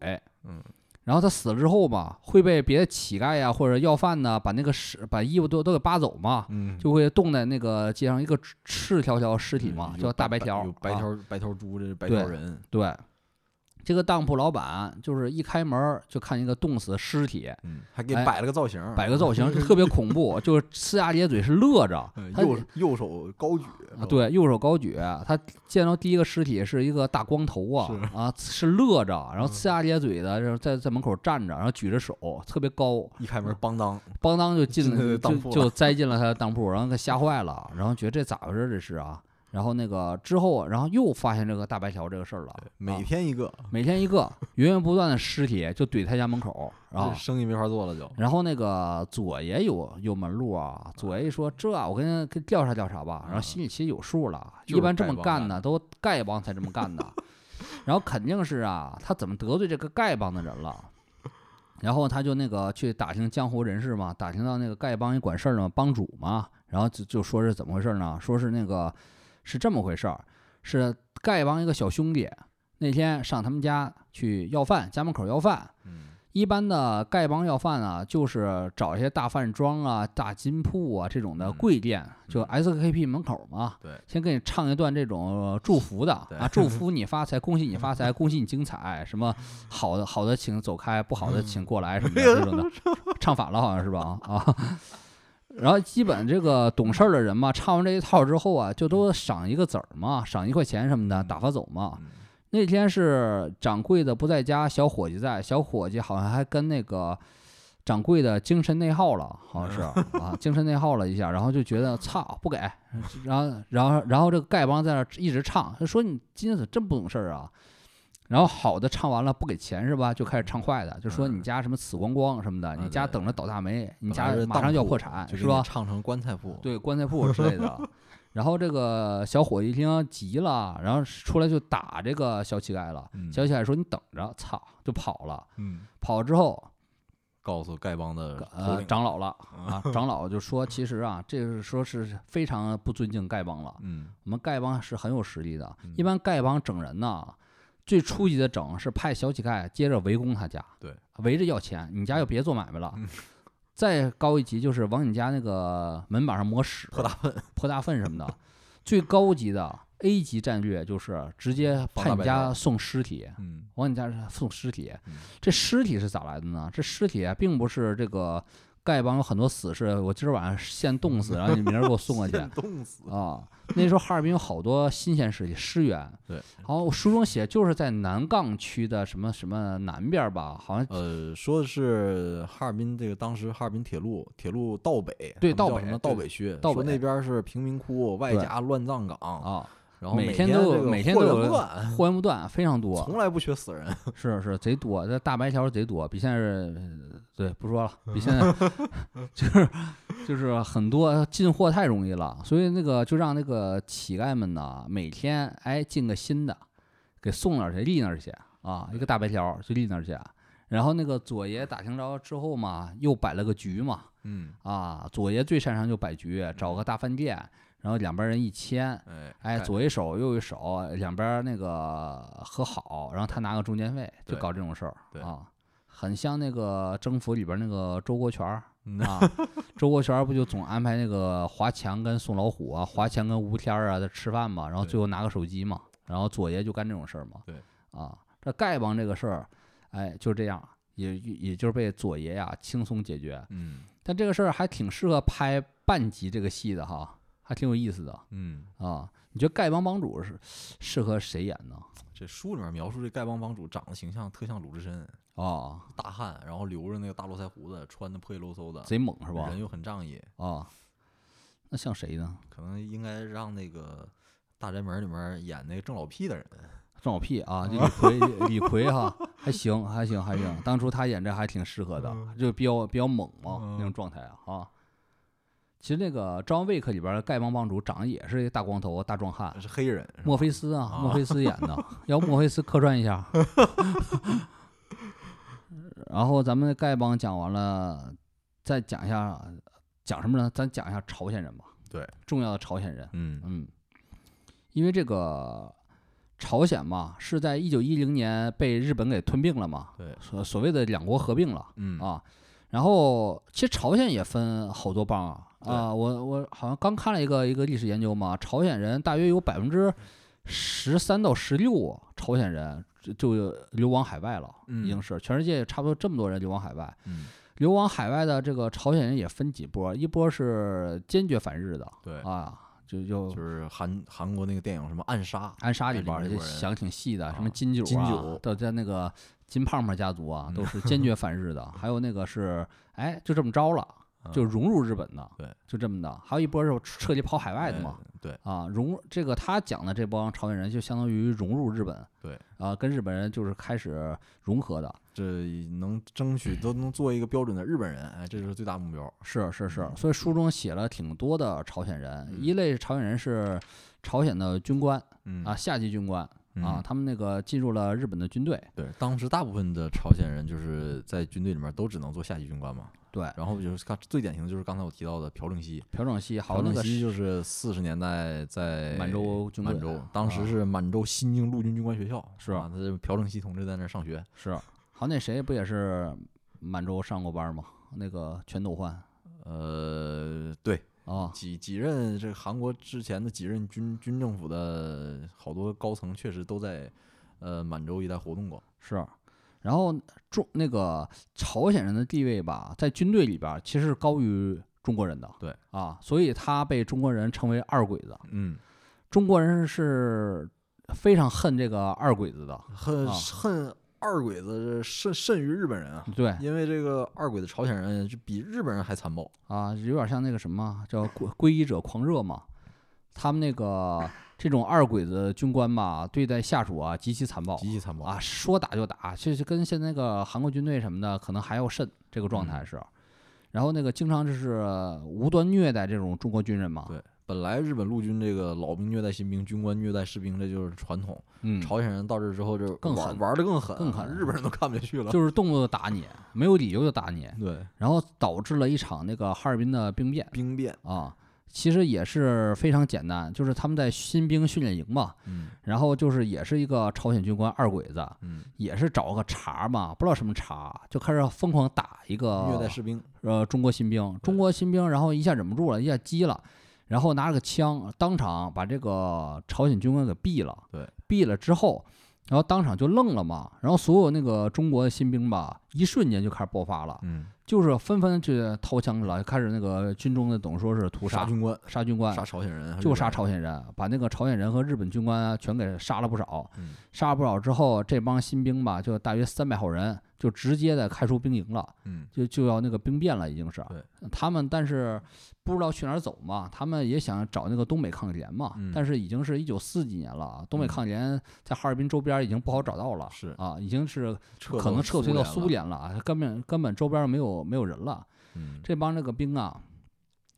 Speaker 1: 嗯，
Speaker 2: 然后他死了之后嘛，会被别的乞丐呀、或者要饭呢，把那个尸把衣服都都给扒走嘛，
Speaker 1: 嗯，
Speaker 2: 就会冻在那个街上一个赤赤条条尸体嘛，
Speaker 1: 嗯有
Speaker 2: 叫大白
Speaker 1: 白
Speaker 2: 条，
Speaker 1: 有白
Speaker 2: 啊
Speaker 1: 条白条猪，这是白条
Speaker 2: 对
Speaker 1: 人。
Speaker 2: 对，这个当铺老板就是一开门儿就看一个冻死的尸体，
Speaker 1: 嗯，还给
Speaker 2: 哎
Speaker 1: 摆了个造型儿，啊
Speaker 2: 摆个造型就特别恐怖，就是呲牙咧嘴是乐着
Speaker 1: 嗯，
Speaker 2: 他
Speaker 1: 右右手高举是
Speaker 2: 啊
Speaker 1: 吧
Speaker 2: 对右手高举，他见到第一个尸体是一个大光头啊啊是乐着，然
Speaker 1: 嗯
Speaker 2: 后呲牙咧嘴的，然后在在门口站着，然后举着手特别高，
Speaker 1: 一开门邦当，
Speaker 2: 邦当就进
Speaker 1: 进他
Speaker 2: 了
Speaker 1: 的
Speaker 2: 就
Speaker 1: 当铺了
Speaker 2: 就
Speaker 1: [LAUGHS]
Speaker 2: 栽进了他的当铺，然后他吓坏了，然后觉得这咋回事儿这是啊，然后那个之后然后又发现这个大白条这个事儿了，啊
Speaker 1: 每天一个，
Speaker 2: 每天一个源源不断的尸体就怼他家门口
Speaker 1: 这
Speaker 2: 啊，
Speaker 1: 生意没法做了就。
Speaker 2: 然后那个左爷有有门路啊，左爷一说这啊我跟跟调查调查吧，然后心里其实有数了，
Speaker 1: 就
Speaker 2: 一
Speaker 1: 是
Speaker 2: 般这
Speaker 1: 丐
Speaker 2: 么
Speaker 1: 帮
Speaker 2: 干
Speaker 1: 干
Speaker 2: 的都丐帮才这么干
Speaker 1: [LAUGHS]
Speaker 2: 的，然后肯定是啊，他怎么得罪这个丐帮的人了？然后他就那个去打听江湖人士嘛，打听到那个丐帮一管事儿的帮主嘛，然后就就说是怎么回事呢？说是那个是这么回事儿，是丐帮一个小兄弟那天上他们家去要饭，家门口要饭，
Speaker 1: 嗯
Speaker 2: 一般的丐帮要饭啊，就是找一些大饭庄啊、大金铺啊这种的
Speaker 1: 嗯
Speaker 2: 贵店，就
Speaker 1: 嗯
Speaker 2: SKP 门口嘛。
Speaker 1: 对
Speaker 2: 先给你唱一段这种呃
Speaker 1: [LAUGHS]
Speaker 2: 祝福的
Speaker 1: 对
Speaker 2: 啊，祝福你发财，恭喜你
Speaker 1: [LAUGHS]
Speaker 2: 发财，恭喜你精彩，什么好的好的请走开，不好的
Speaker 1: 嗯
Speaker 2: 请过来什么的这种的，唱反了好像是吧？啊 [LAUGHS] 啊。然后基本这个懂事儿的人嘛，唱完这一套之后啊，就都赏一个子儿嘛，赏一块钱什么的，打发走嘛。
Speaker 1: 嗯
Speaker 2: 那天是掌柜的不在家，小伙计在，小伙计好像还跟那个掌柜的精神内耗了，好像是
Speaker 1: 嗯
Speaker 2: 啊，精神内耗了一下，然后就觉得操不给，然后然后然后这个丐帮在那儿一直唱，他说你今天怎么真不懂事儿啊？然后好的唱完了不给钱是吧？就开始唱坏的，就说你家什么死光光什么的，
Speaker 1: 嗯
Speaker 2: 你家
Speaker 1: 对
Speaker 2: 等着倒大霉，你
Speaker 1: 本
Speaker 2: 家
Speaker 1: 来是
Speaker 2: 马上就要
Speaker 1: 当铺
Speaker 2: 破产
Speaker 1: 就是给
Speaker 2: 哎吧
Speaker 1: 你？唱成棺材铺，
Speaker 2: 对棺材铺之类的。然后这个小伙计一听急了，然后出来就打这个小乞丐了。
Speaker 1: 嗯
Speaker 2: 小乞丐说：“你等着，操！”就跑了。
Speaker 1: 嗯，
Speaker 2: 跑之后，
Speaker 1: 告诉丐帮的头
Speaker 2: 呃，
Speaker 1: 领，
Speaker 2: 长老了啊，长老就说：“其实啊，这是说是非常不尊敬丐帮了。
Speaker 1: 嗯，
Speaker 2: 我们丐帮是很有实力的，啊一
Speaker 1: 嗯
Speaker 2: 般丐帮整人呐，最初级的整是派小乞丐接着围攻他家，
Speaker 1: 对，嗯
Speaker 2: 围着要钱，你家就别做买卖了。再高一级就是往你家那个门板上抹屎，
Speaker 1: 泼大粪，
Speaker 2: 泼大粪什么的。最高级的 A 级战略就是直接
Speaker 1: 放
Speaker 2: 派
Speaker 1: 大
Speaker 2: 你
Speaker 1: 白
Speaker 2: 家
Speaker 1: 条
Speaker 2: 送尸体，
Speaker 1: 嗯
Speaker 2: 往你家送尸体
Speaker 1: 嗯。
Speaker 2: 这尸体是咋来的呢？这尸体啊并不是这个丐帮有很多死士，我今儿晚上现冻死，然后你明儿给我送过去。
Speaker 1: 先冻死，
Speaker 2: 啊，那时候哈尔滨有好多新鲜尸体，尸源。
Speaker 1: 对，
Speaker 2: 好，我书中写就是在南杠区的什么什么南边儿吧，好像
Speaker 1: 呃，说的是哈尔滨这个当时哈尔滨铁路铁路道北，
Speaker 2: 对
Speaker 1: 他们
Speaker 2: 道
Speaker 1: 叫
Speaker 2: 北
Speaker 1: 什么
Speaker 2: 对
Speaker 1: 道北区，
Speaker 2: 道
Speaker 1: 说
Speaker 2: 北
Speaker 1: 那边是贫民窟，外
Speaker 2: 对
Speaker 1: 加乱葬岗，
Speaker 2: 啊，
Speaker 1: 然后
Speaker 2: 每
Speaker 1: 天
Speaker 2: 天都有
Speaker 1: 这个
Speaker 2: 每天
Speaker 1: 货源
Speaker 2: 都有
Speaker 1: 不断，
Speaker 2: 货源啊不断，非常多。
Speaker 1: 从来不缺死人，
Speaker 2: 是是贼多，这大白条贼多，比现在呃对不说了，比现在就是就是很多进货太容易了，所以那个就让那个乞丐们呢每天哎进个新的，给送哪儿去立那儿去啊，一个大白条就立那儿去。然后那个左爷打听着之后嘛，又摆了个局嘛，
Speaker 1: 嗯，
Speaker 2: 啊，左爷最擅长就摆局，找个大饭店，然后两边人一签，
Speaker 1: 哎
Speaker 2: 哎，
Speaker 1: 丐
Speaker 2: 左一手右一手，两边儿那个和好，然后他拿个中间费，就
Speaker 1: 对
Speaker 2: 搞这种事儿
Speaker 1: 对
Speaker 2: 啊，很像那个征服里边儿那个周国权儿
Speaker 1: 嗯
Speaker 2: 啊，周国权儿不就总安排那个华强跟宋老虎啊，华强跟吴天儿啊在吃饭嘛，然后
Speaker 1: 对
Speaker 2: 最后拿个手机嘛，然后左爷就干这种事儿嘛，
Speaker 1: 对
Speaker 2: 啊，这丐帮这个事儿，哎，就这样，也也就是被左爷呀、轻松解决，
Speaker 1: 嗯
Speaker 2: 但这个事儿还挺适合拍半集这个戏的哈，还挺有意思的。
Speaker 1: 嗯，
Speaker 2: 啊，你觉得丐帮帮主是适合谁演呢？
Speaker 1: 这书里面描述这丐帮帮主长得形象特像鲁智深，
Speaker 2: 啊，
Speaker 1: 大汉，然后留着那个大络腮胡子，穿的破衣漏嗖的，
Speaker 2: 贼猛是吧
Speaker 1: 人？又很仗义，
Speaker 2: 啊，那像谁呢？
Speaker 1: 可能应该让那个大宅门里面演那个郑老屁的人，
Speaker 2: 郑老屁啊，就李逵，李逵哈，还行，还行，还行。当初他演这还挺适合的，就比较比较猛嘛那种状态啊。啊其实那个《John Wick》里边儿丐帮帮主长得也是一大光头、啊大壮汉，
Speaker 1: 是黑人，是吧
Speaker 2: 墨菲斯啊，
Speaker 1: 啊
Speaker 2: 墨菲斯演的，
Speaker 1: [LAUGHS]
Speaker 2: 要墨菲斯客串一下。然后咱们丐帮讲完了，再讲一下讲什么呢？咱讲一下朝鲜人吧。
Speaker 1: 对，
Speaker 2: 重要的朝鲜人，
Speaker 1: 嗯
Speaker 2: 嗯，因为这个朝鲜嘛，是在一九一零年被日本给吞并了嘛，
Speaker 1: 对，
Speaker 2: 所所谓的两国合并了。
Speaker 1: 嗯
Speaker 2: 啊。然后其实朝鲜也分好多帮啊，啊、我我好像刚看了一个一个历史
Speaker 1: 嗯
Speaker 2: 研究嘛，朝鲜人大约有百分之十三到十六，朝鲜人就就流亡海外了，
Speaker 1: 嗯
Speaker 2: 已经是全世界差不多这么多人流亡海外。
Speaker 1: 嗯，
Speaker 2: 流亡海外的这个朝鲜人也分几波，一波是坚决反日的
Speaker 1: 对，
Speaker 2: 啊，就就
Speaker 1: 就是韩韩国那个电影什么暗杀，
Speaker 2: 暗杀里
Speaker 1: 里边
Speaker 2: 边儿
Speaker 1: 那
Speaker 2: 就
Speaker 1: 波人
Speaker 2: 想挺细的，什
Speaker 1: 啊
Speaker 2: 么金九
Speaker 1: 金
Speaker 2: 啊
Speaker 1: 九嗯
Speaker 2: 都在那个金胖胖家族啊，都
Speaker 1: [LAUGHS]
Speaker 2: 是坚决反日的。还有那个是哎，就这么着了，就
Speaker 1: 嗯
Speaker 2: 融入日本的，
Speaker 1: 对，
Speaker 2: 就这么的。还有一波是彻底跑海外的嘛，，
Speaker 1: 嗯对，
Speaker 2: 啊，融这个他讲的这帮朝鲜人就相当于融入日本，
Speaker 1: 对，
Speaker 2: 啊，跟日本人就是开始融合的，
Speaker 1: 这能争取都能做一个标准的日本人，哎，这就是最大目标。
Speaker 2: 是是是。
Speaker 1: 嗯
Speaker 2: 所以书中写了挺多的朝鲜人，一类朝鲜人是朝鲜的军官
Speaker 1: 嗯
Speaker 2: 啊，下级军官啊，
Speaker 1: 嗯
Speaker 2: 他们那个进入了日本的军队，
Speaker 1: 对，当时大部分的朝鲜人就是在军队里面都只能做下级军官嘛，
Speaker 2: 对，
Speaker 1: 然后就是看最典型的就是刚才我提到的朴正熙，
Speaker 2: 朴正熙好
Speaker 1: 朴
Speaker 2: 像那
Speaker 1: 正
Speaker 2: 个
Speaker 1: 熙就是四十年代在
Speaker 2: 满洲军队啊
Speaker 1: 满洲，当时是满洲新京陆军军官学校，
Speaker 2: 是
Speaker 1: 啊，他这朴正熙同志在那儿上学，
Speaker 2: 是，好像那谁不也是满洲上过班吗？那个全斗焕
Speaker 1: 呃，对，
Speaker 2: 啊，
Speaker 1: 几几任这个韩国之前的几任军军政府的好多高层确实都在呃满洲一带活动过，
Speaker 2: 是。然后中那个朝鲜人的地位吧，在军队里边儿其实是高于中国人的，
Speaker 1: 对
Speaker 2: 啊，所以他被中国人称为二鬼子。
Speaker 1: 嗯，
Speaker 2: 中国人是非常恨这个二鬼子的，
Speaker 1: 恨
Speaker 2: 啊
Speaker 1: 恨二鬼子甚甚于日本人啊。
Speaker 2: 对
Speaker 1: 因为这个二鬼子朝鲜人就比日本人还残暴，
Speaker 2: 啊，有点像那个什么叫皈皈依者狂热嘛。他们那个这种二鬼子军官吧，对待下属啊极其残暴，
Speaker 1: 极其残暴
Speaker 2: 啊，说打就打，其实跟现在那个韩国军队什么的可能还要甚这个状态
Speaker 1: 嗯
Speaker 2: 是。然后那个经常就是无端虐待这种中国军人嘛，
Speaker 1: 对，本来日本陆军这个老兵虐待新兵，军官虐待士兵，这就是传统。
Speaker 2: 嗯，
Speaker 1: 朝鲜人到这之后就
Speaker 2: 更
Speaker 1: 玩
Speaker 2: 狠
Speaker 1: 玩的更狠，啊
Speaker 2: 更狠
Speaker 1: 日本人都看不下去
Speaker 2: [LAUGHS]
Speaker 1: 了。
Speaker 2: 就是动不动就打你，没有理由就打你，
Speaker 1: 对，
Speaker 2: 然后导致了一场那个哈尔滨的兵
Speaker 1: [LAUGHS]
Speaker 2: 变
Speaker 1: 兵变，
Speaker 2: 啊。其实也是非常简单，就是他们在新兵训练营嘛，
Speaker 1: 嗯
Speaker 2: 然后就是也是一个朝鲜军官二鬼子，
Speaker 1: 嗯，
Speaker 2: 也是找个茬儿嘛，不知道什么茬儿，就开始疯狂打一个
Speaker 1: 虐待士兵，
Speaker 2: 呃中国新兵，中
Speaker 1: 对
Speaker 2: 国新兵，然后一下忍不住了，一下激了，然后拿了个枪，当场把这个朝鲜军官给毙了。
Speaker 1: 对，
Speaker 2: 毙了之后，然后当场就愣了嘛，然后所有那个中国新兵吧，一瞬间就开始爆发了，
Speaker 1: 嗯，
Speaker 2: 就是纷纷去掏枪了，开始那个军中的等于说是屠
Speaker 1: 杀
Speaker 2: 杀
Speaker 1: 军官，
Speaker 2: 杀军官，
Speaker 1: 杀朝鲜人，
Speaker 2: 就
Speaker 1: 日
Speaker 2: 杀
Speaker 1: 本人，
Speaker 2: 朝鲜人，把那个朝鲜人和日本军官啊全给杀了不少。
Speaker 1: 嗯
Speaker 2: 杀了不少之后，这帮新兵吧，就大约三百号人，就直接的开出兵营了。 [LAUGHS]
Speaker 1: 嗯，
Speaker 2: 就就要那个兵变了，已经是
Speaker 1: 对。
Speaker 2: 他们但是不知道去哪儿走嘛，他们也想找那个东北抗联嘛，
Speaker 1: 嗯
Speaker 2: 但是已经是一九四几年了啊，东北
Speaker 1: 嗯
Speaker 2: 抗联在哈尔滨周边已经不好找到了，
Speaker 1: 是
Speaker 2: 啊，已经是
Speaker 1: 撤
Speaker 2: 可能撤退到苏
Speaker 1: 联了，
Speaker 2: 联了啊，根本根本周边没有没有人了，
Speaker 1: 嗯，
Speaker 2: 这帮这个兵啊，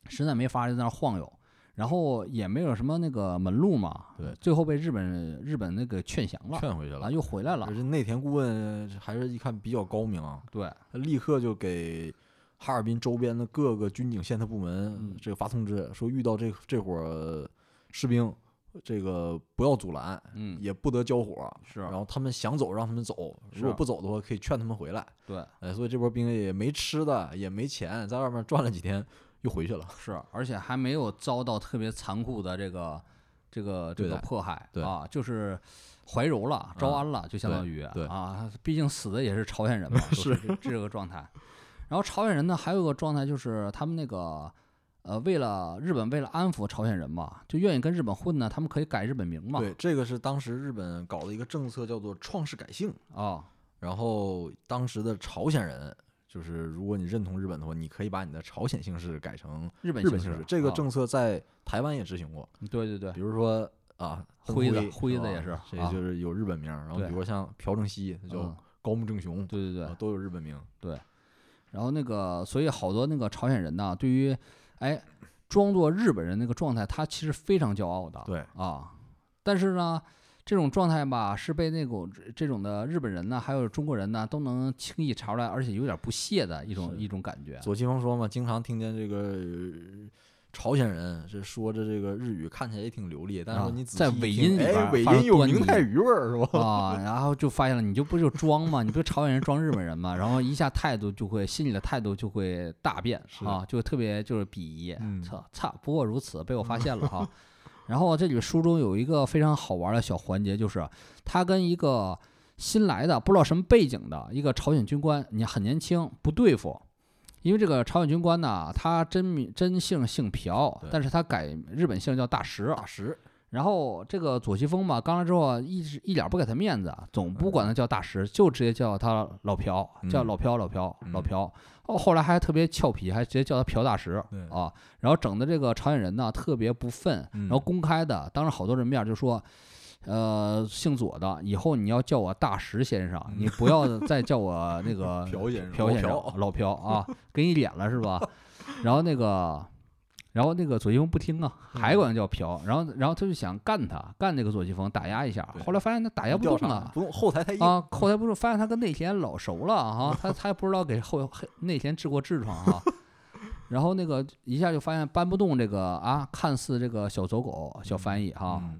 Speaker 2: 实在没法儿就在那儿晃悠。然后也没有什么那个门路嘛，
Speaker 1: 对
Speaker 2: 最后被日本日本那个劝降了，
Speaker 1: 劝回去
Speaker 2: 啊，
Speaker 1: 了。
Speaker 2: 又回来了
Speaker 1: 而，且内田顾问还是一看比较高明啊，
Speaker 2: 对，
Speaker 1: 他立刻就给哈尔滨周边的各个军警宪特部门
Speaker 2: 嗯
Speaker 1: 这个发通知，说遇到这这伙士兵，这个不要阻拦，
Speaker 2: 嗯，
Speaker 1: 也不得交火。
Speaker 2: 是啊
Speaker 1: 然后他们想走，让他们走；
Speaker 2: 是
Speaker 1: 如
Speaker 2: 啊
Speaker 1: 果不走的话，可以劝他们回来。
Speaker 2: 对，
Speaker 1: 哎，所以这波兵也没吃的，也没钱，在外面转了几天又回去了。
Speaker 2: 是，而且还没有遭到特别残酷的这个这个这
Speaker 1: 对
Speaker 2: 个
Speaker 1: 待
Speaker 2: 迫害
Speaker 1: 对
Speaker 2: 啊，就是怀柔了，招
Speaker 1: 嗯
Speaker 2: 安了，就相当
Speaker 1: 对
Speaker 2: 于
Speaker 1: 对
Speaker 2: 啊，毕竟死的也是朝鲜人
Speaker 1: [LAUGHS]
Speaker 2: 嘛，是这这个状态。然后朝鲜人呢，还有个状态就是他们那个呃，为了日本为了安抚朝鲜人嘛，就愿意跟日本混呢，他们可以改日本名嘛，
Speaker 1: 对，这个是当时日本搞的一个政策，叫做创世改姓。
Speaker 2: 啊，
Speaker 1: 然后当时的朝鲜人，就是如果你认同日本的话，你可以把你的朝鲜姓氏改成
Speaker 2: 日本
Speaker 1: 日本
Speaker 2: 姓
Speaker 1: 姓
Speaker 2: 氏
Speaker 1: 氏。这个
Speaker 2: 啊
Speaker 1: 政策在台湾也执行过，
Speaker 2: 对对对
Speaker 1: 比如说啊，邓
Speaker 2: 辉子
Speaker 1: 辉
Speaker 2: 辉子
Speaker 1: 吧
Speaker 2: 也是
Speaker 1: 这
Speaker 2: 啊
Speaker 1: 就是有日本名儿。然后
Speaker 2: 对
Speaker 1: 比如说像朴正熙，他
Speaker 2: 嗯
Speaker 1: 叫高木正雄，
Speaker 2: 对对对
Speaker 1: 啊，都有日本名。
Speaker 2: 然后那个，所以好多那个朝鲜人呢，对于哎装作日本人那个状态，他其实非常骄傲的。
Speaker 1: 对
Speaker 2: 啊，但是呢，这种状态吧，是被那种这种的日本人呢，还有中国人呢，都能轻易查出来，而且有点不屑的一种
Speaker 1: 是
Speaker 2: 一种感觉。
Speaker 1: 左清峰说嘛，经常听见这个呃朝鲜人是说着这个日语，看起来也挺流利，但是
Speaker 2: 啊
Speaker 1: 说你仔细
Speaker 2: 在
Speaker 1: 一
Speaker 2: 尾
Speaker 1: 听
Speaker 2: 音里边
Speaker 1: 哎
Speaker 2: 儿，
Speaker 1: 尾
Speaker 2: 发
Speaker 1: 音
Speaker 2: 出
Speaker 1: 有
Speaker 2: 端
Speaker 1: 明
Speaker 2: 倪
Speaker 1: 太鱼味儿是吧？
Speaker 2: 啊，然后就发现了，你就不就装嘛，你不就朝鲜人装日本人嘛，然后一下态度就会，心里的态度就会大变
Speaker 1: 是
Speaker 2: 啊，就特别就是鄙夷
Speaker 1: 嗯，
Speaker 2: 操操，不过如此，被我发现
Speaker 1: [LAUGHS]
Speaker 2: 了哈。然后这里书中有一个非常好玩的小环节，就是他跟一个新来的不知道什么背景的一个朝鲜军官，你很年轻，不对付。因为这个朝鲜军官呢，他真名真姓姓朴
Speaker 1: 对，
Speaker 2: 但是他改日本姓叫大石。
Speaker 1: 大石，
Speaker 2: 然后这个左西峰嘛，刚来之后啊一直一点不给他面子，总不管他叫大石，就直接叫他老朴，叫
Speaker 1: 嗯
Speaker 2: 老朴老朴老
Speaker 1: 嗯
Speaker 2: 朴。哦，后来还特别俏皮，还直接叫他朴大石
Speaker 1: 对
Speaker 2: 啊。然后整的这个朝鲜人呢特别不忿，然后
Speaker 1: 嗯
Speaker 2: 公开的当着好多人面就说。呃，姓左的，以后你要叫我大石先生，你不要再叫我那
Speaker 1: 嗯
Speaker 2: 个
Speaker 1: [LAUGHS] 朴先生
Speaker 2: 哦朴
Speaker 1: 老
Speaker 2: 先生
Speaker 1: 朴，
Speaker 2: 老朴啊，给你脸了是吧？然后那个，然后那个左西峰不听啊，
Speaker 1: 嗯
Speaker 2: 还管他叫朴，然后然后他就想干他，干那个左西峰，打压一下。
Speaker 1: 对
Speaker 2: 后来发现他打压哎不
Speaker 1: 调查
Speaker 2: 动了。
Speaker 1: 不用后台太硬，
Speaker 2: 啊，后台不是发现他跟内田老熟了啊，他他也不知道给后黑内田治过痔疮啊， [LAUGHS] 然后那个一下就发现搬不动这个啊，看似这个小走狗小翻译哈、
Speaker 1: 嗯，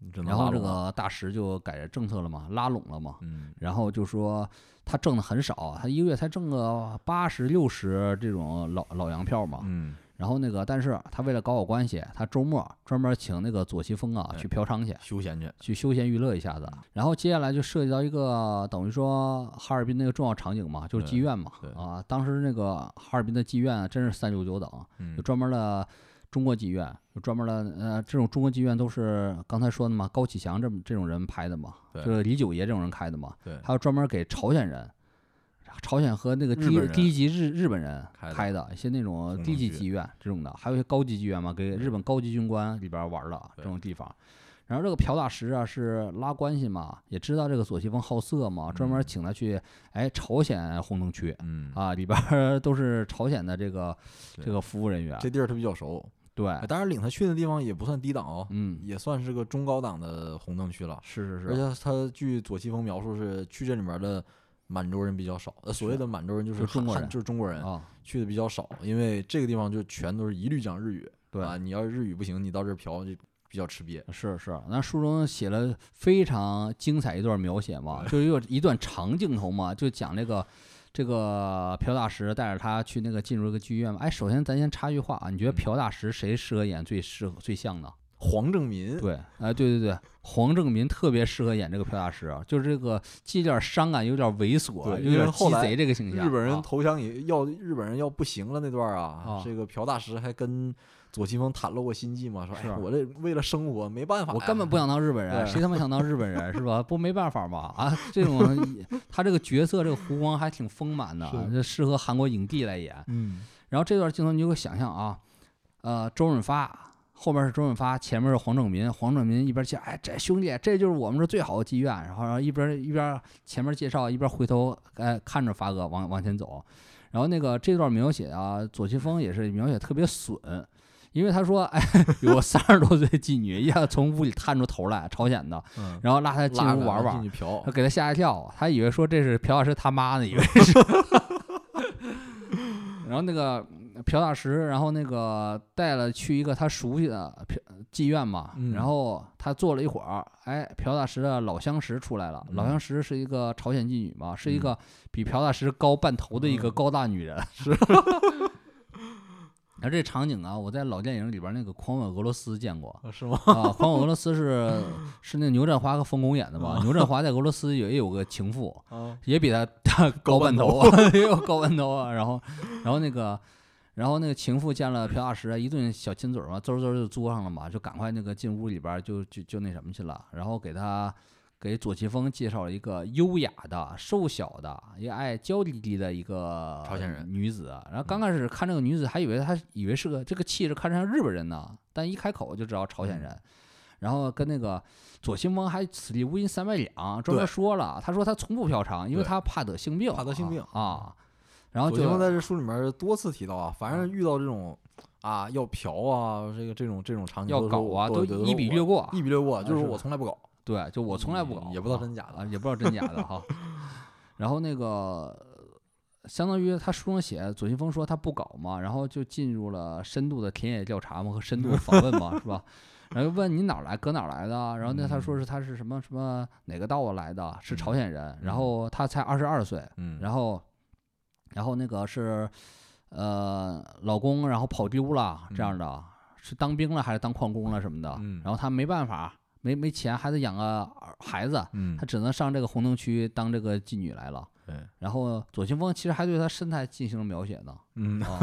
Speaker 1: 你只能
Speaker 2: 啊然后
Speaker 1: 拉
Speaker 2: 这
Speaker 1: 拢了
Speaker 2: 个大石就改政策了嘛，拉拢了嘛，
Speaker 1: 嗯
Speaker 2: 然后就说他挣的很少，啊他一个月才挣个八十六十这种老老洋票嘛，
Speaker 1: 嗯
Speaker 2: 然后那个，但是他为了搞好关系，他周末专门请那个左西峰啊
Speaker 1: 对
Speaker 2: 去嫖娼去，
Speaker 1: 休闲去，
Speaker 2: 去休闲娱乐一下
Speaker 1: 嗯
Speaker 2: 子。然后接下来就涉及到一个等于说哈尔滨那个重要场景嘛，就是
Speaker 1: 对
Speaker 2: 妓院嘛
Speaker 1: 对。
Speaker 2: 啊，当时那个哈尔滨的妓院啊真是三九九等，
Speaker 1: 嗯
Speaker 2: 有专门的中国妓院，有专门的呃，这种中国妓院都是刚才说的嘛，高启强这么这种人拍的嘛，
Speaker 1: 对
Speaker 2: 就是李九爷这种人开的嘛，
Speaker 1: 对
Speaker 2: 还有专门给朝鲜人。朝鲜和那个
Speaker 1: 日
Speaker 2: 低
Speaker 1: 本人
Speaker 2: 低级日日本人
Speaker 1: 开的
Speaker 2: 开的一些那种
Speaker 1: 红
Speaker 2: 低
Speaker 1: 灯
Speaker 2: 级
Speaker 1: 区
Speaker 2: 妓院这种的，还有一些高级妓院嘛，给日本高级军官里边玩的这
Speaker 1: 对
Speaker 2: 种地方。然后这个朴大石啊是拉关系嘛，也知道这个左西峰好色嘛，专门
Speaker 1: 嗯
Speaker 2: 请他去哎朝鲜红灯区
Speaker 1: 嗯，
Speaker 2: 啊里边儿 [LAUGHS] 都是朝鲜的这个这
Speaker 1: 对
Speaker 2: 个服务人员，
Speaker 1: 这地儿他比较熟，
Speaker 2: 对，
Speaker 1: 哎当然领他去的地方也不算低档哦，
Speaker 2: 嗯，
Speaker 1: 也算是个中高档的红灯区了。
Speaker 2: 是
Speaker 1: 而，且他据左西峰描述是去这里面的满洲人比较少，呃，所谓的满洲人就是
Speaker 2: 就是中国
Speaker 1: 汉
Speaker 2: 人
Speaker 1: 就是中国人
Speaker 2: 啊，
Speaker 1: 去的比较少，因为这个地方就全都是一律讲日语，
Speaker 2: 对，
Speaker 1: 啊，你要是日语不行，你到这儿嫖就比较吃瘪，
Speaker 2: 是是，那书中写了非常精彩一段描
Speaker 1: [LAUGHS]
Speaker 2: 写嘛，就是有一段长镜头嘛，就讲这个这个朴大石带着他去那个进入一个剧院嘛。哎，首先咱先插一句话啊，你觉得
Speaker 1: 嗯
Speaker 2: 朴大石谁适合演最适合最像呢？
Speaker 1: 黄正民，
Speaker 2: 对，哎，对对对，黄正民特别适合演这个朴大石啊，就是这个既有点伤感，有点猥琐，啊
Speaker 1: 对
Speaker 2: 有
Speaker 1: 因为
Speaker 2: 点
Speaker 1: 后
Speaker 2: 鸡
Speaker 1: 来
Speaker 2: 贼这个形象啊。
Speaker 1: 日本人投降也要日本人要不行了那段儿啊
Speaker 2: 啊，
Speaker 1: 这个朴大石还跟左西峰袒露过心迹嘛，说
Speaker 2: 是
Speaker 1: 哎，我这为了生活没办法呀，
Speaker 2: 我根本不想当日本人，
Speaker 1: 对
Speaker 2: 谁他妈想当日本人是
Speaker 1: [LAUGHS]
Speaker 2: 吧？不没办法嘛啊，这种 [LAUGHS] 他这个角色这个弧光还挺丰满的，
Speaker 1: 是
Speaker 2: 这适合韩国影帝来演。
Speaker 1: 嗯，
Speaker 2: 然后这段镜头你就会想象啊，呃，周润发后面是周润发，前面是黄正民，黄正民一边介绍，哎，这兄弟，这就是我们这最好的妓院，然后然后一边一边前面介绍，一边回头哎看着发哥往往前走，然后那个这段描写啊，左奇峰也是描写特别损。因为他说：“哎，有三十多岁妓女，一下从屋里探出头来，朝鲜的，
Speaker 1: 嗯
Speaker 2: 然后拉他进
Speaker 1: 拉
Speaker 2: 屋玩玩
Speaker 1: 进，去嫖 [LAUGHS]
Speaker 2: 他，给他吓一跳，他以为说这是朴老师他妈呢，以为是。 [LAUGHS] 然后那个嗯朴大石，然后那个带了去一个他熟悉的朴妓院嘛，
Speaker 1: 嗯
Speaker 2: 然后他坐了一会儿，哎，朴大石的老相识出来了。
Speaker 1: 嗯
Speaker 2: 老相识是一个朝鲜妓女嘛，是一
Speaker 1: 嗯
Speaker 2: 个比朴大石高半头的一个
Speaker 1: 嗯
Speaker 2: 高大女人。是。 [LAUGHS] 然后这场景啊，我在老电影里边那个《狂吻俄罗斯》见过，
Speaker 1: 啊是 [LAUGHS] 吗？
Speaker 2: 啊，狂吻俄罗斯是是那牛振华和冯巩演的嘛？牛振华在俄罗斯也有个情妇，
Speaker 1: 啊，[LAUGHS]
Speaker 2: 也比他他
Speaker 1: 高
Speaker 2: 高半
Speaker 1: 半
Speaker 2: 头啊，
Speaker 1: [LAUGHS]
Speaker 2: 也有高半头啊。然后，然后那个，然后那个情妇见了朴大石，一顿小亲嘴儿嘛，嗖嗖就作上了嘛，就赶快那个进屋里边儿就就就那什么去了，然后给他。给左奇峰介绍了一个优雅的、瘦小的、也爱娇滴滴的一个
Speaker 1: 朝鲜人嗯
Speaker 2: 女子，啊然后刚开始看这个女子，还以为她以为是个这个气质看着像日本人呢，但一开口就知道朝鲜
Speaker 1: 嗯
Speaker 2: 人。然后跟那个左新峰还此地无银三百两，专
Speaker 1: 对
Speaker 2: 门说了，他说他从不嫖娼，因为
Speaker 1: 对
Speaker 2: 他怕得性病，
Speaker 1: 怕得性病
Speaker 2: 啊。啊然后
Speaker 1: 左青
Speaker 2: 就
Speaker 1: 在这书里面多次提到啊，凡是遇到这种啊要嫖啊，这个这种这种场景
Speaker 2: 要搞啊，
Speaker 1: 都
Speaker 2: 都
Speaker 1: 是我
Speaker 2: 一笔略，过
Speaker 1: 对对，一笔略过，
Speaker 2: 啊
Speaker 1: 就是
Speaker 2: 是
Speaker 1: 我
Speaker 2: 吧
Speaker 1: 从来不搞，
Speaker 2: 对，就我从来不搞，
Speaker 1: 也不知道
Speaker 2: 啊
Speaker 1: 真假
Speaker 2: 啊，
Speaker 1: 的。
Speaker 2: 也不知道真假的哈。 [LAUGHS] 然后那个相当于他书上写左新峰说他不搞嘛，然后就进入了深度的田野调查嘛和深度的访问嘛，是吧？ [LAUGHS] 然后问你哪儿来，搁哪儿来的啊？然后呢，
Speaker 1: 嗯
Speaker 2: 他说是他是什么什么哪个道啊来的，是朝鲜人，然后他才二十二岁，
Speaker 1: 嗯，
Speaker 2: 然后，然后那个是，呃，老公然后跑丢了这样的，是当兵了还是当矿工了什么的，
Speaker 1: 嗯
Speaker 2: 然后他没办法，没没钱，还得养个儿孩子，
Speaker 1: 嗯哎
Speaker 2: 她，只能上这个红灯区当这个妓女来了。
Speaker 1: 对，
Speaker 2: 然后左清风其实还对她身材进行了描写呢，
Speaker 1: 嗯，
Speaker 2: 啊，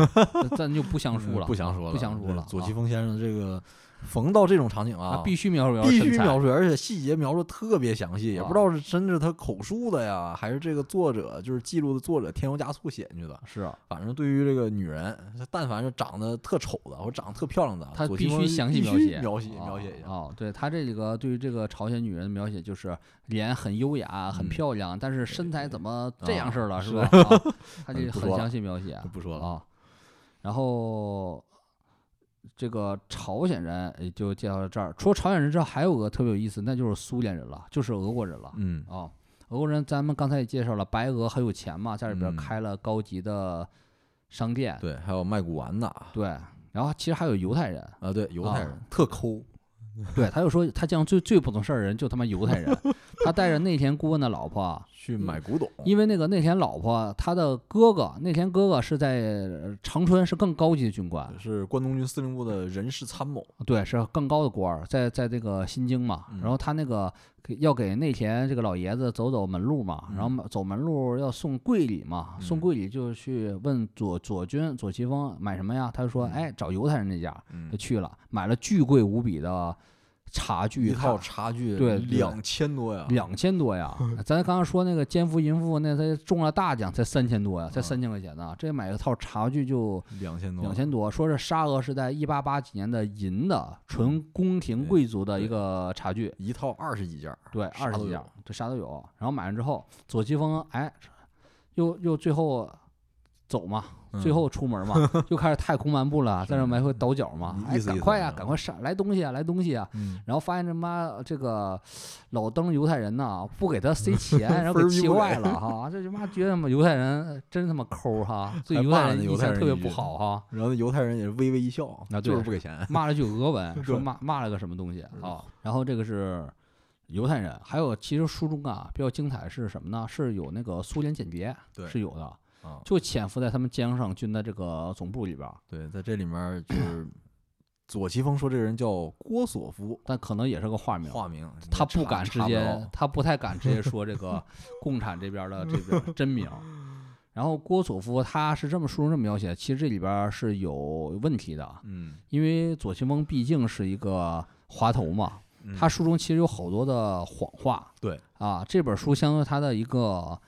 Speaker 2: 咱咱就
Speaker 1: [LAUGHS]
Speaker 2: 不详述了，
Speaker 1: 不详说了，嗯
Speaker 2: 不详述
Speaker 1: 对
Speaker 2: 了
Speaker 1: 左
Speaker 2: 啊
Speaker 1: 奇峰先生这
Speaker 2: [LAUGHS]
Speaker 1: 个缝到这种场景
Speaker 2: 啊
Speaker 1: 啊，，
Speaker 2: 必须描述
Speaker 1: 必
Speaker 2: 身
Speaker 1: 须
Speaker 2: 材
Speaker 1: 描述，而且细节描述特别详细，也
Speaker 2: 啊
Speaker 1: 不知道是真是他口述的呀，还是这个作者就是记录的作者添油加醋写进去的。
Speaker 2: 是啊
Speaker 1: 反正对于这个女人，但凡是长得特丑的或者长得特漂亮的，
Speaker 2: 他
Speaker 1: 啊左
Speaker 2: 必
Speaker 1: 奇
Speaker 2: 须
Speaker 1: 峰
Speaker 2: 详细
Speaker 1: 必
Speaker 2: 描
Speaker 1: 须
Speaker 2: 写，
Speaker 1: 描写
Speaker 2: 啊
Speaker 1: 描写一下。
Speaker 2: 哦，对他这个对于这个朝鲜女人的描写就是脸很优雅、很
Speaker 1: 嗯
Speaker 2: 漂亮，但是身材怎么这样式儿了，
Speaker 1: 啊
Speaker 2: 是
Speaker 1: 是 [LAUGHS]
Speaker 2: 吧？啊他
Speaker 1: 嗯
Speaker 2: 这
Speaker 1: 不
Speaker 2: 很
Speaker 1: 说
Speaker 2: 详
Speaker 1: 了
Speaker 2: 细描写，
Speaker 1: 不说了
Speaker 2: 啊。然后这个朝鲜人也就介绍到这儿。除了朝鲜人之后，还有个特别有意思，那就是苏联人了，就是俄国人了。
Speaker 1: 嗯
Speaker 2: 啊、俄国人咱们刚才也介绍了，白俄很有钱嘛，在里边
Speaker 1: 嗯
Speaker 2: 开了高级的商店。
Speaker 1: 对，还有卖古玩的
Speaker 2: 对，然后其实还有犹太人。
Speaker 1: 啊，对，犹太
Speaker 2: 啊
Speaker 1: 人特抠， [LAUGHS]
Speaker 2: 对，他就说他见过最最不懂事儿的人就他妈犹太人，他带着内田顾问的
Speaker 1: [LAUGHS]
Speaker 2: 老婆，
Speaker 1: 去买古董，
Speaker 2: 因为那个内田老婆他的哥哥内田哥哥是在呃长春是更高级的军官，
Speaker 1: 是关东军司令部的人事参谋。
Speaker 2: 对，是更高的官儿，在在这个新京嘛，
Speaker 1: 嗯
Speaker 2: 然后他那个给要给内田这个老爷子走走门路嘛，然后门走门路要送贵礼嘛，送
Speaker 1: 嗯
Speaker 2: 贵礼就去问左左军左奇峰买什么呀？他就说，哎，找犹太人那家，
Speaker 1: 嗯
Speaker 2: 就，去了，买了巨贵无比的茶具，
Speaker 1: 一
Speaker 2: 看
Speaker 1: 套差距
Speaker 2: 对对
Speaker 1: 两千多呀，
Speaker 2: 两千多呀！
Speaker 1: 嗯
Speaker 2: 咱刚刚说那个奸夫淫妇，那才中了大奖，才三千多呀，才
Speaker 1: 嗯
Speaker 2: 三千块钱呢。这买一套茶具就
Speaker 1: 两千多，
Speaker 2: 两千多，说是沙俄时代一八八几年的银的纯宫廷
Speaker 1: 对
Speaker 2: 贵族的一
Speaker 1: 对
Speaker 2: 个茶具，
Speaker 1: 一套二十几件儿，
Speaker 2: 对，
Speaker 1: 啥
Speaker 2: 二十
Speaker 1: 都
Speaker 2: 几件
Speaker 1: 有，
Speaker 2: 这啥都有。然后买完之后，左奇峰哎，又又最后走嘛，最
Speaker 1: 嗯
Speaker 2: 后出门
Speaker 1: [LAUGHS]
Speaker 2: 嘛，又开始太空漫步了，在那来回倒脚嘛
Speaker 1: 你，
Speaker 2: 哎，
Speaker 1: 意思
Speaker 2: 赶
Speaker 1: 意思
Speaker 2: 快呀，
Speaker 1: 嗯
Speaker 2: 赶快上来东西啊，来东西啊！
Speaker 1: 嗯，
Speaker 2: 然后发现他妈这个老登犹太人呐，不给他塞
Speaker 1: [LAUGHS]
Speaker 2: 钱，然后
Speaker 1: 分
Speaker 2: 给
Speaker 1: 儿逼
Speaker 2: 气
Speaker 1: 不给
Speaker 2: 坏
Speaker 1: [LAUGHS]
Speaker 2: 了哈，这他妈觉得他妈犹太人真他妈抠哈，对
Speaker 1: 还
Speaker 2: 犹
Speaker 1: 骂
Speaker 2: 太
Speaker 1: 了
Speaker 2: 人
Speaker 1: 那
Speaker 2: 印
Speaker 1: 犹太
Speaker 2: 象
Speaker 1: 人
Speaker 2: 特别
Speaker 1: 一
Speaker 2: 不
Speaker 1: 句
Speaker 2: 好哈，
Speaker 1: 然后那犹太人也是微微一笑，
Speaker 2: 啊
Speaker 1: 就
Speaker 2: 对
Speaker 1: 是不给
Speaker 2: [LAUGHS]
Speaker 1: 钱，
Speaker 2: 骂了句
Speaker 1: [LAUGHS]
Speaker 2: 俄文，
Speaker 1: 对
Speaker 2: 说
Speaker 1: 嗯
Speaker 2: 骂骂了个什么东西啊，然后这个是。犹太人，还有其实书中啊比较精彩的是什么呢？是有那个苏联间谍，
Speaker 1: 对
Speaker 2: 是有的，
Speaker 1: 啊，
Speaker 2: 就潜伏在他们江上军的这个总部里边儿，
Speaker 1: 对，在这里面儿
Speaker 2: [COUGHS]
Speaker 1: 就是左奇峰说这个人叫郭索夫，
Speaker 2: 但可能也是个化名，
Speaker 1: 化名，
Speaker 2: 他
Speaker 1: 你查
Speaker 2: 不敢直
Speaker 1: 查
Speaker 2: 接
Speaker 1: 着，
Speaker 2: 他不太敢直接说这
Speaker 1: [LAUGHS]
Speaker 2: 个共产这边的这边真名。然后郭佐夫他是这么书中这么描写，其实这里边是有问题的，
Speaker 1: 嗯，
Speaker 2: 因为左清风毕竟是一个滑头嘛，
Speaker 1: 嗯
Speaker 2: 他书中其实有好多的谎话。
Speaker 1: 对
Speaker 2: 啊，这本书相当于他的一个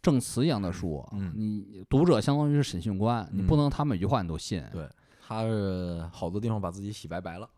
Speaker 2: 证词一样的书，
Speaker 1: 嗯
Speaker 2: 你读者相当于是审讯官，你不能他每句话你都信。
Speaker 1: 对他是好多地方把自己洗白白了，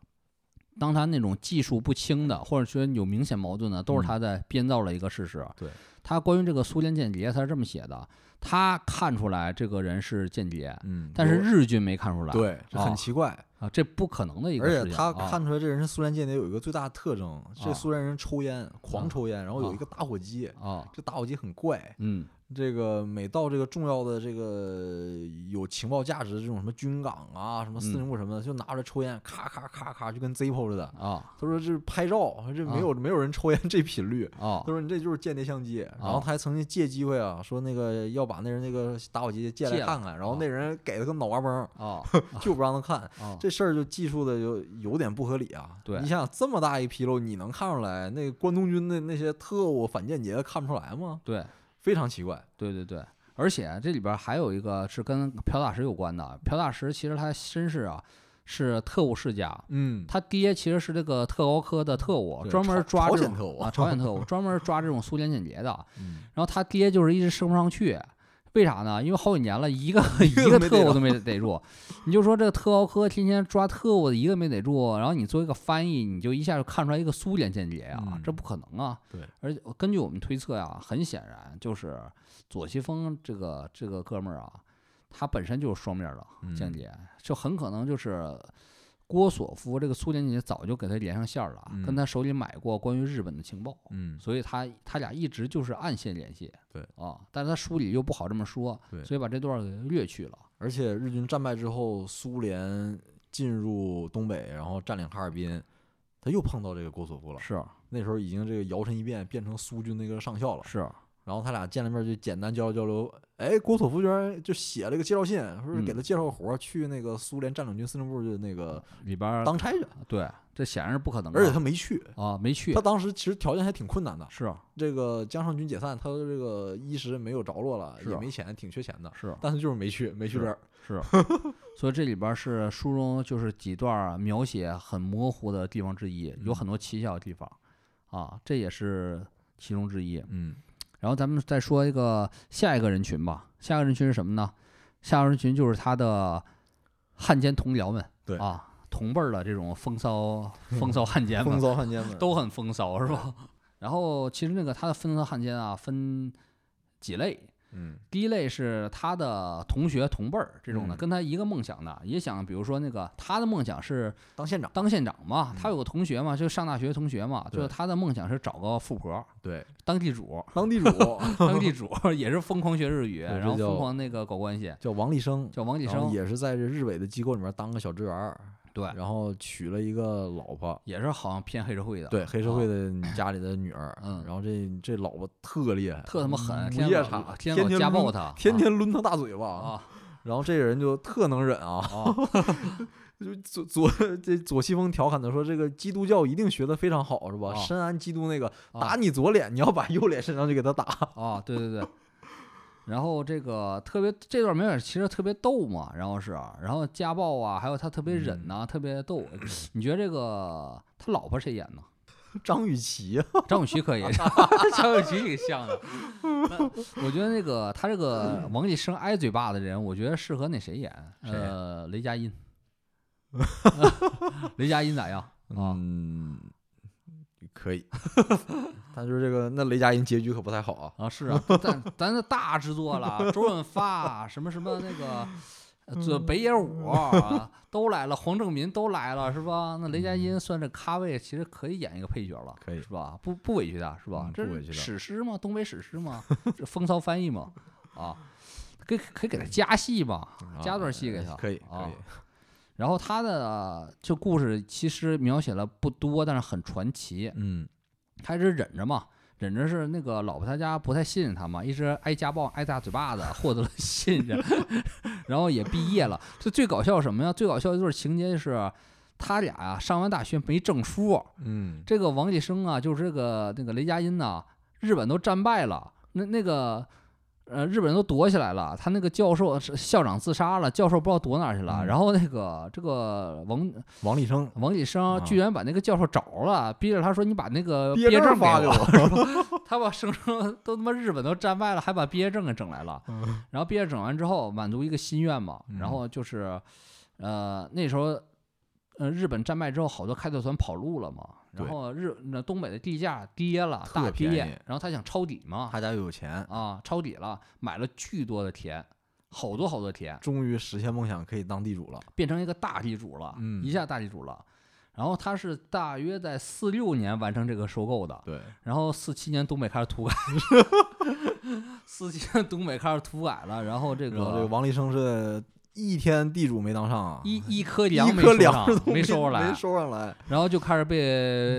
Speaker 2: 当他那种技术不清的，或者觉得有明显矛盾的，都是他在编造了一个事实。
Speaker 1: 嗯对，
Speaker 2: 他关于这个苏联间谍，他是这么写的：他看出来这个人是间谍，
Speaker 1: 嗯，
Speaker 2: 但是
Speaker 1: 有
Speaker 2: 日军没看出来。
Speaker 1: 对，这
Speaker 2: 啊
Speaker 1: 很奇怪，
Speaker 2: 啊，这不可能的一个
Speaker 1: 而
Speaker 2: 事
Speaker 1: 且
Speaker 2: 情。
Speaker 1: 他
Speaker 2: 啊
Speaker 1: 看出来这人是苏联间谍，有一个最大的特征，
Speaker 2: 啊
Speaker 1: 这苏联人抽烟，狂抽烟，然后有一个打火机，
Speaker 2: 啊，
Speaker 1: 这打火机很怪，
Speaker 2: 嗯，
Speaker 1: 这个每到这个重要的这个有情报价值的这种什么军港啊、什么司令部什么的，就拿出来抽烟，咔咔咔咔，就跟 Zippo 似的。
Speaker 2: 啊
Speaker 1: 他说这是拍照，这没有、没有人抽烟这频率。
Speaker 2: 啊
Speaker 1: 他，说你这就是间谍相机。然后他还曾经借机会啊，说那个要把那人那个打火机借
Speaker 2: 借
Speaker 1: 来
Speaker 2: 了
Speaker 1: 看看，然后那人给了个脑瓜
Speaker 2: [LAUGHS]
Speaker 1: 崩，
Speaker 2: 啊
Speaker 1: [LAUGHS] 就不让他看。
Speaker 2: 啊，
Speaker 1: 这事儿就技术的有有点不合理啊！
Speaker 2: 对
Speaker 1: 你想想这么大一纰漏，你能看出来那关东军的那些特务反间谍看不出来吗？
Speaker 2: 对
Speaker 1: 非常奇怪。
Speaker 2: 对对对。而且这里边还有一个是跟朴大石有关的。朴大石其实他身世啊是特务世家，
Speaker 1: 嗯，
Speaker 2: 他爹其实是这个特高科的特务，
Speaker 1: 对
Speaker 2: 专门
Speaker 1: 朝
Speaker 2: 抓
Speaker 1: 朝
Speaker 2: 这
Speaker 1: 鲜
Speaker 2: 种
Speaker 1: 特务
Speaker 2: 啊，朝鲜特务专门抓这种苏联间谍的。
Speaker 1: 嗯
Speaker 2: 然后他爹就是一直升不上去，为啥呢？因为好几年了，
Speaker 1: [LAUGHS]
Speaker 2: 一个一
Speaker 1: 一个都
Speaker 2: 个
Speaker 1: 没
Speaker 2: 特
Speaker 1: 逮
Speaker 2: 务
Speaker 1: 着
Speaker 2: 都没逮住。你就说这个特高科天天抓特务的，一个没逮住，然后你做一个翻译，你就一下就看出来一个苏联间谍呀、
Speaker 1: 嗯
Speaker 2: 这不可能啊！
Speaker 1: 对，
Speaker 2: 而且根据我们推测呀、很显然就是左西峰这个这个哥们儿啊，他本身就是双面儿的间
Speaker 1: 嗯
Speaker 2: 谍，就很可能就是郭索夫这个苏联间谍早就给他连上线儿了啊，跟
Speaker 1: 嗯
Speaker 2: 他手里买过关于日本的情报，
Speaker 1: 嗯，
Speaker 2: 所以他他俩一直就是暗线联系。
Speaker 1: 对
Speaker 2: 啊，但是他书里又不好这么说，
Speaker 1: 对
Speaker 2: 所以把这段儿给略去了。
Speaker 1: 而且日军战败之后，苏联进入东北，然后占领哈尔滨，他又碰到这个郭索夫了。
Speaker 2: 是
Speaker 1: 那时候已经这个摇身一变，变成苏军那个上校了。
Speaker 2: 是，
Speaker 1: 然后他俩见了面就简单交流交流。哎，郭索夫居然就写了个介绍信，说是给
Speaker 2: 嗯
Speaker 1: 他介绍活儿去那个苏联占领军司令部就那个
Speaker 2: 里边儿
Speaker 1: 当差去，
Speaker 2: 对，这显然是不可能的。
Speaker 1: 而且他没去。
Speaker 2: 啊没去
Speaker 1: 他，当时其实条件还挺困难的，
Speaker 2: 是啊
Speaker 1: 这个江上军解散，他这个衣食没有着落了，
Speaker 2: 是
Speaker 1: 也
Speaker 2: 啊
Speaker 1: 没钱，挺缺钱的，
Speaker 2: 是啊
Speaker 1: 但是就是没去，没去
Speaker 2: 是
Speaker 1: 这儿。
Speaker 2: 是啊，所以这里边儿是书中就是几段儿描写很模糊的地方之一，有
Speaker 1: 嗯
Speaker 2: 很多奇巧的地方啊，这也是其中之一。
Speaker 1: 嗯
Speaker 2: 然后咱们再说一个下一个人群吧，下一个人群是什么呢？下一个人群就是他的汉奸同僚们，
Speaker 1: 对
Speaker 2: 啊，同辈儿的这种风
Speaker 1: [LAUGHS]
Speaker 2: 骚风骚汉奸
Speaker 1: 风
Speaker 2: 们
Speaker 1: 骚汉奸们
Speaker 2: 都很风骚，是吧？然后其实那个他的风骚汉奸啊，分几类，
Speaker 1: 嗯
Speaker 2: 第一类是他的同学同辈儿这种的，
Speaker 1: 嗯
Speaker 2: 跟他一个梦想的，也想比如说那个他的梦想是
Speaker 1: 当县长，
Speaker 2: 当县长嘛，
Speaker 1: 嗯
Speaker 2: 他有个同学嘛，就上大学同学嘛，就
Speaker 1: 对
Speaker 2: 是他的梦想是找个富婆
Speaker 1: 对，
Speaker 2: 当地主，
Speaker 1: 当
Speaker 2: [LAUGHS]
Speaker 1: 地主 [LAUGHS]
Speaker 2: 当地主也是疯狂学日语，
Speaker 1: 对
Speaker 2: 然后
Speaker 1: 这叫
Speaker 2: 疯狂那个搞关系，
Speaker 1: 叫王立生，
Speaker 2: 叫王继
Speaker 1: 然后
Speaker 2: 生，
Speaker 1: 也是在这日伪的机构里面当个小职员儿，
Speaker 2: 对，
Speaker 1: 然后娶了一个老婆，
Speaker 2: 也是好像偏黑社会的，
Speaker 1: 对黑社
Speaker 2: 啊
Speaker 1: 会的家里的女儿，
Speaker 2: 嗯
Speaker 1: 然后这这老婆特厉害，
Speaker 2: 特他妈狠，
Speaker 1: 午
Speaker 2: 天
Speaker 1: 夜
Speaker 2: 天
Speaker 1: 场
Speaker 2: 老，
Speaker 1: 天
Speaker 2: 天天老家暴
Speaker 1: 抡
Speaker 2: 他，
Speaker 1: [LAUGHS] 天
Speaker 2: 啊
Speaker 1: 天抡他大嘴巴，
Speaker 2: 啊
Speaker 1: 然后这个人就特能忍啊， [LAUGHS]
Speaker 2: 啊，
Speaker 1: 就左左这左西风调侃他说，这个基督教一定学得非常好是吧？
Speaker 2: 啊
Speaker 1: 深谙基督那个
Speaker 2: 啊
Speaker 1: 打你左脸，你要把右脸伸上去给他打，
Speaker 2: 啊，对对对。然后这个特别这段描写其实特别逗嘛，然后是啊，然后家暴啊，还有他特别
Speaker 1: 嗯
Speaker 2: 忍呐、特别逗。 [COUGHS] 你觉得这个他老婆谁演呢？
Speaker 1: 张雨绮啊
Speaker 2: [LAUGHS] 张雨绮可以，张雨绮挺像的。那我觉得那个他这个王继生挨嘴巴的人，我觉得适合那谁演，
Speaker 1: 谁
Speaker 2: 呃，雷佳音。 [LAUGHS] 雷佳音咋样？啊
Speaker 1: 嗯，可以， [LAUGHS] 但就是这个那雷佳音结局可不太好啊。
Speaker 2: 啊，
Speaker 1: [LAUGHS]
Speaker 2: 是啊，咱咱这大制作了，周润发什么什么那个，呃这
Speaker 1: 嗯
Speaker 2: 北野武啊都来了，黄正民都来了，是吧？那雷佳音算这咖位，其实可以演一个配角了，
Speaker 1: 嗯可以
Speaker 2: 是吧？不不委屈他，是吧
Speaker 1: 嗯？
Speaker 2: 这
Speaker 1: 不委屈
Speaker 2: 是
Speaker 1: 他
Speaker 2: 史诗嘛，东北史诗嘛，这风骚翻译嘛，啊，可以可以给他加戏嘛，加段戏给他，
Speaker 1: 啊可以
Speaker 2: 啊
Speaker 1: 可以，
Speaker 2: 然后他的这故事其实描写了不多，但是很传奇。
Speaker 1: 嗯
Speaker 2: 他一直忍着嘛，忍着是那个老婆他家不太信任他嘛，一直挨家暴、挨大嘴巴子，获得了信任， [LAUGHS] 然后也毕业了。这最搞笑是什么呀？最搞笑的就是情节是，他俩啊上完大学没证书，
Speaker 1: 嗯，
Speaker 2: 这个王继生啊，就是这个那个雷佳音呐、日本都战败了，那那个。呃，日本人都躲起来了，他那个教授是校长自杀了，教授不知道躲哪儿去了。
Speaker 1: 嗯
Speaker 2: 然后那个这个王
Speaker 1: 王立生
Speaker 2: 王继生居然把那个教授找了，逼着他说：“你把那个
Speaker 1: 啊毕业
Speaker 2: 毕业
Speaker 1: 证
Speaker 2: 证
Speaker 1: 发
Speaker 2: 给
Speaker 1: 给我
Speaker 2: 是吧 [LAUGHS] 他把生生都他妈日本都战败了，还把毕业证给整来了。
Speaker 1: 嗯
Speaker 2: 然后毕业整完之后，满足一个心愿嘛。
Speaker 1: 嗯
Speaker 2: 然后就是，呃，那时候，呃，日本战败之后，好多开拓团跑路了嘛。然
Speaker 1: 对
Speaker 2: 后日那东北的地价跌了，
Speaker 1: 特
Speaker 2: 大跌
Speaker 1: 便宜。
Speaker 2: 然后他想抄底嘛，
Speaker 1: 他家又有钱，
Speaker 2: 啊，抄底了，买了巨多的田，好多好多田。
Speaker 1: 终于实现梦想，可以当地主了。
Speaker 2: 变成一个大地主了，
Speaker 1: 嗯
Speaker 2: 一下大地主了。然后他是大约在四六年完成这个收购的，
Speaker 1: 对，
Speaker 2: 然后四七年东北开始土改， [LAUGHS] 四七年东北开始土改了，然后这
Speaker 1: 然后这个
Speaker 2: 个
Speaker 1: 王立生是一天地主没当上啊，
Speaker 2: 一一颗
Speaker 1: 一
Speaker 2: 粮没
Speaker 1: 颗
Speaker 2: 收
Speaker 1: 粮食
Speaker 2: 上
Speaker 1: 都
Speaker 2: 没收上来
Speaker 1: 没，收上来，
Speaker 2: 然后就开始 被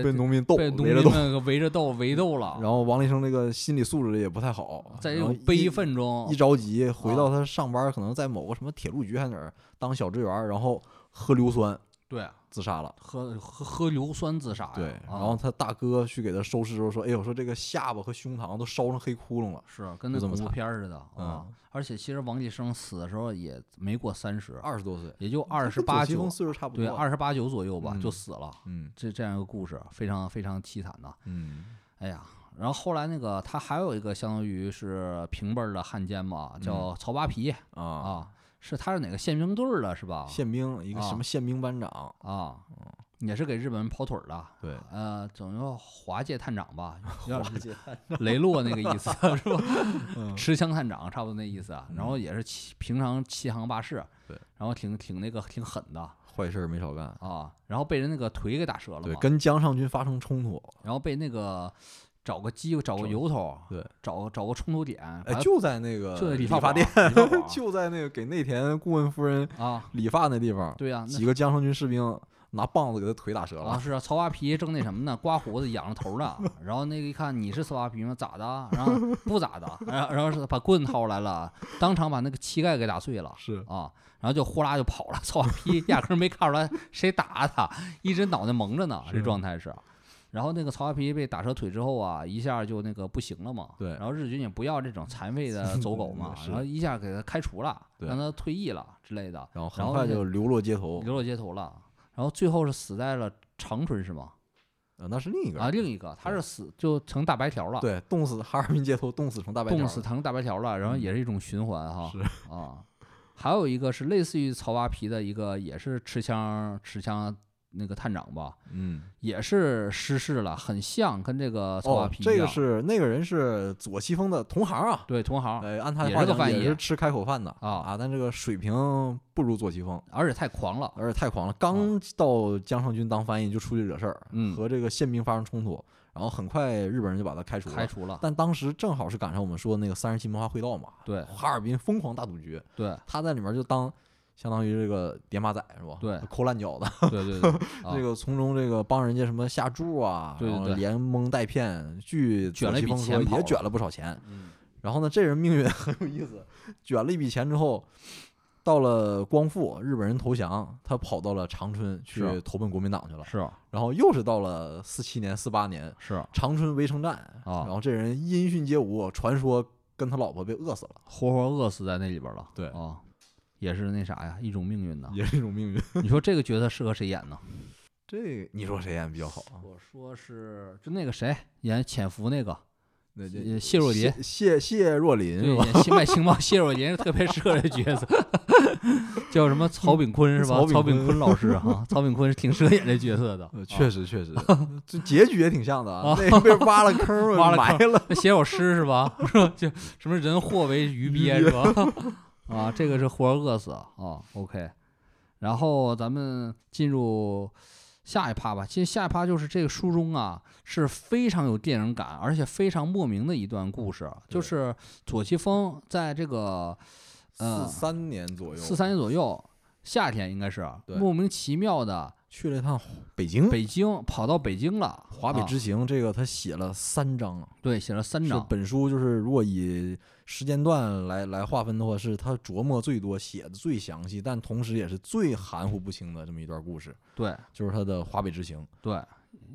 Speaker 1: [LAUGHS] 被农民斗，
Speaker 2: 被农
Speaker 1: 围着
Speaker 2: 民
Speaker 1: 斗。
Speaker 2: 们围着斗围斗了
Speaker 1: 然，后王立生这个心理素质也不太好，
Speaker 2: 啊在这
Speaker 1: 然后
Speaker 2: 种
Speaker 1: 一
Speaker 2: 悲愤中
Speaker 1: 一着急，
Speaker 2: 啊
Speaker 1: 回到他上班，可能在某个什么铁路局还是哪儿当小职员儿，然后喝硫酸
Speaker 2: 对
Speaker 1: 自杀了。
Speaker 2: 喝喝喝硫酸自杀呀，
Speaker 1: 对，
Speaker 2: 啊
Speaker 1: 然后他大哥去给他收尸的时候说：“哎呦，说这个下巴和胸膛都烧成黑窟窿了。
Speaker 2: 是跟
Speaker 1: 就
Speaker 2: 那
Speaker 1: 这
Speaker 2: 恐
Speaker 1: 么
Speaker 2: 怖
Speaker 1: 惨
Speaker 2: 片儿似的啊
Speaker 1: 嗯！
Speaker 2: 而且其实王继生死的时候也没过三十”，
Speaker 1: 二十多岁，
Speaker 2: 也就二十
Speaker 1: 他跟
Speaker 2: 八
Speaker 1: 左西
Speaker 2: 九
Speaker 1: 风，岁数差不多。
Speaker 2: 对，二十八九左右吧、
Speaker 1: 嗯
Speaker 2: 就死了。
Speaker 1: 嗯
Speaker 2: 这这样一个故事，非常非常凄惨呐、
Speaker 1: 嗯
Speaker 2: 哎呀，然后后来那个他还有一个相当于是平辈儿的汉奸嘛，叫曹扒皮、
Speaker 1: 嗯啊，
Speaker 2: 啊，是他是哪个宪兵队儿的是吧？
Speaker 1: 宪嗯兵一个什
Speaker 2: 啊
Speaker 1: 么宪兵班长，
Speaker 2: 啊，也是给日本人跑腿儿的。
Speaker 1: 对，
Speaker 2: 呃，总之华界探长
Speaker 1: [LAUGHS]
Speaker 2: 吧，有点
Speaker 1: 界探
Speaker 2: 雷洛那个意
Speaker 1: [LAUGHS]
Speaker 2: 思是吧？
Speaker 1: 嗯
Speaker 2: 持枪探长差不多那意思啊。然后也是欺平常欺行霸市，
Speaker 1: 对，
Speaker 2: 然后挺挺那个挺狠的
Speaker 1: 坏事儿没少干。
Speaker 2: 啊，然后被人那个腿给打折了啊嘛
Speaker 1: 对，，跟江上军发生冲突，
Speaker 2: 然后被那个找个机会找个
Speaker 1: 找
Speaker 2: 由头，
Speaker 1: 对，
Speaker 2: 找找个冲突点，
Speaker 1: 哎，
Speaker 2: 把它
Speaker 1: 就在那个
Speaker 2: 就在
Speaker 1: 理
Speaker 2: 发
Speaker 1: 发店，
Speaker 2: 馆儿啊理
Speaker 1: [LAUGHS]
Speaker 2: 发馆儿
Speaker 1: 就在那个给内田顾问夫人
Speaker 2: 啊，
Speaker 1: 理发那地方，
Speaker 2: 对呀、啊
Speaker 1: 几
Speaker 2: 那
Speaker 1: 个江上军士兵拿棒子给他腿打折
Speaker 2: 啊，
Speaker 1: 了。 [LAUGHS]
Speaker 2: 是啊，曹扒皮正那什么呢，刮胡子仰着头呢。然后那个一看你是曹扒皮吗？咋的？然后不咋的，然后然后是把棍掏出来了，当场把那个膝盖给打碎了
Speaker 1: 是，
Speaker 2: 啊，然后就呼啦就跑了。 [LAUGHS] 曹扒皮压根儿没看出来谁打他，一直脑袋蒙着呢，这
Speaker 1: 是
Speaker 2: 状态是。然后那个曹扒皮被打折腿之后啊，一下就那个不行了嘛。
Speaker 1: 对
Speaker 2: 然后日军也不要这种残废的走狗嘛，
Speaker 1: [LAUGHS] 是
Speaker 2: 然后一下给他开除了，
Speaker 1: 对
Speaker 2: 让他退役了之类的。
Speaker 1: 然后很
Speaker 2: 然后
Speaker 1: 快
Speaker 2: 是
Speaker 1: 就流落街头。
Speaker 2: 流落街头了。然后最后是死在了长春，是吗？
Speaker 1: 呃，那是另一个
Speaker 2: 啊，
Speaker 1: 人
Speaker 2: 另一个他
Speaker 1: 对
Speaker 2: 是死就成大白条了，
Speaker 1: 对，冻死哈尔滨街头，冻死成大白条
Speaker 2: 冻
Speaker 1: 了。嗯
Speaker 2: 死成大白条了，然后也是一种循环哈。
Speaker 1: 是
Speaker 2: 啊，还有一个是类似于曹扒皮的一个，也是持枪持枪那个探长吧，
Speaker 1: 嗯，
Speaker 2: 也是失事了，很像跟这个曹扒
Speaker 1: 哦，
Speaker 2: 啊皮一样。
Speaker 1: 这个是那个人是左西风的同行啊。
Speaker 2: 对同行，
Speaker 1: 呃，按他的
Speaker 2: 也
Speaker 1: 话
Speaker 2: 是个
Speaker 1: 讲
Speaker 2: 犯
Speaker 1: 也
Speaker 2: 野
Speaker 1: 是吃开口饭的
Speaker 2: 啊
Speaker 1: 啊，但这个水平不如左西风，
Speaker 2: 而且太狂了。
Speaker 1: 而且太
Speaker 2: 啊
Speaker 1: 狂了。刚到江上军当翻译就出去惹事儿，
Speaker 2: 嗯
Speaker 1: 和这个宪兵发生冲突，然后很快日本人就把他开除了。
Speaker 2: 开除了，
Speaker 1: 但当时正好是赶上我们说的那个三十七文化会道嘛，
Speaker 2: 对
Speaker 1: 哈尔滨疯狂大赌局，
Speaker 2: 对
Speaker 1: 他在里面就当相当于这个叠马仔是吧？
Speaker 2: 对
Speaker 1: 抠烂脚的，
Speaker 2: 对对对，
Speaker 1: [LAUGHS]
Speaker 2: 啊
Speaker 1: 这个从中这个帮人家什么下注啊，
Speaker 2: 对对
Speaker 1: 然后
Speaker 2: 对
Speaker 1: 连蒙带骗，据
Speaker 2: 卷了一笔
Speaker 1: 左西
Speaker 2: 钱
Speaker 1: 风说
Speaker 2: 跑
Speaker 1: 也
Speaker 2: 了
Speaker 1: 卷了不少钱。
Speaker 2: 嗯
Speaker 1: 然后呢，这人命运很有意思， [LAUGHS] 卷了一笔钱之后，到了光复，日本人投降，他跑到了长春去
Speaker 2: 是
Speaker 1: 投奔国民党去了。
Speaker 2: 是啊
Speaker 1: 然后又是到了四七年、四八年
Speaker 2: 是啊
Speaker 1: 长春围城战，然
Speaker 2: 啊，
Speaker 1: 后这人音讯皆无，传说跟他老婆被饿死了，
Speaker 2: 活活饿死在那里边了。
Speaker 1: 对
Speaker 2: 啊，也是那啥呀，一种命运呐。
Speaker 1: 也是一种命运。
Speaker 2: 你说这个角色适合谁演呢？
Speaker 1: 这你说谁演比较好啊？
Speaker 2: 我说是就那个谁演潜伏那个
Speaker 1: 那这
Speaker 2: 呃谢若麟，
Speaker 1: 谢谢谢若麟
Speaker 2: 对，
Speaker 1: 是吧？
Speaker 2: 演新麦情报谢若麟是特别适合这角色， [LAUGHS] 叫什么曹炳坤是吧？
Speaker 1: 曹炳
Speaker 2: 曹炳
Speaker 1: 坤
Speaker 2: 坤老师哈，曹炳坤是挺 [LAUGHS] 适合演这角色的
Speaker 1: 呃，，
Speaker 2: 啊
Speaker 1: 确实确实，这结局也挺像的啊，那被挖了坑儿，
Speaker 2: [LAUGHS] 挖了
Speaker 1: 埋
Speaker 2: 坑
Speaker 1: 了。
Speaker 2: 那写首诗是吧？ [LAUGHS] 是吧？就什么人祸为鱼鳖是吧？ [LAUGHS] 啊，这个是活儿饿死啊。OK，然后咱们进入下一趴吧。其实下一趴就是这个书中啊是非常有电影感，而且非常莫名的一段故事，啊
Speaker 1: 对
Speaker 2: 就是左奇峰在这个
Speaker 1: 四
Speaker 2: 呃
Speaker 1: 三年左右，
Speaker 2: 四三年左右夏天应该是
Speaker 1: 对
Speaker 2: 莫名其妙的
Speaker 1: 去了一趟北京，
Speaker 2: 北京跑到北京了，
Speaker 1: 华北
Speaker 2: 啊
Speaker 1: 之行，这个他写了三章啊，
Speaker 2: 对写了三
Speaker 1: 是
Speaker 2: 章。
Speaker 1: 本书就是如果以时间段来来划分的话，是他琢磨最多，写的最详细，但同时也是最含糊不清的这么一段故事，
Speaker 2: 对
Speaker 1: 就是他的华北之行。
Speaker 2: 对，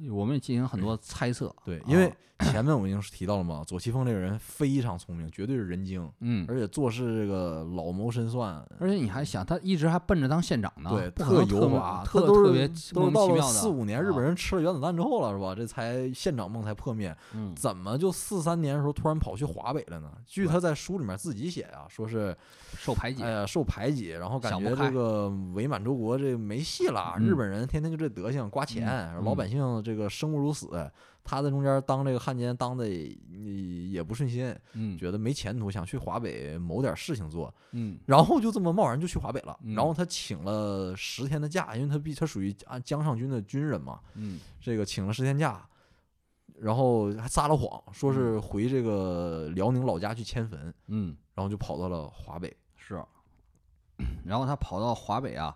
Speaker 2: 我们也进行
Speaker 1: 嗯
Speaker 2: 很多猜测。
Speaker 1: 对，因为
Speaker 2: 啊
Speaker 1: 前面我已经提到了嘛，左奇峰这个人非常聪明，绝对是人精，
Speaker 2: 嗯，
Speaker 1: 而且做事这个老谋深算，
Speaker 2: 而且你还想，他一直还奔着当县长呢，
Speaker 1: 对，
Speaker 2: 不可能
Speaker 1: 油
Speaker 2: 特
Speaker 1: 滑，
Speaker 2: 特
Speaker 1: 他都
Speaker 2: 特
Speaker 1: 是
Speaker 2: 别
Speaker 1: 都是
Speaker 2: 莫名
Speaker 1: 到
Speaker 2: 其
Speaker 1: 了
Speaker 2: 妙的
Speaker 1: 四五年，日本
Speaker 2: 啊
Speaker 1: 人吃了原子弹之后了，是吧？这才县长梦才破灭，
Speaker 2: 嗯，
Speaker 1: 怎么就四三年的时候突然跑去华北了呢？据他在书里面自己写啊，说是
Speaker 2: 受排挤
Speaker 1: 哎，呀受排挤，然后感
Speaker 2: 想
Speaker 1: 觉
Speaker 2: 不开
Speaker 1: 这个伪满洲国这没戏了，日
Speaker 2: 嗯
Speaker 1: 本人天天就这德行，刮钱，
Speaker 2: 嗯
Speaker 1: 老百姓这个生不如死。他在中间当这个汉奸当的也不顺心，
Speaker 2: 嗯
Speaker 1: 觉得没前途，想去华北谋点事情做。
Speaker 2: 嗯
Speaker 1: 然后就这么贸然就去华北了。
Speaker 2: 嗯
Speaker 1: 然后他请了十天的假，因为他毕他属于按江上军的军人嘛，
Speaker 2: 嗯，
Speaker 1: 这个请了十天假，然后还撒了谎，说是回这个辽宁老家去迁坟，
Speaker 2: 嗯
Speaker 1: 然后就跑到了华北。
Speaker 2: 是。 [COUGHS] 然后他跑到华北啊，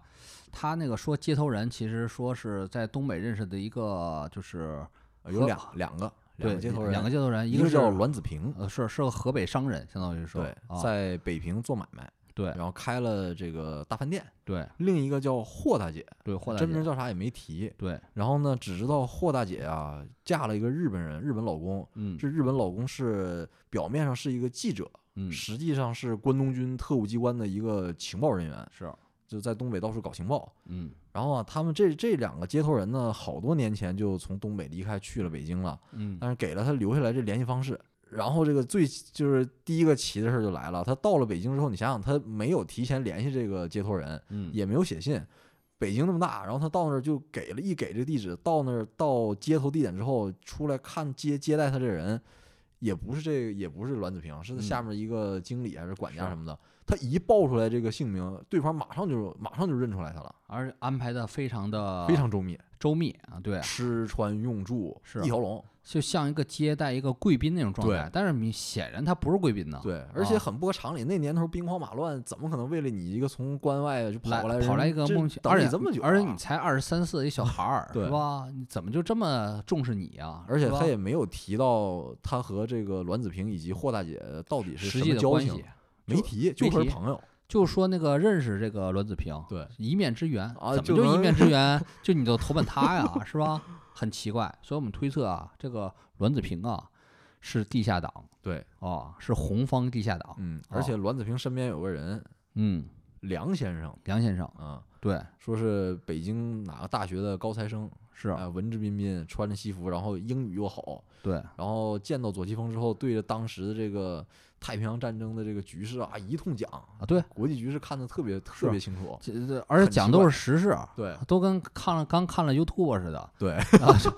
Speaker 2: 他那个说接头人，其实说是在东北认识的一个，就是
Speaker 1: 呃有
Speaker 2: 呵
Speaker 1: 两两个两
Speaker 2: 对
Speaker 1: 个接头人，
Speaker 2: 两个接头人，
Speaker 1: 一
Speaker 2: 个
Speaker 1: 个
Speaker 2: 是
Speaker 1: 叫栾子平，
Speaker 2: 呃是是个河北商人，相当于是
Speaker 1: 对，
Speaker 2: 啊
Speaker 1: 在北平做买卖，
Speaker 2: 对
Speaker 1: 然后开了这个大饭店。
Speaker 2: 对
Speaker 1: 另一个叫霍大姐，
Speaker 2: 对霍大
Speaker 1: 真
Speaker 2: 姐
Speaker 1: 名叫啥也没提。
Speaker 2: 对
Speaker 1: 然后呢，只知道霍大姐啊嫁了一个日本人，日本老公，
Speaker 2: 嗯
Speaker 1: 这日本老公是表面上是一个记者，
Speaker 2: 嗯
Speaker 1: 实际上是关东军特务机关的一个情报人员，
Speaker 2: 是
Speaker 1: 就在东北到处搞情报。
Speaker 2: 嗯
Speaker 1: 然后啊，他们这这两个接头人呢，好多年前就从东北离开去了北京了，
Speaker 2: 嗯
Speaker 1: 但是给了他留下来这联系方式。然后这个最就是第一个奇的事儿就来了，他到了北京之后，你想想他没有提前联系这个接头人，
Speaker 2: 嗯
Speaker 1: 也没有写信。北京那么大，然后他到那儿就给了一给这地址，到那儿到接头地点之后，出来看接接待他这人，也不是这也不是栾子平，是他
Speaker 2: 嗯
Speaker 1: 下面一个经理还是管家
Speaker 2: 是
Speaker 1: 什么的。他一报出来这个姓名，对方马上就马上就认出来他了，
Speaker 2: 而且安排的非常的
Speaker 1: 非常周密，
Speaker 2: 周密啊，对，
Speaker 1: 吃穿用住
Speaker 2: 是
Speaker 1: 一条龙。
Speaker 2: 就像一个接待一个贵宾那种状
Speaker 1: 对
Speaker 2: 态，但是你显然他不是贵宾呢，
Speaker 1: 对，而且
Speaker 2: 啊
Speaker 1: 很不合常理。那年头兵荒马乱，怎么可能为了你一个从关外就跑
Speaker 2: 来
Speaker 1: 过来
Speaker 2: 跑
Speaker 1: 人
Speaker 2: 来一个
Speaker 1: 这
Speaker 2: 梦想，
Speaker 1: 等
Speaker 2: 而
Speaker 1: 你
Speaker 2: 且
Speaker 1: 这么久啊、
Speaker 2: 而且你才二十三四一小孩儿，
Speaker 1: [LAUGHS] 对
Speaker 2: 是吧？你怎么就这么重视你啊？
Speaker 1: 而且
Speaker 2: 是吧
Speaker 1: 他也没有提到他和这个阮子平以及霍大姐到底是
Speaker 2: 实
Speaker 1: 什
Speaker 2: 际
Speaker 1: 么
Speaker 2: 的
Speaker 1: 交
Speaker 2: 关
Speaker 1: 情
Speaker 2: 系，，
Speaker 1: 没
Speaker 2: 就
Speaker 1: 提，
Speaker 2: 没
Speaker 1: 就说是
Speaker 2: 提
Speaker 1: 朋友。
Speaker 2: 就说那个认识这个栾子平，
Speaker 1: 对，
Speaker 2: 一面之缘，
Speaker 1: 啊
Speaker 2: 怎么
Speaker 1: 就
Speaker 2: 就一
Speaker 1: 能 [LAUGHS]
Speaker 2: 面之缘？就你就投奔他呀，是吧？很奇怪，所以我们推测啊，这个栾子平啊是地下党
Speaker 1: 对，
Speaker 2: 啊、是红方地下党。
Speaker 1: 嗯，而
Speaker 2: 哦
Speaker 1: 且阮子平身边有个人，
Speaker 2: 嗯，
Speaker 1: 梁先生
Speaker 2: 梁先生，
Speaker 1: 啊，
Speaker 2: 对，
Speaker 1: 说是北京哪个大学的高材生，
Speaker 2: 是
Speaker 1: 啊，文质彬彬，穿着西服，然后英语又好，
Speaker 2: 对，啊
Speaker 1: 然后见到左奇峰之后，对着当时的这个太平洋战争的这个局势啊一通讲啊
Speaker 2: 对
Speaker 1: 国际局势看得特别特别清楚，
Speaker 2: 这这而
Speaker 1: 很
Speaker 2: 且
Speaker 1: 奇
Speaker 2: 讲都
Speaker 1: 怪
Speaker 2: 是实事，啊
Speaker 1: 对
Speaker 2: 都跟看了刚看了 YouTube 似的，
Speaker 1: 对
Speaker 2: 啊，就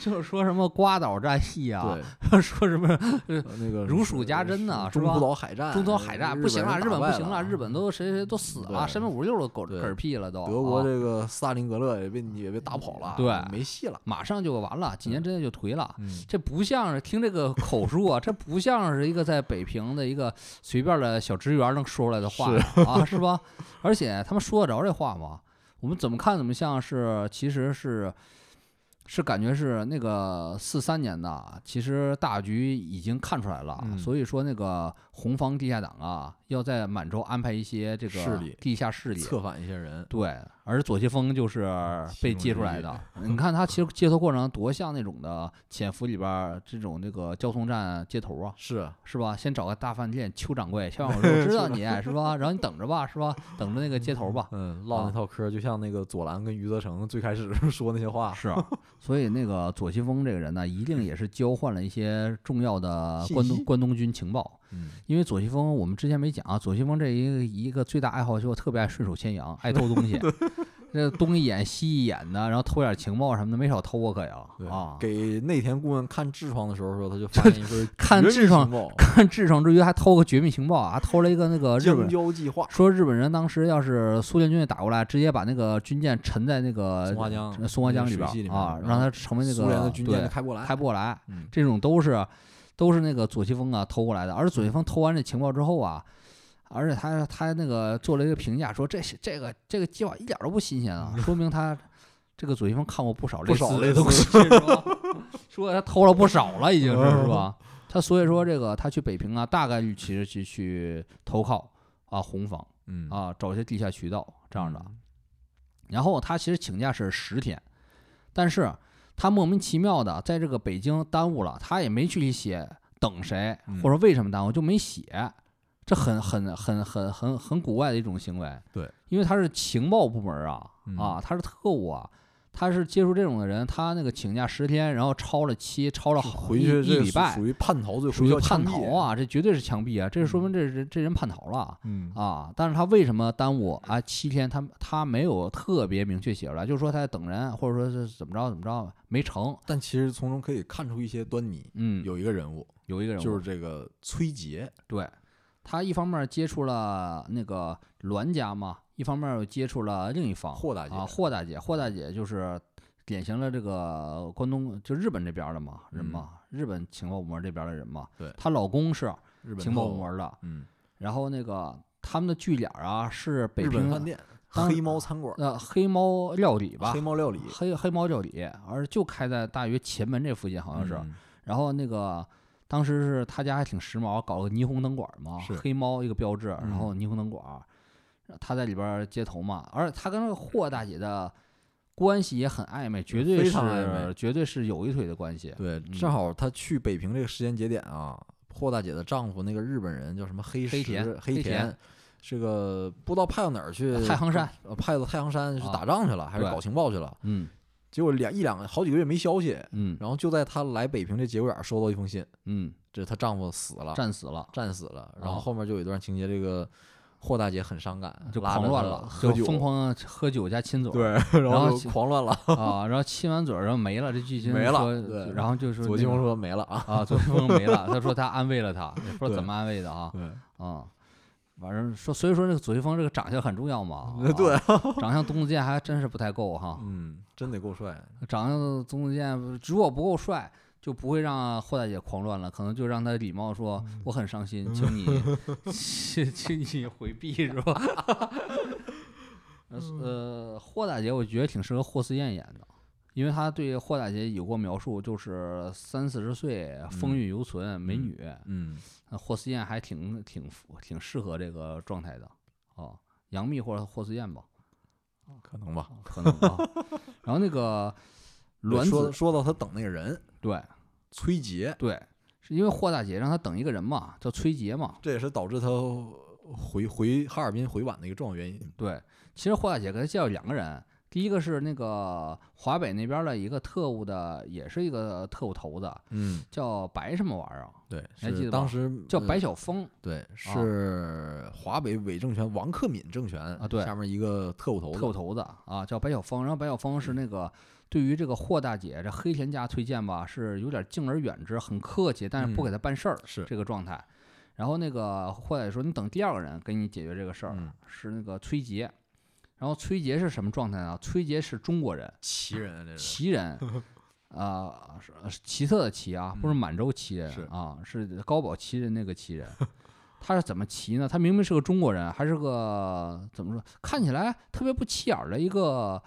Speaker 2: 就是说什么瓜岛战役啊，
Speaker 1: 对，
Speaker 2: [LAUGHS] 说什么
Speaker 1: 呃那
Speaker 2: [LAUGHS]
Speaker 1: 个
Speaker 2: 如
Speaker 1: 是
Speaker 2: 数家珍呐是
Speaker 1: 中
Speaker 2: 吧
Speaker 1: 途岛海战，
Speaker 2: 中东海战不行了，
Speaker 1: 了，
Speaker 2: 日本不行啊
Speaker 1: 了，啊
Speaker 2: 日本都谁谁都死了，
Speaker 1: 对
Speaker 2: 山本五十六都狗
Speaker 1: 对
Speaker 2: 嗝屁了都，
Speaker 1: 德国
Speaker 2: 啊嗯
Speaker 1: 这个斯大林格勒也被你也被打跑了，
Speaker 2: 对
Speaker 1: 没戏了，
Speaker 2: 马上就完了，几年之内就颓了。
Speaker 1: 嗯，
Speaker 2: 这不像是听这个口述啊，这不像是一个在北平的一个随便的小职员能说出来的话呀啊，是吧？而且他们说得着这话吗？我们怎么看怎么像是，其实是是感觉是那个四三年的，啊其实大局已经看出来了，
Speaker 1: 嗯
Speaker 2: 所以说那个红方地下党啊，要在满洲安排一些这
Speaker 1: 势
Speaker 2: 个
Speaker 1: 力
Speaker 2: 地下势力，
Speaker 1: 策反一些人，
Speaker 2: 对，而左西峰就是
Speaker 1: 其
Speaker 2: 被
Speaker 1: 中
Speaker 2: 接
Speaker 1: 嗯
Speaker 2: 出
Speaker 1: 之
Speaker 2: 来
Speaker 1: 一
Speaker 2: 的。你看他其实接头过程多像那种的潜伏里边儿这种那个交通站接头啊，
Speaker 1: 是啊
Speaker 2: 是吧？先找个大饭店，邱掌柜，
Speaker 1: [LAUGHS]
Speaker 2: 邱掌柜说知道你是吧？然后你等着吧，是吧？等着那个接
Speaker 1: [LAUGHS]
Speaker 2: 头吧。
Speaker 1: 嗯，唠
Speaker 2: 啊
Speaker 1: 那套嗑儿，就像那个左蓝跟余则成最开始 [LAUGHS] 说那些话，
Speaker 2: 是，所以那个左西峰这个人呢，一定也是交换了一些重要的
Speaker 1: 信
Speaker 2: 关东
Speaker 1: 息
Speaker 2: 关东军情报。
Speaker 1: 嗯，
Speaker 2: 因为左西峰，我们之前没讲啊，左西峰这一个一个最大爱好就是特别爱顺手牵羊，爱偷
Speaker 1: [LAUGHS]
Speaker 2: 东西，这东一眼西一眼的，然后偷点情报什么的，没少偷啊，可呀
Speaker 1: 对
Speaker 2: 啊！
Speaker 1: 给内田顾问看痔疮的时候说，他就发现一份
Speaker 2: [LAUGHS] 看
Speaker 1: 绝密
Speaker 2: 痔疮
Speaker 1: 情报
Speaker 2: 看智商之余还偷个绝密情报啊，还偷了一个那个日
Speaker 1: 江
Speaker 2: 本。
Speaker 1: 交计划，
Speaker 2: 说日本人当时要是苏联军队打过来，直接把那个军舰沉在那个
Speaker 1: 松花江
Speaker 2: 呃松花
Speaker 1: 那
Speaker 2: 江
Speaker 1: 个水
Speaker 2: 里边
Speaker 1: 系里
Speaker 2: 儿
Speaker 1: 面
Speaker 2: 啊，
Speaker 1: 然
Speaker 2: 让
Speaker 1: 后
Speaker 2: 它成为那个
Speaker 1: 苏联的军舰就
Speaker 2: 对
Speaker 1: 开不来，
Speaker 2: 开不过来。
Speaker 1: 嗯，
Speaker 2: 这种都是都是那个左西风啊偷过来的。而
Speaker 1: 嗯
Speaker 2: 左西风偷完这情报之后啊，而且他他那个做了一个评价，说这是这个这个计划一点都不新鲜啊，说明他这个左西风看过不少类
Speaker 1: 嗯不少
Speaker 2: 似
Speaker 1: 类
Speaker 2: 的东西，是吧？ [LAUGHS] 说他偷了不少了，已经
Speaker 1: 嗯
Speaker 2: 是是吧？他所以说这个他去北平啊，大概率其实去去投靠啊红方
Speaker 1: 嗯
Speaker 2: 啊，找一些地下渠道这样的。
Speaker 1: 嗯
Speaker 2: 然后他其实请假是十天，但是他莫名其妙的在这个北京耽误了，他也没去写等谁，
Speaker 1: 嗯
Speaker 2: 或者为什么耽误就没写，这很很很很很很古怪的一种行为。
Speaker 1: 对，
Speaker 2: 因为他是情报部门啊
Speaker 1: 嗯
Speaker 2: 啊，他是特务啊。他是接触这种的人，他那个请假十天，然后超了期，超了好
Speaker 1: 回
Speaker 2: 啊一
Speaker 1: 去
Speaker 2: 一
Speaker 1: 这
Speaker 2: 礼拜
Speaker 1: 属，于叛逃罪，
Speaker 2: 属
Speaker 1: 回
Speaker 2: 于
Speaker 1: 校枪
Speaker 2: 叛逃
Speaker 1: 毙，
Speaker 2: 啊！这绝对是枪毙啊！这说明这这这人叛逃了。
Speaker 1: 嗯
Speaker 2: 啊，但是他为什么耽误啊七天他？他没有特别明确写出来，就是说他在等人，或者说是怎么着怎么着没成。
Speaker 1: 但其实从中可以看出一些端倪。
Speaker 2: 嗯，
Speaker 1: 有一个人物，
Speaker 2: 有一个人物
Speaker 1: 就是这个崔杰，
Speaker 2: 对，他一方面接触了那个栾家嘛，一方面又接触了另一方
Speaker 1: 霍大姐嗯
Speaker 2: 啊，霍大姐，霍大姐就是典型的这个关东就日本这边的嘛人嘛，日本情报部门这边的人嘛。
Speaker 1: 嗯对
Speaker 2: 她老公是
Speaker 1: 日本
Speaker 2: 情报
Speaker 1: 特务
Speaker 2: 部门的，
Speaker 1: 嗯，
Speaker 2: 然后那个他们的据点啊是北
Speaker 1: 日
Speaker 2: 平
Speaker 1: 本饭店、
Speaker 2: 当
Speaker 1: 黑猫餐馆、
Speaker 2: 呃黑猫料理吧，
Speaker 1: 黑猫料理，
Speaker 2: 黑黑猫料理，而就开在大约前门这附近，好像啊是。
Speaker 1: 嗯
Speaker 2: 然后那个当时是他家还挺时髦，搞了个霓虹灯管嘛
Speaker 1: 是，
Speaker 2: 黑猫一个标志，
Speaker 1: 嗯
Speaker 2: 然后霓虹灯管，他在里边接头嘛，而他跟那个霍大姐的关系也很暧昧，绝对
Speaker 1: 非
Speaker 2: 是
Speaker 1: 常暧昧
Speaker 2: 绝对是有一腿的关系。
Speaker 1: 对，
Speaker 2: 嗯
Speaker 1: 正好她去北平这个时间节点啊，霍大姐的丈夫那个日本人叫什么黑
Speaker 2: 黑
Speaker 1: 石
Speaker 2: 田黑
Speaker 1: 黑
Speaker 2: 田
Speaker 1: 田，这个不知道派到哪儿去，
Speaker 2: 太行山，
Speaker 1: 呃，派到太行山是
Speaker 2: 啊
Speaker 1: 打仗去了，还是
Speaker 2: 对
Speaker 1: 搞情报去了？
Speaker 2: 嗯
Speaker 1: 结果两一两好几个月没消息，
Speaker 2: 嗯
Speaker 1: 然后就在她来北平这节骨眼儿收到一封信，
Speaker 2: 嗯，
Speaker 1: 这是她丈夫死了，
Speaker 2: 战死了。
Speaker 1: 战死了，然
Speaker 2: 啊
Speaker 1: 后后面就有一段情节，这个霍大姐很伤感，
Speaker 2: 就
Speaker 1: 拉
Speaker 2: 狂
Speaker 1: 着
Speaker 2: 乱
Speaker 1: 她
Speaker 2: 了，
Speaker 1: 喝
Speaker 2: 就
Speaker 1: 酒，
Speaker 2: 疯狂喝酒加亲嘴儿，
Speaker 1: 对，然
Speaker 2: 然后
Speaker 1: 后就狂乱了。
Speaker 2: 啊，然后亲完嘴儿，然后没了，这剧情
Speaker 1: 没了
Speaker 2: 说
Speaker 1: 对
Speaker 2: 然后就说
Speaker 1: 左
Speaker 2: 那
Speaker 1: 金
Speaker 2: 个
Speaker 1: 龙说没了啊，
Speaker 2: [LAUGHS] 啊，左清风没了，他说他安慰了他，也不知道
Speaker 1: 对
Speaker 2: 怎么安慰的啊
Speaker 1: 对，
Speaker 2: 啊，反正说，所以说这个左清风这个长相很重要嘛，
Speaker 1: [LAUGHS]
Speaker 2: 啊
Speaker 1: 对，嗯
Speaker 2: 长相东子
Speaker 1: [LAUGHS]
Speaker 2: 健还真是不太够哈，
Speaker 1: 嗯，真得够帅，
Speaker 2: 长相东子健如果不够帅，就不会让霍大姐狂乱了，可能就让她礼貌说
Speaker 1: 嗯
Speaker 2: 我很伤心，请你
Speaker 1: [LAUGHS]
Speaker 2: 请请你回避是吧？
Speaker 1: 嗯
Speaker 2: 呃，霍大姐我觉得挺适合霍思燕演的，因为她对霍大姐有过描述，就是三四十岁风韵犹存、美
Speaker 1: 嗯
Speaker 2: 女，
Speaker 1: 嗯，
Speaker 2: 那霍思燕还挺挺符挺适合这个状态的哦，杨幂或者霍思燕吧，
Speaker 1: 可能吧。
Speaker 2: 哦可能
Speaker 1: [LAUGHS]
Speaker 2: 啊。然后那个栾
Speaker 1: 说
Speaker 2: 子，
Speaker 1: 说到他等那个人
Speaker 2: 对
Speaker 1: 崔杰，
Speaker 2: 对，是因为霍大姐让她等一个人嘛，叫崔杰嘛。
Speaker 1: 这也是导致他回回哈尔滨回晚的一个重要原因。
Speaker 2: 对，其实霍大姐给她介绍两个人，第一个是那个华北那边的一个特务的，也是一个特务头子，
Speaker 1: 嗯，
Speaker 2: 叫白什么玩意儿啊，
Speaker 1: 对，
Speaker 2: 还记
Speaker 1: 是
Speaker 2: 得吧
Speaker 1: 当时
Speaker 2: 叫
Speaker 1: 呃
Speaker 2: 白晓峰。
Speaker 1: 对，是华北伪政权王克敏政权啊
Speaker 2: 对
Speaker 1: 下面一个特务头
Speaker 2: 特务
Speaker 1: 子，
Speaker 2: 头子啊，叫白晓峰。然后白晓峰是那个对于这个霍大姐这黑田家推荐吧，是有点敬而远之，很客气，但是不
Speaker 1: 嗯
Speaker 2: 给她办事儿、
Speaker 1: 是
Speaker 2: 这个状态。然后那个霍大姐说：“你等第二个人给你解决这个事儿，
Speaker 1: 嗯
Speaker 2: 是那个崔杰。”然后崔杰是什么状态呢？崔杰是中国人，
Speaker 1: 奇人啊，这是
Speaker 2: 旗人，
Speaker 1: [LAUGHS]
Speaker 2: 啊、是是奇特的奇啊，不是
Speaker 1: 嗯
Speaker 2: 满洲旗人、
Speaker 1: 是
Speaker 2: 啊，是高保旗人那个旗人。他是怎么骑呢？他明明是个中国人，还是个怎么说？看起来特别不起眼儿的一个，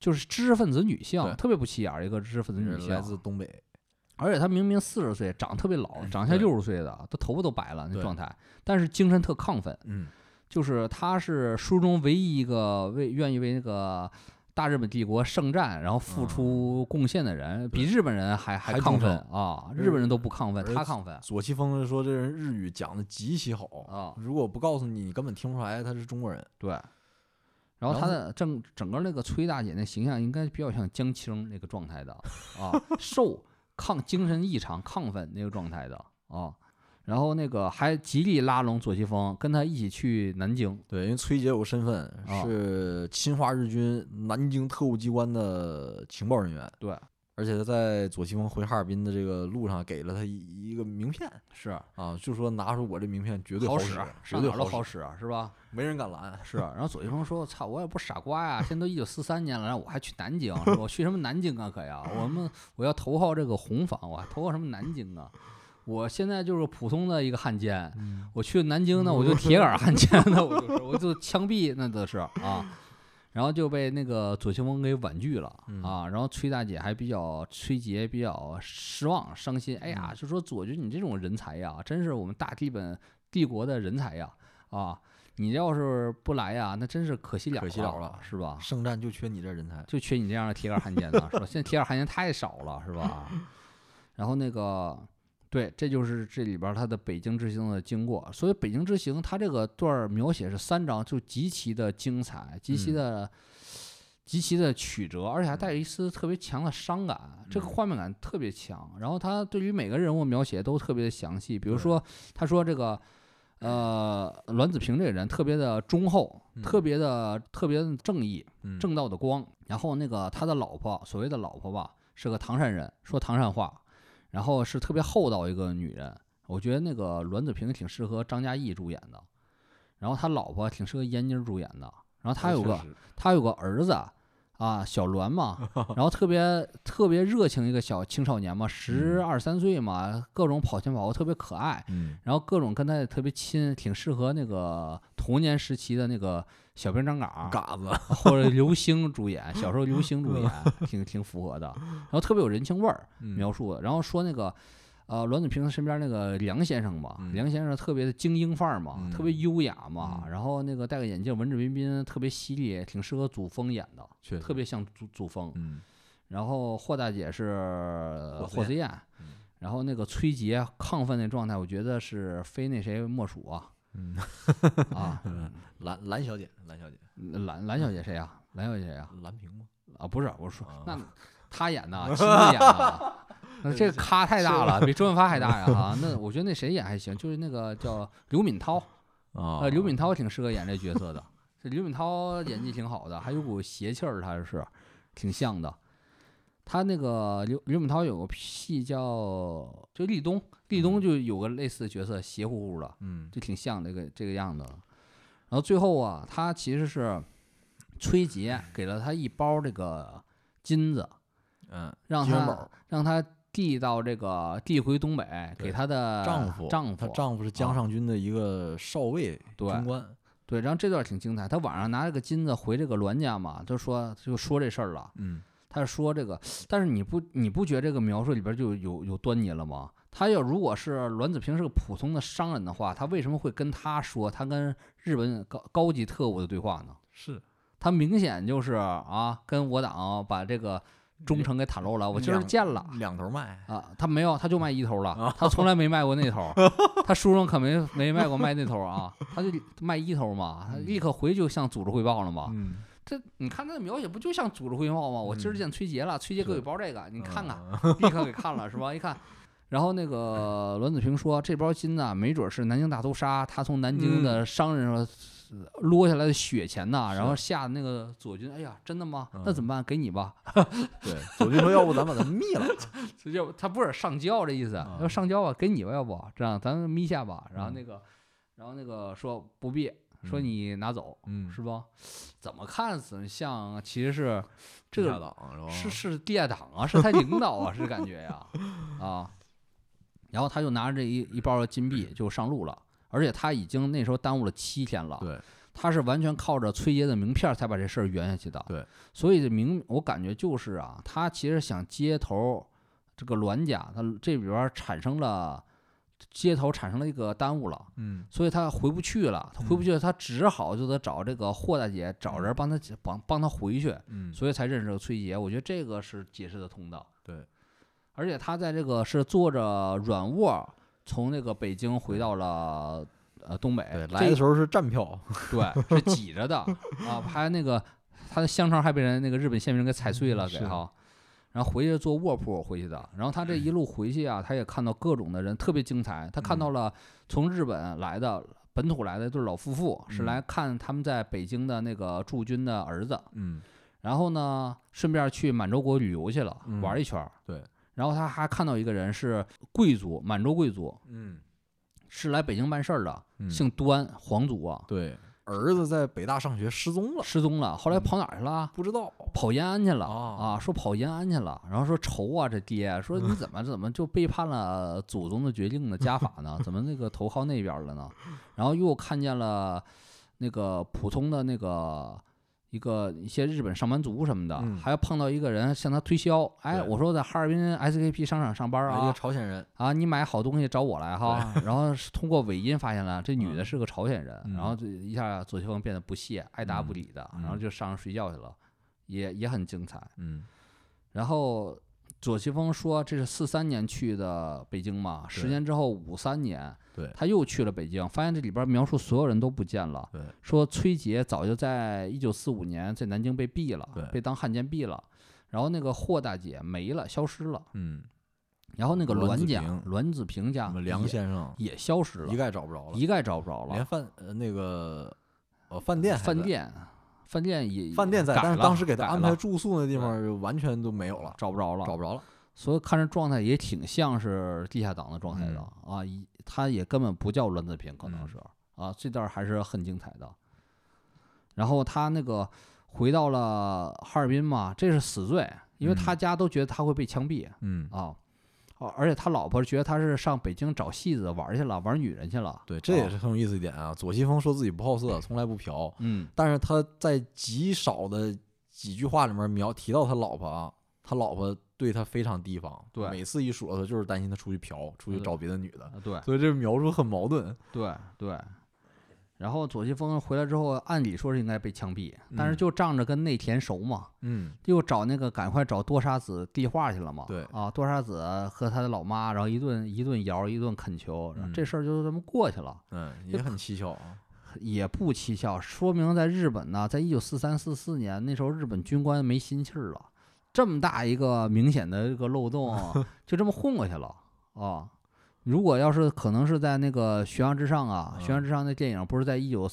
Speaker 2: 就是知识分子女性，
Speaker 1: 对
Speaker 2: 特别不起眼儿一个知识分子女
Speaker 1: 是来
Speaker 2: 性。
Speaker 1: 自东北，
Speaker 2: 而且他明明四十岁，长得特别老，长得像
Speaker 1: 对
Speaker 2: 六十岁的，都头发都白了那
Speaker 1: 对
Speaker 2: 状态，但是精神特亢奋。
Speaker 1: 嗯，
Speaker 2: 就是他是书中唯一一个为愿意为那个大日本帝国圣战然后付出贡献的人，比日本人还还
Speaker 1: 嗯还
Speaker 2: 亢
Speaker 1: 忠
Speaker 2: 奋
Speaker 1: 诚
Speaker 2: 啊！
Speaker 1: 日
Speaker 2: 日本人都不亢奋，
Speaker 1: 而
Speaker 2: 他亢奋
Speaker 1: 左奇峰是说这人日语讲的极其好
Speaker 2: 啊
Speaker 1: 如果不告诉你，你根本听不出来他是中国人。
Speaker 2: 对。然后
Speaker 1: 然
Speaker 2: 他
Speaker 1: 后
Speaker 2: 的整整个那个崔大姐那形象应该比较像江青那个状态的啊，瘦亢精神异常亢奋那个状态的啊。然后那个还极力拉拢左西峰跟他一起去南京，
Speaker 1: 对，因为崔姐有身份，
Speaker 2: 啊
Speaker 1: 是侵华日军南京特务机关的情报人员，
Speaker 2: 对，
Speaker 1: 而且他在左奇峰回哈尔滨的这个路上给了他一一个名片
Speaker 2: 是
Speaker 1: 啊，就说拿出我这名片绝对
Speaker 2: 好啊
Speaker 1: 使，啊绝
Speaker 2: 上
Speaker 1: 对
Speaker 2: 哪儿都
Speaker 1: 好
Speaker 2: 好，使是吧？
Speaker 1: 没人敢拦。
Speaker 2: 是，啊然后左一峰说：“操，我也不是傻瓜呀，现在都一九四三年了，然后我还去南京，是吧我去什么南京啊？可呀，我们我要投靠这个红房，我还投靠什么南京啊？我现在就是普通的一个汉奸，
Speaker 1: 嗯
Speaker 2: 我去南京呢，我就铁杆汉奸
Speaker 1: [LAUGHS]
Speaker 2: 呢，我就是，我就枪毙那都是啊。”然后就被那个左清风给婉拒了
Speaker 1: 嗯
Speaker 2: 啊，然后崔大姐还比较崔杰比较失望伤心，哎
Speaker 1: 嗯
Speaker 2: 呀，就说左军你这种人才呀，真是我们大地本帝国的人才呀啊！你要是不来呀，那真是可惜了，啊
Speaker 1: 可惜了了
Speaker 2: 是吧？
Speaker 1: 圣战就缺你这人才，
Speaker 2: 就缺你这样的铁杆汉奸呢，是吧？现在铁杆汉奸太少了，是
Speaker 1: [LAUGHS]
Speaker 2: 吧？然后那个，对，这就是这里边儿他的北京之行的经过。所以北京之行，它这个段儿描写是三章，就极其的精彩，极其
Speaker 1: 嗯
Speaker 2: 的、极其的曲折，而且还带有一丝特别强的伤感，这个
Speaker 1: 嗯
Speaker 2: 画面感特别强。然后他对于每个人物描写都特别的详细，比如
Speaker 1: 对
Speaker 2: 说他说这个。呃，栾子平这个人特别的忠厚，
Speaker 1: 嗯
Speaker 2: 特别的特别的正义，
Speaker 1: 嗯，
Speaker 2: 正道的光。然后那个他的老婆，所谓的老婆吧，是个唐山人，说唐山话，然后是特别厚道一个女人。我觉得那个栾子平挺适合张嘉译主演的，然后他老婆挺适合闫妮儿主演的。然后他有个
Speaker 1: 确实
Speaker 2: 他有个儿子啊，小
Speaker 1: [LAUGHS]
Speaker 2: 栾嘛，然后特别特别热情一个小青少年嘛，十二三岁嘛，各种跑前跑后特别可爱。
Speaker 1: 嗯，
Speaker 2: 然后各种跟他也特别亲，挺适合那个童年时期的那个小兵张嘎，
Speaker 1: 嘎子，
Speaker 2: 或者刘星主演，小时候刘星主演挺挺符合的，然后特别有人情味儿
Speaker 1: 嗯
Speaker 2: 描述的。然后说那个，呃，栾子平身边那个梁先生嘛，
Speaker 1: 嗯
Speaker 2: 梁先生特别的精英范儿嘛，特别
Speaker 1: 嗯
Speaker 2: 优雅嘛，
Speaker 1: 嗯
Speaker 2: 然后那个戴个眼镜，文质彬彬，特别犀利，挺适合祖峰演的，
Speaker 1: 确实
Speaker 2: 特，别像祖祖峰。
Speaker 1: 嗯，
Speaker 2: 然后霍大姐是
Speaker 1: 霍思
Speaker 2: 霍思燕
Speaker 1: 嗯，
Speaker 2: 然后那个崔杰亢奋的状态，我觉得是非那谁莫属啊
Speaker 1: 嗯， [LAUGHS]
Speaker 2: 啊，
Speaker 1: 蓝蓝小姐，蓝小姐，
Speaker 2: 蓝蓝小姐谁啊？蓝小姐谁啊？
Speaker 1: 蓝屏吗？
Speaker 2: 啊，不是，我说
Speaker 1: 啊
Speaker 2: 那他演的，啊亲自演的，那这个咖太大了，比周润发还大呀！啊，那我觉得那谁演还行，就是那个叫刘敏涛，
Speaker 1: 啊
Speaker 2: 呃，刘敏涛挺适合演这角色的。这刘敏涛演技挺好的，还有股邪气儿，他是挺像的。他那个刘刘敏涛有个戏叫就立冬，立冬就有个类似的角色，邪乎乎的，
Speaker 1: 嗯，
Speaker 2: 就挺像这个这个样子了。然后最后啊，他其实是崔杰给了他一包这个金子，
Speaker 1: 嗯，
Speaker 2: 让
Speaker 1: 金元
Speaker 2: 他
Speaker 1: 宝
Speaker 2: 让他递到这个递回东北，
Speaker 1: 对
Speaker 2: 给她的
Speaker 1: 丈夫，
Speaker 2: 呃丈
Speaker 1: 她
Speaker 2: 夫，
Speaker 1: 丈夫是江上军的一个少尉，
Speaker 2: 对
Speaker 1: 军官，
Speaker 2: 对，然后这段挺精彩。她晚上拿这个金子回这个栾家嘛，就说就说这事儿了。
Speaker 1: 嗯，
Speaker 2: 他是说这个，但是你不你不觉得这个描述里边就有有端倪了吗？他要如果是栾子平是个普通的商人的话，他为什么会跟他说他跟日本高高级特务的对话呢？
Speaker 1: 是
Speaker 2: 他明显就是啊，跟我党把这个忠诚给袒露了。我今儿
Speaker 1: 两
Speaker 2: 见了
Speaker 1: 两头卖，
Speaker 2: 啊，他没有，他就卖一头
Speaker 1: 哦
Speaker 2: 了，他从来没卖过
Speaker 1: [LAUGHS]
Speaker 2: 那头，他书上可没没卖过卖那头啊，他就卖一头嘛，他立刻回就向组织汇报了嘛。
Speaker 1: 嗯，
Speaker 2: 这你看他的描写不就像组织汇报吗？我今儿
Speaker 1: 嗯
Speaker 2: 见崔杰了，崔杰给我
Speaker 1: 是
Speaker 2: 一包这个，你看看，
Speaker 1: 嗯， [LAUGHS]
Speaker 2: [LAUGHS] 立刻给看了是吧？一看，然后那个栾子平说，这包金呢，没准是南京大屠杀，他从南京
Speaker 1: 嗯
Speaker 2: 的商人上撸下来的血钱呐，然后吓得那个左军，哎呀，真的吗？那
Speaker 1: 嗯
Speaker 2: 怎么办？给你吧。 [LAUGHS]
Speaker 1: 对，左军说要不咱把他灭了，
Speaker 2: 这就他不是上交这意思，
Speaker 1: 啊
Speaker 2: 要上交吧，给你吧，要不这样咱们眯下吧。然后
Speaker 1: 嗯
Speaker 2: 那个，然后那个说不必，说
Speaker 1: 嗯
Speaker 2: 你拿走、
Speaker 1: 嗯，
Speaker 2: 是吧？怎么看怎么像，其实是这
Speaker 1: 地下
Speaker 2: 个
Speaker 1: 党是吧？
Speaker 2: 是是地下党啊，是他领导啊，是感觉
Speaker 1: [LAUGHS]
Speaker 2: 呀啊。然后他就拿着这一一包的金币就上路了，而且他已经那时候耽误了七天了。
Speaker 1: 对，
Speaker 2: 他是完全靠着崔爷的名片儿才把这事儿圆下去的。
Speaker 1: 对，
Speaker 2: 所以这名我感觉就是啊，他其实想接头这个栾家，他这里边儿产生了接头产生了一个耽误了。
Speaker 1: 嗯，
Speaker 2: 所以他回不去了，他回不去了，他只好就得找这个霍大姐找人帮他帮帮他回去，
Speaker 1: 嗯，
Speaker 2: 所以才认识了崔杰。我觉得这个是解释的通道。
Speaker 1: 对，
Speaker 2: 而且他在这个是坐着软卧从那个北京回到了呃东北，
Speaker 1: 对，
Speaker 2: 这
Speaker 1: 来的时候是站票，
Speaker 2: 对，是挤着的啊，还那个他的香肠还被人那个日本宪兵给踩碎了，
Speaker 1: 嗯
Speaker 2: 给
Speaker 1: 是嗯
Speaker 2: 哈。然后回去坐卧铺回去的，然后他这一路回去啊，他也看到各种的人，特别精彩。他看到了从日本来的、本土来的都是老夫妇，
Speaker 1: 嗯
Speaker 2: 是来看他们在北京的那个驻军的儿子。
Speaker 1: 嗯，
Speaker 2: 然后呢，顺便去满洲国旅游去了，
Speaker 1: 嗯
Speaker 2: 玩一圈儿。
Speaker 1: 对。
Speaker 2: 然后他还看到一个人是贵族，满洲贵族，
Speaker 1: 嗯，
Speaker 2: 是来北京办事儿的，
Speaker 1: 嗯
Speaker 2: 姓端，皇族啊，
Speaker 1: 对，儿子在北大上学失踪了，
Speaker 2: 失踪了，后来
Speaker 1: 嗯
Speaker 2: 跑哪儿去了？
Speaker 1: 不知道，
Speaker 2: 跑延安去了、
Speaker 1: 哦
Speaker 2: 啊，说跑延安去了，然后说愁啊，这爹
Speaker 1: [LAUGHS]
Speaker 2: 说你怎么怎么就背叛了祖宗的决定的家法呢？怎么那个投靠那边了呢？然后又看见了那个普通的那个一个一些日本上班族什么的，
Speaker 1: 嗯
Speaker 2: 还要碰到一个人向他推销，哎，
Speaker 1: 对哎
Speaker 2: 我说在哈尔滨 SKP 商场上班
Speaker 1: 一个
Speaker 2: 啊
Speaker 1: 朝鲜人，
Speaker 2: 啊，你买好东西找我来哈。 [LAUGHS] 然后是通过尾音发现了这女的
Speaker 1: 嗯
Speaker 2: 是个朝鲜人，
Speaker 1: 嗯
Speaker 2: 然后这一下左秀峰变得不屑，爱答不
Speaker 1: 嗯
Speaker 2: 理的，
Speaker 1: 嗯
Speaker 2: 然后就上床睡觉去了，也也很精彩。
Speaker 1: 嗯，
Speaker 2: 然后左奇峰说这是四三年去的北京嘛，十
Speaker 1: 对
Speaker 2: 年之后五三年，
Speaker 1: 对
Speaker 2: 他又去了北京，发现这里边描述所有人都不见了。
Speaker 1: 对，
Speaker 2: 说崔杰早就在一九四五年在南京被毙了
Speaker 1: 对，
Speaker 2: 被当汉奸毙了。然后那个霍大姐没了，消失了。
Speaker 1: 嗯，
Speaker 2: 然后那个
Speaker 1: 哦栾
Speaker 2: 栾
Speaker 1: 子
Speaker 2: 家
Speaker 1: 平、
Speaker 2: 栾子平
Speaker 1: 我
Speaker 2: 家
Speaker 1: 们梁
Speaker 2: 也
Speaker 1: 先生
Speaker 2: 也消失了
Speaker 1: 一，概找不着了，
Speaker 2: 啊一概找不着
Speaker 1: 连
Speaker 2: 了。
Speaker 1: 饭呃那个呃饭店还
Speaker 2: 饭
Speaker 1: 在
Speaker 2: 店，饭店也
Speaker 1: 饭店在，
Speaker 2: 改
Speaker 1: 但是
Speaker 2: 了
Speaker 1: 当时给他
Speaker 2: 改
Speaker 1: 安排
Speaker 2: 了
Speaker 1: 住宿那地方就完全都没有了，
Speaker 2: 找不着了，
Speaker 1: 找不着了。
Speaker 2: 所以看这状态也挺像是地下党的状态的、啊，一他也根本不叫栾子平，可能
Speaker 1: 嗯
Speaker 2: 是、啊，这段还是很精彩的。然后他那个回到了哈尔滨嘛，这是死罪，因为他家都觉得他会被枪毙、
Speaker 1: 嗯，
Speaker 2: 啊，哦，而且他老婆觉得他是上北京找戏子玩去了，玩女人去了，
Speaker 1: 对，这也
Speaker 2: 啊
Speaker 1: 是很有意思一点啊。左西峰说自己不好色，从来不嫖，
Speaker 2: 嗯，
Speaker 1: 但是他在极少的几句话里面描提到他老婆啊，他老婆对他非常提防，
Speaker 2: 对
Speaker 1: 每次一说他就是担心他出去嫖，出去
Speaker 2: 嗯
Speaker 1: 找别的女的，
Speaker 2: 啊对，
Speaker 1: 所以这描述很矛盾。
Speaker 2: 对对。然后左西峰回来之后，按理说是应该被枪毙，但是
Speaker 1: 嗯
Speaker 2: 就仗着跟内田熟嘛，
Speaker 1: 嗯，
Speaker 2: 又找那个赶快找多沙子递话去了嘛。
Speaker 1: 对
Speaker 2: 啊，多沙子和他的老妈，然后一顿一顿摇，一顿恳求，然后这
Speaker 1: 嗯
Speaker 2: 事儿就这么过去了，
Speaker 1: 嗯，也很蹊跷啊。
Speaker 2: 也不蹊跷，说明在日本呢，在一九四三四四年那时候，日本军官没心气儿了，这么大一个明显的一个
Speaker 1: [LAUGHS]
Speaker 2: 漏洞，就这么混过去了啊。如果要是可能是在那个《悬崖之上》啊，《悬崖之上》那电影不是在一九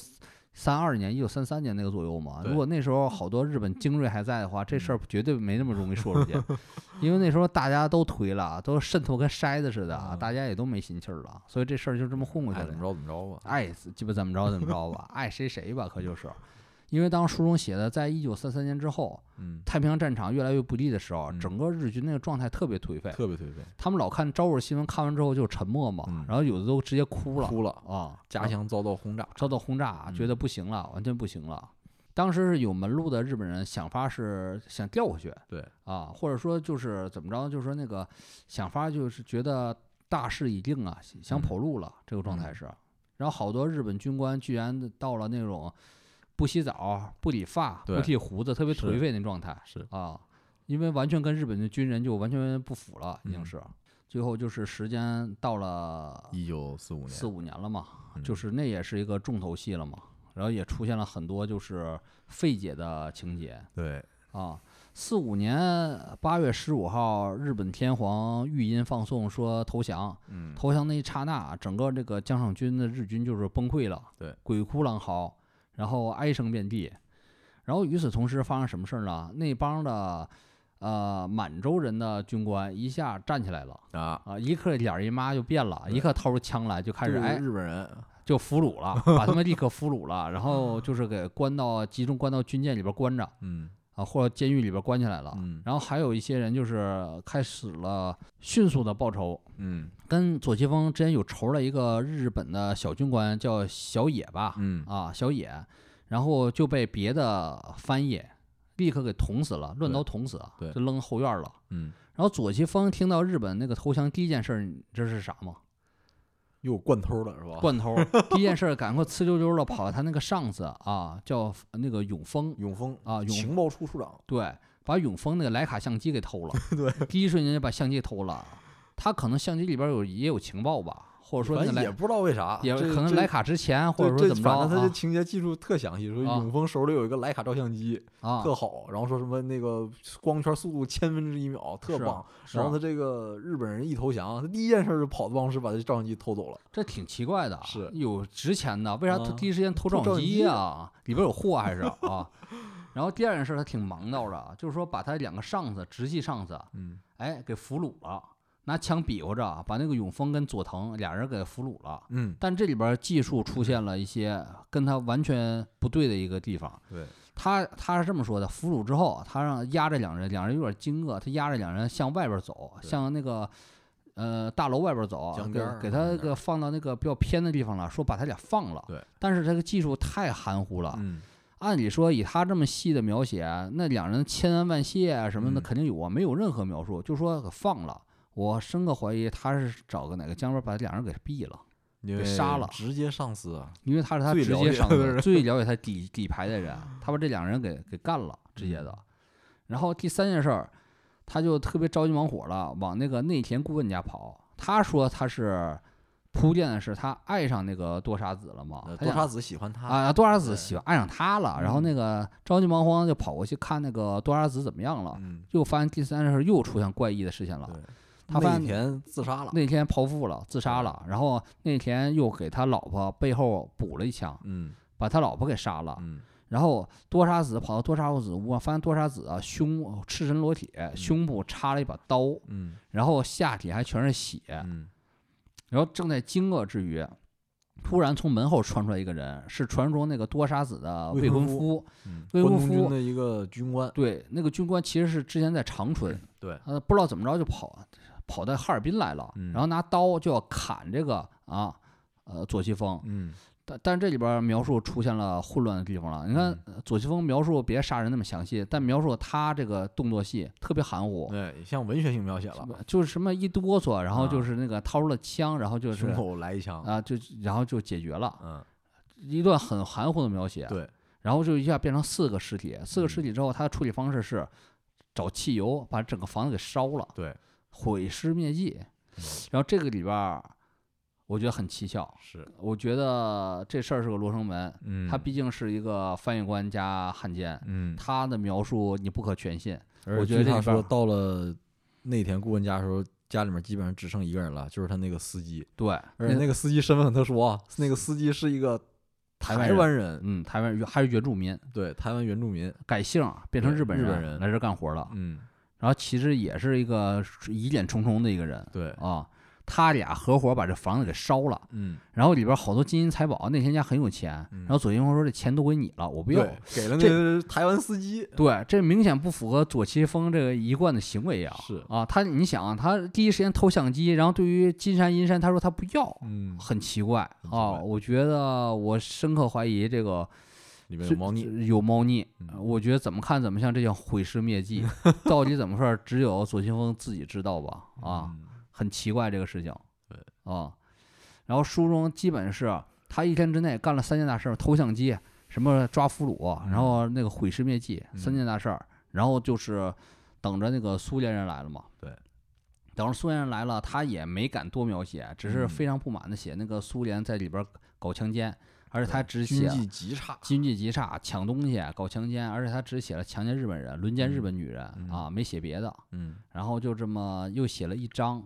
Speaker 2: 三二年、一九三三年那个左右嘛？如
Speaker 1: 对嗯
Speaker 2: 果那时候好多日本精锐还在的话，这事儿绝对没那么容易说出去，因为那时候大家都颓了，都渗透跟筛子似的
Speaker 1: 嗯
Speaker 2: 啊，
Speaker 1: 哎
Speaker 2: 大家也都没心气儿了，所以这事儿就这么混过去
Speaker 1: 爱
Speaker 2: 了
Speaker 1: 怎。么着怎么着吧。
Speaker 2: 爱鸡巴怎么着怎么着吧，爱谁谁吧，可就是。因为当书中写的，在一九三三年之后，
Speaker 1: 嗯，
Speaker 2: 太平洋战场越来越不利的时候，
Speaker 1: 嗯
Speaker 2: 整个日军那个状态特别颓废。
Speaker 1: 特别颓废，
Speaker 2: 他们老看朝日新闻，看完之后就沉默嘛，
Speaker 1: 嗯
Speaker 2: 然后有的都直接哭了，
Speaker 1: 哭了，
Speaker 2: 啊，
Speaker 1: 家乡遭到轰炸，
Speaker 2: 遭到轰炸，啊觉
Speaker 1: 嗯
Speaker 2: 得不行了，完全不行了。当时是有门路的日本人想法是想调回去，
Speaker 1: 对
Speaker 2: 啊，或者说就是怎么着，就是说那个想法就是觉得大势已定啊，
Speaker 1: 嗯
Speaker 2: 想跑路了、这个状态是。然后好多日本军官居然到了那种不洗澡、不理发、不
Speaker 1: 对
Speaker 2: 剃胡子，特别
Speaker 1: 是
Speaker 2: 颓废那状态
Speaker 1: 是
Speaker 2: 啊，因为完全跟日本的军人就完全不符了，已经
Speaker 1: 嗯
Speaker 2: 是。最后就是时间到了
Speaker 1: 一九四五年，
Speaker 2: 四五年了嘛，
Speaker 1: 嗯
Speaker 2: 就是那也是一个重头戏了嘛，然后也出现了很多就是费解的情节
Speaker 1: 对，
Speaker 2: 啊。四五年八月十五号，日本天皇御音放送说投降，
Speaker 1: 嗯，
Speaker 2: 投降那一刹那，整个这个江上军的日军就是崩溃了，
Speaker 1: 对，
Speaker 2: 鬼哭狼嚎，然后哀声遍地。然后与此同时发生什么事儿呢？那帮的呃满洲人的军官一下站起来了。
Speaker 1: 啊，
Speaker 2: 啊，一刻脸儿一妈就变了，一
Speaker 1: 对
Speaker 2: 刻掏出枪来就开始
Speaker 1: 对
Speaker 2: 哎
Speaker 1: 日本人，
Speaker 2: 就俘虏了，把他们立刻俘虏了，
Speaker 1: [LAUGHS]
Speaker 2: 然后就是给关到集中关到军舰里边关着
Speaker 1: 嗯
Speaker 2: 啊，或者监狱里边关起来了。
Speaker 1: 嗯
Speaker 2: 然后还有一些人就是开始了迅速的报仇，
Speaker 1: 嗯
Speaker 2: 跟左奇峰之前有仇的一个日本的小军官叫小野吧，
Speaker 1: 嗯
Speaker 2: 啊小野，然后就被别的翻译立刻给捅死了，乱刀捅死，
Speaker 1: 对
Speaker 2: 就扔后院了。
Speaker 1: 嗯，
Speaker 2: 然后左奇峰听到日本那个投降第一件事儿，你知道是啥吗？
Speaker 1: 又灌偷了是吧？
Speaker 2: 罐头。第一件事儿，赶快呲溜溜的跑到他那个上司啊，叫那个永丰，
Speaker 1: 永丰
Speaker 2: 啊永
Speaker 1: 情报处处长，
Speaker 2: 对，把永丰那个徕卡相机给偷了。对，第一瞬间就把相机偷了。他可能相机里边有也有情报吧，或者说
Speaker 1: 反
Speaker 2: 那
Speaker 1: 正也
Speaker 2: 个徕
Speaker 1: 不知道为啥，
Speaker 2: 也
Speaker 1: 这
Speaker 2: 可能
Speaker 1: 这
Speaker 2: 徕卡之前，或者
Speaker 1: 对这
Speaker 2: 说怎么着
Speaker 1: 反正他这
Speaker 2: 啊
Speaker 1: 情节记录特详细，说
Speaker 2: 啊
Speaker 1: 永丰手里有一个徕卡照相机，
Speaker 2: 啊，
Speaker 1: 特好，然后说什么那个光圈速度千分之一秒，特
Speaker 2: 是啊
Speaker 1: 棒。
Speaker 2: 是
Speaker 1: 然
Speaker 2: 啊
Speaker 1: 后他这个日本人一投降，他第一件事就跑到办公室把这照相机偷走了。
Speaker 2: 这挺奇怪的啊，
Speaker 1: 是
Speaker 2: 有值钱的，为啥他
Speaker 1: 啊
Speaker 2: 第一时间偷
Speaker 1: 偷照
Speaker 2: 照
Speaker 1: 相
Speaker 2: 相机
Speaker 1: 机
Speaker 2: 啊？里边有货还是啊？ [LAUGHS] 然后第二件事他挺忙叨的啊，就是说把他两个上司，直系上司，
Speaker 1: 嗯
Speaker 2: 哎，给俘虏了，拿枪比划着，啊把那个永丰跟佐藤俩人给俘虏了。
Speaker 1: 嗯，
Speaker 2: 但这里边技术出现了一些跟他完全不对的一个地方。
Speaker 1: 对，
Speaker 2: 他他是这么说的：俘虏之后，啊他让压着两人，两人有点惊愕，他压着两人向外边走，
Speaker 1: 对
Speaker 2: 向那个呃大楼外边走
Speaker 1: 江，边儿
Speaker 2: 给给他
Speaker 1: 那
Speaker 2: 个放到那个比较偏的地方了，说把他俩放了。
Speaker 1: 对，
Speaker 2: 但是这个技术太含糊了，
Speaker 1: 嗯
Speaker 2: 按理说，以他这么细的描写，那两人千恩万谢啊什么的
Speaker 1: 嗯
Speaker 2: 肯定有啊，没有任何描述，就说给放了。我深刻怀疑他是找个哪个江边把两人给毙了，
Speaker 1: 因为
Speaker 2: 杀了
Speaker 1: 直接上司啊。
Speaker 2: 因为他是他
Speaker 1: 最
Speaker 2: 直
Speaker 1: 了
Speaker 2: 接
Speaker 1: 解
Speaker 2: 上
Speaker 1: 他
Speaker 2: 的
Speaker 1: 的人
Speaker 2: 最了解他底底牌
Speaker 1: [LAUGHS]
Speaker 2: 的人，他把这两人给给干了，直接
Speaker 1: 嗯
Speaker 2: 的。然后第三件事儿，他就特别着急忙火了，往那个内田顾问家跑。他说他是铺垫的是他爱上那个多沙子了嘛，
Speaker 1: 呃
Speaker 2: 他
Speaker 1: 多
Speaker 2: 想
Speaker 1: 沙子喜欢他，
Speaker 2: 啊，多沙子
Speaker 1: 对
Speaker 2: 喜欢爱上他了，然后
Speaker 1: 嗯
Speaker 2: 那个着急忙慌就跑过去看那个多沙子怎么样了，
Speaker 1: 嗯，
Speaker 2: 又发现第三件事又出现怪异的事情了。
Speaker 1: 对，
Speaker 2: 啊他发
Speaker 1: 内
Speaker 2: 现
Speaker 1: 田自杀了。
Speaker 2: 那天剖腹了，自杀了，然后那天又给他老婆背后补了一枪，
Speaker 1: 嗯
Speaker 2: 把他老婆给杀了。
Speaker 1: 嗯
Speaker 2: 然后多沙子跑到多沙子屋，发现多沙子啊胸赤身裸体，胸部插了一把刀，
Speaker 1: 嗯
Speaker 2: 然后下体还全是血。
Speaker 1: 嗯
Speaker 2: 然后正在惊愕之余，突然从门后窜出来一个人，是传说中那个多沙子的
Speaker 1: 未
Speaker 2: 未
Speaker 1: 婚
Speaker 2: 婚
Speaker 1: 夫
Speaker 2: 夫。
Speaker 1: 嗯，
Speaker 2: 魏
Speaker 1: 关
Speaker 2: 无
Speaker 1: 东军
Speaker 2: 夫
Speaker 1: 的一个军官，
Speaker 2: 对，那个军官其实是之前在长春，
Speaker 1: 对，
Speaker 2: 呃，不知道怎么着就跑啊跑到哈尔滨来了，
Speaker 1: 嗯
Speaker 2: 然后拿刀就要砍这个啊，呃，左奇峰。
Speaker 1: 嗯
Speaker 2: 但但这里边描述出现了混乱的地方了。你看、
Speaker 1: 嗯
Speaker 2: 呃左奇峰描述别杀人那么详细，但描述他这个动作戏特别含糊，
Speaker 1: 对，像文学性描写了，
Speaker 2: 就是什么一哆嗦，然后
Speaker 1: 啊
Speaker 2: 就是那个掏出了枪，然后就是
Speaker 1: 胸口来一枪，
Speaker 2: 啊，就然后就解决了。
Speaker 1: 嗯，
Speaker 2: 一段很含糊的描写，
Speaker 1: 对，
Speaker 2: 然后就一下变成四个尸体，四个
Speaker 1: 嗯
Speaker 2: 尸体之后，他的处理方式是找汽油把整个房子给烧了，
Speaker 1: 对，嗯
Speaker 2: 毁尸灭迹。然后这个里边儿，我觉得很蹊跷，
Speaker 1: 是，
Speaker 2: 我觉得这事儿是个罗生门，
Speaker 1: 嗯，
Speaker 2: 他毕竟是一个翻译官加汉奸，
Speaker 1: 嗯，
Speaker 2: 他的描述你不可全信，
Speaker 1: 而且
Speaker 2: 我觉得
Speaker 1: 据
Speaker 2: 这
Speaker 1: 他
Speaker 2: 一
Speaker 1: 说
Speaker 2: 半儿
Speaker 1: 到了那天顾问家的时候，家里面基本上只剩一个人了，就是他那个司机。
Speaker 2: 对，
Speaker 1: 而且那个司机身份很特殊啊，那个司机是一个台
Speaker 2: 台湾人
Speaker 1: 湾人，
Speaker 2: 嗯，台湾原还是原住民，
Speaker 1: 对，台湾原住民。
Speaker 2: 改姓儿变成
Speaker 1: 对
Speaker 2: 日本
Speaker 1: 日
Speaker 2: 人，
Speaker 1: 本人
Speaker 2: 来这儿干活了，
Speaker 1: 嗯，
Speaker 2: 然后其实也是一个疑点重重的一个人，
Speaker 1: 对，
Speaker 2: 啊，他俩合伙把这房子给烧了，
Speaker 1: 嗯，
Speaker 2: 然后里边好多金银财宝，那天家很有钱，
Speaker 1: 嗯
Speaker 2: 然后左清风说这钱都归你了，我不要。
Speaker 1: 对，给了那
Speaker 2: 这
Speaker 1: 个台湾司机，
Speaker 2: 对，这明显不符合左奇峰这个一贯的行为呀。
Speaker 1: 是
Speaker 2: 啊，他你想啊，他第一时间偷相机，然后对于金山银山，他说他不要，
Speaker 1: 嗯，
Speaker 2: 很奇怪
Speaker 1: 很奇
Speaker 2: 啊。
Speaker 1: 怪
Speaker 2: 我觉得我深刻怀疑这个
Speaker 1: 里面
Speaker 2: 是
Speaker 1: 有猫腻，
Speaker 2: 是有猫腻。
Speaker 1: 嗯
Speaker 2: 我觉得怎么看怎么像这叫毁尸
Speaker 1: [LAUGHS]
Speaker 2: 灭迹，到底怎么回事儿，只有左清风自己知道吧？啊，
Speaker 1: 嗯，
Speaker 2: 很奇怪这个事情。
Speaker 1: 对
Speaker 2: 啊，然后书中基本是他一天之内干了三件大事儿：偷相机、什么抓俘虏，然
Speaker 1: 嗯
Speaker 2: 后那个毁尸灭迹，三
Speaker 1: 嗯
Speaker 2: 件大事儿。然后就是等着那个苏联人来了嘛。
Speaker 1: 对。
Speaker 2: 等着苏联人来了，他也没敢多描写，只
Speaker 1: 嗯
Speaker 2: 是非常不满的写那个苏联在里边儿搞强奸，而且他只写
Speaker 1: 经济极差，
Speaker 2: 经济极差，抢东西、搞强奸，而且他只写了强奸日本人、轮奸日
Speaker 1: 嗯
Speaker 2: 本女人、
Speaker 1: 嗯
Speaker 2: 啊，没写别的。
Speaker 1: 嗯
Speaker 2: 然后就这么又写了一章，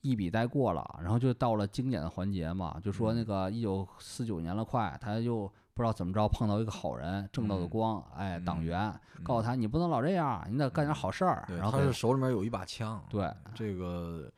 Speaker 2: 一笔带过了，然后就到了经典的环节嘛，就说那
Speaker 1: 嗯
Speaker 2: 个一九四九年了快，他又不知道怎么着碰到一个好人，正道的
Speaker 1: 嗯
Speaker 2: 光，哎，党
Speaker 1: 嗯
Speaker 2: 员告诉他你不能老这样，你得干点好事儿，
Speaker 1: 对，
Speaker 2: 然后
Speaker 1: 他
Speaker 2: 给
Speaker 1: 是嗯手里面有一把枪，
Speaker 2: 对
Speaker 1: 这个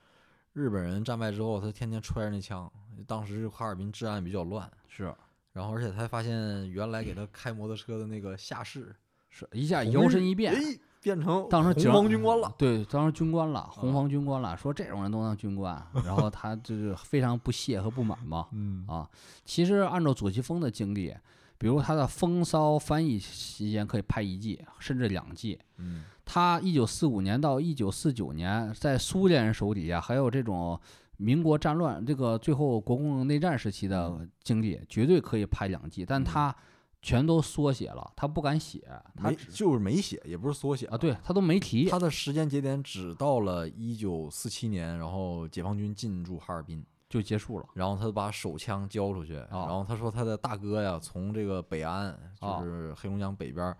Speaker 1: 日本人战败之后，他天天揣着那枪，当时哈尔滨治安比较乱，
Speaker 2: 是
Speaker 1: 然后而且他发现原来给他开摩托车的那个下士
Speaker 2: 是一下
Speaker 1: 红
Speaker 2: 摇
Speaker 1: 日
Speaker 2: 身一变
Speaker 1: 哎。，变成
Speaker 2: 当时
Speaker 1: 红
Speaker 2: 警
Speaker 1: 方军官了，
Speaker 2: 对，当时军官了，红
Speaker 1: 啊
Speaker 2: 方军官了，说这种人都当军官，然后他就是非常不屑和不满嘛。
Speaker 1: 嗯
Speaker 2: 啊，其实按照左奇峰的经历，比如他的《风骚》翻译期间可以拍一季，甚至两季。
Speaker 1: 嗯
Speaker 2: 他一九四五年到一九四九年，在苏联人手底下，还有这种民国战乱，这个最后国共内战时期的经历，绝对可以拍两季，但
Speaker 1: 嗯
Speaker 2: 他全都缩写了，他不敢写，他
Speaker 1: 没
Speaker 2: 只
Speaker 1: 就是没写，也不是缩写
Speaker 2: 啊，对他都没提，
Speaker 1: 他的时间节点只到了一九四七年，然后解放军进驻哈尔滨，
Speaker 2: 就结束了。
Speaker 1: 然后他把手枪交出去，
Speaker 2: 啊
Speaker 1: 然后他说他的大哥呀，从这个北岸，
Speaker 2: 哦
Speaker 1: 就是黑龙江北边儿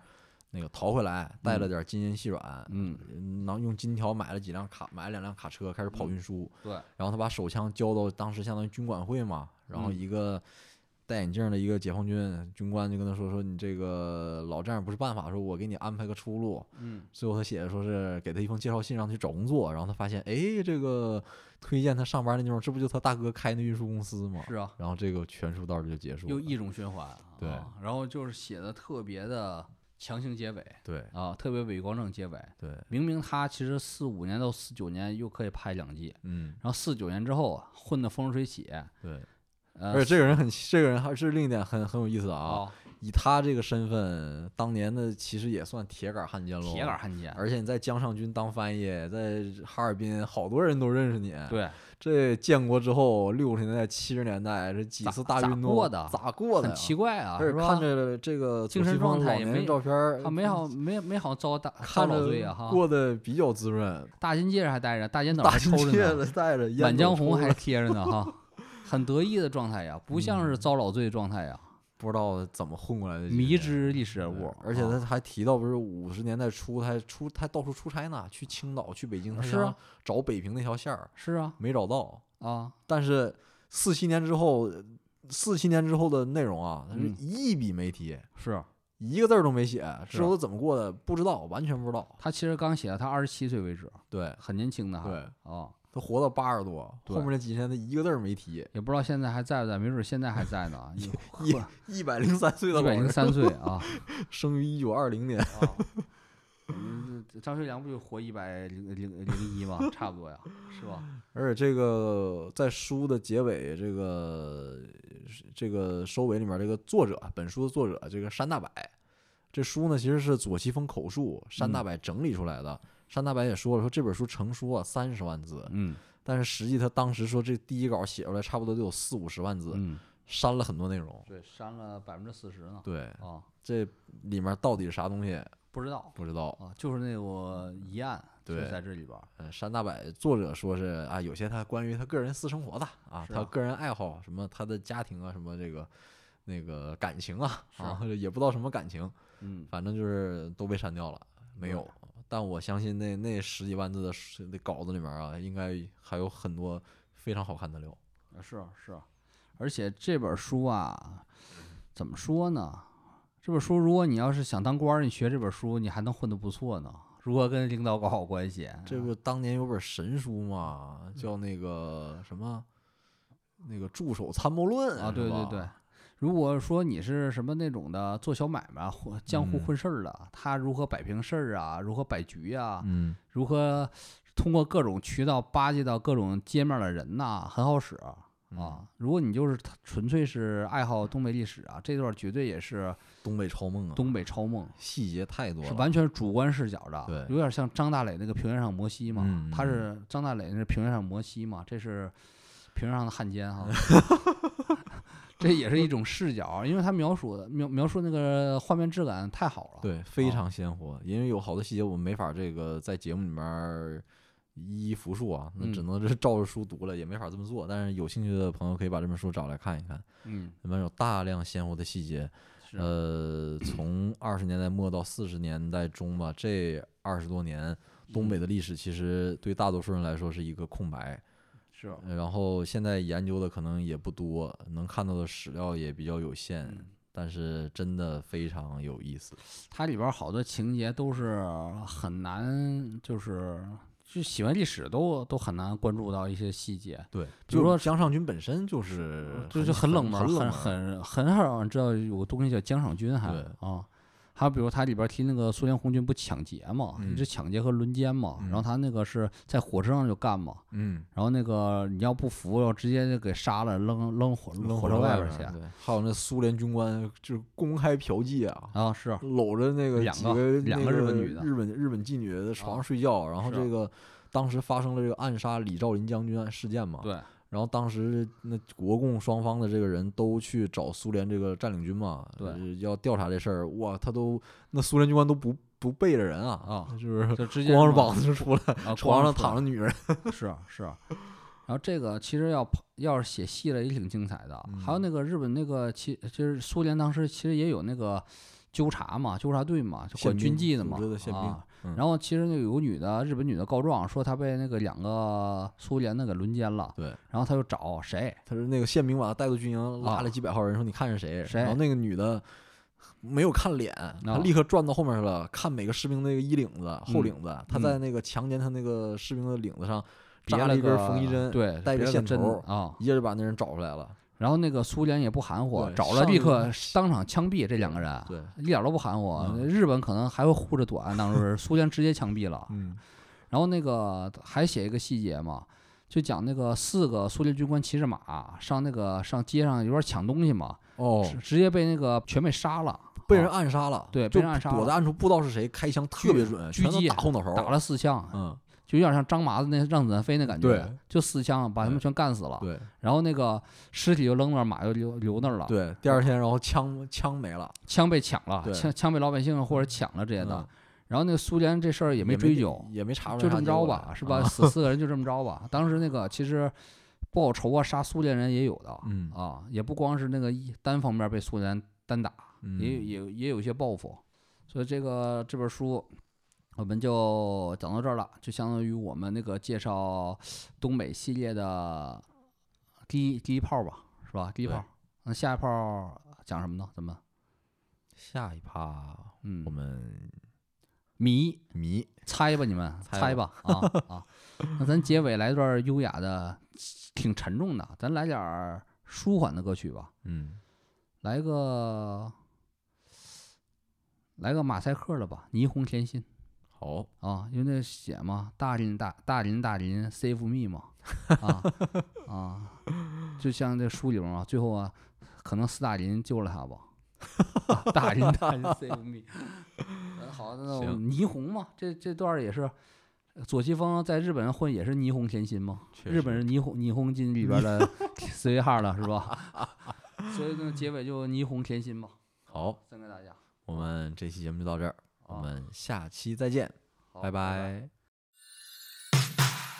Speaker 1: 那个逃回来，带了点金银细软，
Speaker 2: 嗯，
Speaker 1: 嗯然后用金条买了几辆卡，买了两辆卡车，开始
Speaker 2: 嗯
Speaker 1: 跑运输。
Speaker 2: 对，
Speaker 1: 然后他把手枪交到当时相当于军管会嘛，然后
Speaker 2: 嗯
Speaker 1: 一个戴眼镜的一个解放军军官就跟他说说你这个老这样不是办法，说我给你安排个出路。
Speaker 2: 嗯，
Speaker 1: 最后他写的说是给他一封介绍信，让他去找工作。然后他发现，哎，这个推荐他上班那地方，这不就他大哥开那运输公司吗？
Speaker 2: 是啊，
Speaker 1: 然后这个全书到这就结束
Speaker 2: 又
Speaker 1: 了。
Speaker 2: 一种循环。
Speaker 1: 对
Speaker 2: 啊然后就是写的特别的强行结尾
Speaker 1: 对
Speaker 2: 啊，特别伪光正结尾。
Speaker 1: 对，
Speaker 2: 明明他其实四五年到四九年又可以拍两季，
Speaker 1: 嗯
Speaker 2: 然后四九年之后啊混得风生水起，
Speaker 1: 对，
Speaker 2: 呃，
Speaker 1: 而且这个人很，这个人还是另一点很很有意思的啊。
Speaker 2: 啊，
Speaker 1: 以他这个身份，当年的其实也算铁杆汉奸喽。
Speaker 2: 铁杆。汉奸，
Speaker 1: 而且你在江上军当翻译，在哈尔滨，好多人都认识你。
Speaker 2: 对，
Speaker 1: 这建国之后，六十年代、七十年代，这几
Speaker 2: 咋
Speaker 1: 次大
Speaker 2: 咋
Speaker 1: 运动
Speaker 2: 过的
Speaker 1: 咋过的呀？
Speaker 2: 很奇怪啊，
Speaker 1: 而
Speaker 2: 是
Speaker 1: 且
Speaker 2: 吧
Speaker 1: 看着这个
Speaker 2: 精
Speaker 1: 左
Speaker 2: 神
Speaker 1: 西方
Speaker 2: 状
Speaker 1: 老
Speaker 2: 态也
Speaker 1: 年
Speaker 2: 没
Speaker 1: 人照片儿，
Speaker 2: 他没好没没好遭大遭
Speaker 1: 看
Speaker 2: 老罪啊
Speaker 1: 着
Speaker 2: 哈，
Speaker 1: 过得比较滋润，
Speaker 2: 大金戒指还戴着，大烟斗
Speaker 1: 大
Speaker 2: 还
Speaker 1: 金
Speaker 2: 抽
Speaker 1: 戒
Speaker 2: 着呢，
Speaker 1: 指戴着，烟
Speaker 2: 满
Speaker 1: 斗
Speaker 2: 江红
Speaker 1: 抽 [LAUGHS]
Speaker 2: 还
Speaker 1: 着
Speaker 2: 贴着呢哈，很得意的状态呀，不像是遭老罪的状态呀，
Speaker 1: 不知道怎么混过来的，
Speaker 2: 迷。之历史人物
Speaker 1: 嗯对，而且
Speaker 2: 啊
Speaker 1: 他还提到，不是五十年代初，他还出他还到处出差呢，去青岛、去北京，他
Speaker 2: 是
Speaker 1: 想
Speaker 2: 啊
Speaker 1: 找北平那条线儿
Speaker 2: 是啊
Speaker 1: 没找到。
Speaker 2: 啊，
Speaker 1: 但是四七年之后，四七年之后的内容啊，他是
Speaker 2: 嗯
Speaker 1: 一笔没提，
Speaker 2: 是
Speaker 1: 一个字儿都没写。之
Speaker 2: 是啊
Speaker 1: 后他怎么过的不知道，完全不知道。
Speaker 2: 他其实刚写到他二十七岁为止，
Speaker 1: 对
Speaker 2: 很年轻的哈，
Speaker 1: 对，
Speaker 2: 啊。
Speaker 1: 他活到八十多，
Speaker 2: 对
Speaker 1: 后面那几天他一个字儿没提，
Speaker 2: 也不知道现在还在不在，没准现在还在呢。啊一
Speaker 1: [LAUGHS] 一一百零三岁的老
Speaker 2: 百零
Speaker 1: 人，
Speaker 2: 三岁
Speaker 1: [LAUGHS]
Speaker 2: 啊！
Speaker 1: 生于一九二零年。
Speaker 2: 哦嗯张学良不就活一百零零零一吗？ [LAUGHS] 差不多呀，是吧？
Speaker 1: 而且这个在书的结尾，这个这个收尾里面，这个作者本书的作者这个山大柏，这书呢其实是左奇峰口述，山大
Speaker 2: 嗯
Speaker 1: 柏整理出来的。山大柏也说了，说这本书成书啊三十万字，
Speaker 2: 嗯
Speaker 1: 但是实际他当时说这第一稿写出来差不多得有四五十万字，
Speaker 2: 嗯，
Speaker 1: 删了很多内容。
Speaker 2: 对，删了百分之四十呢。
Speaker 1: 对，
Speaker 2: 啊，
Speaker 1: 这里面到底是啥东西
Speaker 2: 不知道
Speaker 1: 不知道。
Speaker 2: 啊，就是那个疑案就
Speaker 1: 对
Speaker 2: 在这里边儿。
Speaker 1: 呃，山大柏作者说是啊，有些他关于他个人私生活的啊，
Speaker 2: 是
Speaker 1: 他
Speaker 2: 啊
Speaker 1: 个人爱好什么，他的家庭啊，什么这个那个感情啊，
Speaker 2: 是
Speaker 1: 啊也不知道什么感情，
Speaker 2: 嗯，
Speaker 1: 反正就是都被删掉了，没有
Speaker 2: 对。
Speaker 1: 但我相信那那十几万字的书那稿子里面啊，应该还有很多非常好看的料。
Speaker 2: 是啊是，而且这本书啊，怎么说呢？这本书如果你要是想当官儿，你学这本书，你还能混得不错呢。如何跟领导搞好关系。啊
Speaker 1: 这不当年有本神书
Speaker 2: 嗯
Speaker 1: 嘛，叫那个什么，那个《助手参谋论》
Speaker 2: 啊，对对
Speaker 1: 是吧
Speaker 2: 对。如果说你是什么那种的做小买卖、混江湖
Speaker 1: 嗯
Speaker 2: 混事儿的，他如何摆平事儿啊，如何摆局啊，
Speaker 1: 嗯，
Speaker 2: 如何通过各种渠道巴结到各种街面的人呐、很好使啊。
Speaker 1: 嗯
Speaker 2: 如果你就是纯粹是爱好东北历史啊，这段绝对也是
Speaker 1: 东北超梦啊，
Speaker 2: 东北超梦，
Speaker 1: 细节太多了，
Speaker 2: 是完全主观视角的，
Speaker 1: 对
Speaker 2: 有点像张大磊那个平原上摩西嘛，
Speaker 1: 嗯
Speaker 2: 他
Speaker 1: 嗯
Speaker 2: 是张大磊那是平原上摩西嘛，这是平原上的汉
Speaker 1: [LAUGHS]
Speaker 2: 奸哈，这也是一种视角，因为他描述的描描述那个画面质感太好了，，
Speaker 1: 对，非
Speaker 2: 啊
Speaker 1: 常鲜活，因为有好多细节我们没法这个在节目里面儿一一复述啊，那只
Speaker 2: 嗯
Speaker 1: 能是 [LAUGHS] 照着书读了，也没法这么做。但是有兴趣的朋友可以把这本书找来看一看，
Speaker 2: 嗯，
Speaker 1: 里面有大量鲜活的细节。
Speaker 2: 是
Speaker 1: 呃，从二十年代末到四十年代中吧，这二十多年
Speaker 2: 嗯
Speaker 1: 东北的历史其实对大多数人来说是一个空白。
Speaker 2: 是，
Speaker 1: 呃然后现在研究的可能也不多，能看到的史料也比较有限，
Speaker 2: 嗯
Speaker 1: 但是真的非常有意思。
Speaker 2: 它里边好多情节都是很难，就是就喜欢历史都都很难关注到一些细节，
Speaker 1: 对，
Speaker 2: 比如
Speaker 1: 就
Speaker 2: 说哦
Speaker 1: 江尚君本身就是
Speaker 2: 就就
Speaker 1: 嗯很
Speaker 2: 很冷门，
Speaker 1: 很
Speaker 2: 很
Speaker 1: 冷啊
Speaker 2: 很很少让人知道有个东西叫江赏军还
Speaker 1: 对
Speaker 2: 啊。还有比如他里边提那个苏联红军不抢劫嘛，一
Speaker 1: 嗯
Speaker 2: 直抢劫和轮奸嘛，然后
Speaker 1: 嗯
Speaker 2: 他那个是在火车上就干嘛，
Speaker 1: 嗯，
Speaker 2: 然后那个你要不服，要直接就给杀了，扔扔嗯火
Speaker 1: 冷
Speaker 2: 火车
Speaker 1: 外
Speaker 2: 边去
Speaker 1: 对，还有那苏联军官就是公开嫖妓啊，
Speaker 2: 啊，是
Speaker 1: 搂着那个
Speaker 2: 两
Speaker 1: 几
Speaker 2: 个
Speaker 1: 个
Speaker 2: 两
Speaker 1: 那
Speaker 2: 个
Speaker 1: 个
Speaker 2: 日本女的
Speaker 1: 日本日本妓女的床
Speaker 2: 啊
Speaker 1: 上睡觉，然后
Speaker 2: 是
Speaker 1: 这个当时发生了这个暗杀李兆林将军案事件嘛，
Speaker 2: 对，
Speaker 1: 然后当时那国共双方的这个人都去找苏联这个占领军嘛，
Speaker 2: 对
Speaker 1: 呃，要调查这事儿，哇，他都那苏联军官都不不背着人啊 [LAUGHS]
Speaker 2: 啊，
Speaker 1: 是不是？
Speaker 2: 就直接
Speaker 1: 光
Speaker 2: 是
Speaker 1: 着膀子就出来，
Speaker 2: 啊，
Speaker 1: 床上
Speaker 2: 着。
Speaker 1: 躺着女人，
Speaker 2: 是啊是，然后这个其实要跑要是写细了也挺精彩的，
Speaker 1: 嗯
Speaker 2: 还有那个日本那个其其实苏联当时其实也有那个纠察嘛，纠察队嘛，就
Speaker 1: 宪
Speaker 2: 管军
Speaker 1: 兵
Speaker 2: 纪的
Speaker 1: 组
Speaker 2: 嘛
Speaker 1: 织的宪兵
Speaker 2: 啊。
Speaker 1: 嗯
Speaker 2: 然后其实那个有个女的日本女的告状说她被那个两个苏联的给轮奸了，
Speaker 1: 对，
Speaker 2: 然后她就找谁
Speaker 1: 他是那个宪兵把他带到军营，
Speaker 2: 啊
Speaker 1: 拉了几百号人，说你看是谁？
Speaker 2: 谁啊
Speaker 1: 然后那个女的没有看脸，她立刻转到后面去了，看每个士兵那个衣领子、后
Speaker 2: 嗯
Speaker 1: 领子，她在那个强奸她那个士兵的领子上
Speaker 2: 别
Speaker 1: 扎了一根
Speaker 2: 个
Speaker 1: 缝衣针，
Speaker 2: 对，
Speaker 1: 带
Speaker 2: 别
Speaker 1: 个
Speaker 2: 了
Speaker 1: 线
Speaker 2: 针
Speaker 1: 头
Speaker 2: 啊。
Speaker 1: 一下就把那人找出来了。
Speaker 2: 然后那个苏联也不含糊，
Speaker 1: 对
Speaker 2: 找了立
Speaker 1: 上
Speaker 2: 刻当场枪毙这两个人，
Speaker 1: 对，
Speaker 2: 一点都不含糊。
Speaker 1: 嗯
Speaker 2: 日本可能还会护着短，当
Speaker 1: [LAUGHS]
Speaker 2: 时苏联直接枪毙了。
Speaker 1: 嗯
Speaker 2: 然后那个还写一个细节嘛，就讲那个四个苏联军官骑着马上那个上街上有点抢东西嘛，
Speaker 1: 哦，
Speaker 2: 直直接被那个全被杀了，
Speaker 1: 被人
Speaker 2: 啊
Speaker 1: 暗杀了，
Speaker 2: 对
Speaker 1: 就
Speaker 2: 被人暗杀
Speaker 1: 躲在暗处不知道是谁，开枪特别准，
Speaker 2: 狙
Speaker 1: 全都
Speaker 2: 击
Speaker 1: 打后脑勺，
Speaker 2: 打了四枪，
Speaker 1: 嗯，
Speaker 2: 就有点像张麻子那让子弹飞那感觉，
Speaker 1: 对，
Speaker 2: 就四枪把他们全干死了，
Speaker 1: 对
Speaker 2: 然后那个尸体就扔那儿，马就留留那儿了，
Speaker 1: 对，第二天然后枪枪没了，
Speaker 2: 枪被抢了，
Speaker 1: 对
Speaker 2: 枪枪被老百姓或者抢了这些的，
Speaker 1: 嗯
Speaker 2: 然后那个苏联这事儿也
Speaker 1: 也
Speaker 2: 没追究，
Speaker 1: 也没查出来
Speaker 2: 就这
Speaker 1: 啥
Speaker 2: 么
Speaker 1: 结
Speaker 2: 着
Speaker 1: 果
Speaker 2: 吧
Speaker 1: 来，
Speaker 2: 是
Speaker 1: [LAUGHS]
Speaker 2: 吧？
Speaker 1: 啊
Speaker 2: 死四个人就这么着吧。当时那个其实报仇啊，杀苏联人也有的，
Speaker 1: 嗯
Speaker 2: 啊，也不光是那个一单方面被苏联单打，
Speaker 1: 嗯
Speaker 2: 也有也有也有一些报复。所以这个这本书我们就讲到这儿了，就相当于我们那个介绍东北系列的第一第一炮吧，是吧？第一
Speaker 1: 对
Speaker 2: 炮。那下一炮讲什么呢？咱们
Speaker 1: 下一趴
Speaker 2: 嗯
Speaker 1: 我，们
Speaker 2: 迷
Speaker 1: 迷
Speaker 2: 猜吧，你们
Speaker 1: 猜
Speaker 2: 猜吧啊啊！那咱结尾来段优雅的，挺沉重的，咱来点儿舒缓的歌曲吧，
Speaker 1: 嗯，
Speaker 2: 来个来个马赛克的吧，《霓虹甜心
Speaker 1: 好，》
Speaker 2: 啊，因为那写嘛，大林大大林大林 save me 嘛，啊啊，就像这书里边嘛，最后啊，可能斯大林救了他吧，啊大林大林 save me。嗯好，那我
Speaker 1: 行
Speaker 2: 霓虹嘛，这这段儿也是左西风在日本人混也是霓虹甜心嘛，
Speaker 1: 确
Speaker 2: 日本
Speaker 1: 实
Speaker 2: 人霓虹霓虹金里边的四维号了是吧？
Speaker 1: [LAUGHS]
Speaker 2: 所以呢，结尾就霓虹甜心吧，
Speaker 1: 好，
Speaker 2: 送给大家。
Speaker 1: 我们这期节目就到这儿，我
Speaker 2: 啊
Speaker 1: 们下期再见，
Speaker 2: 好
Speaker 1: 拜
Speaker 2: 拜。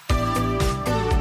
Speaker 1: 拜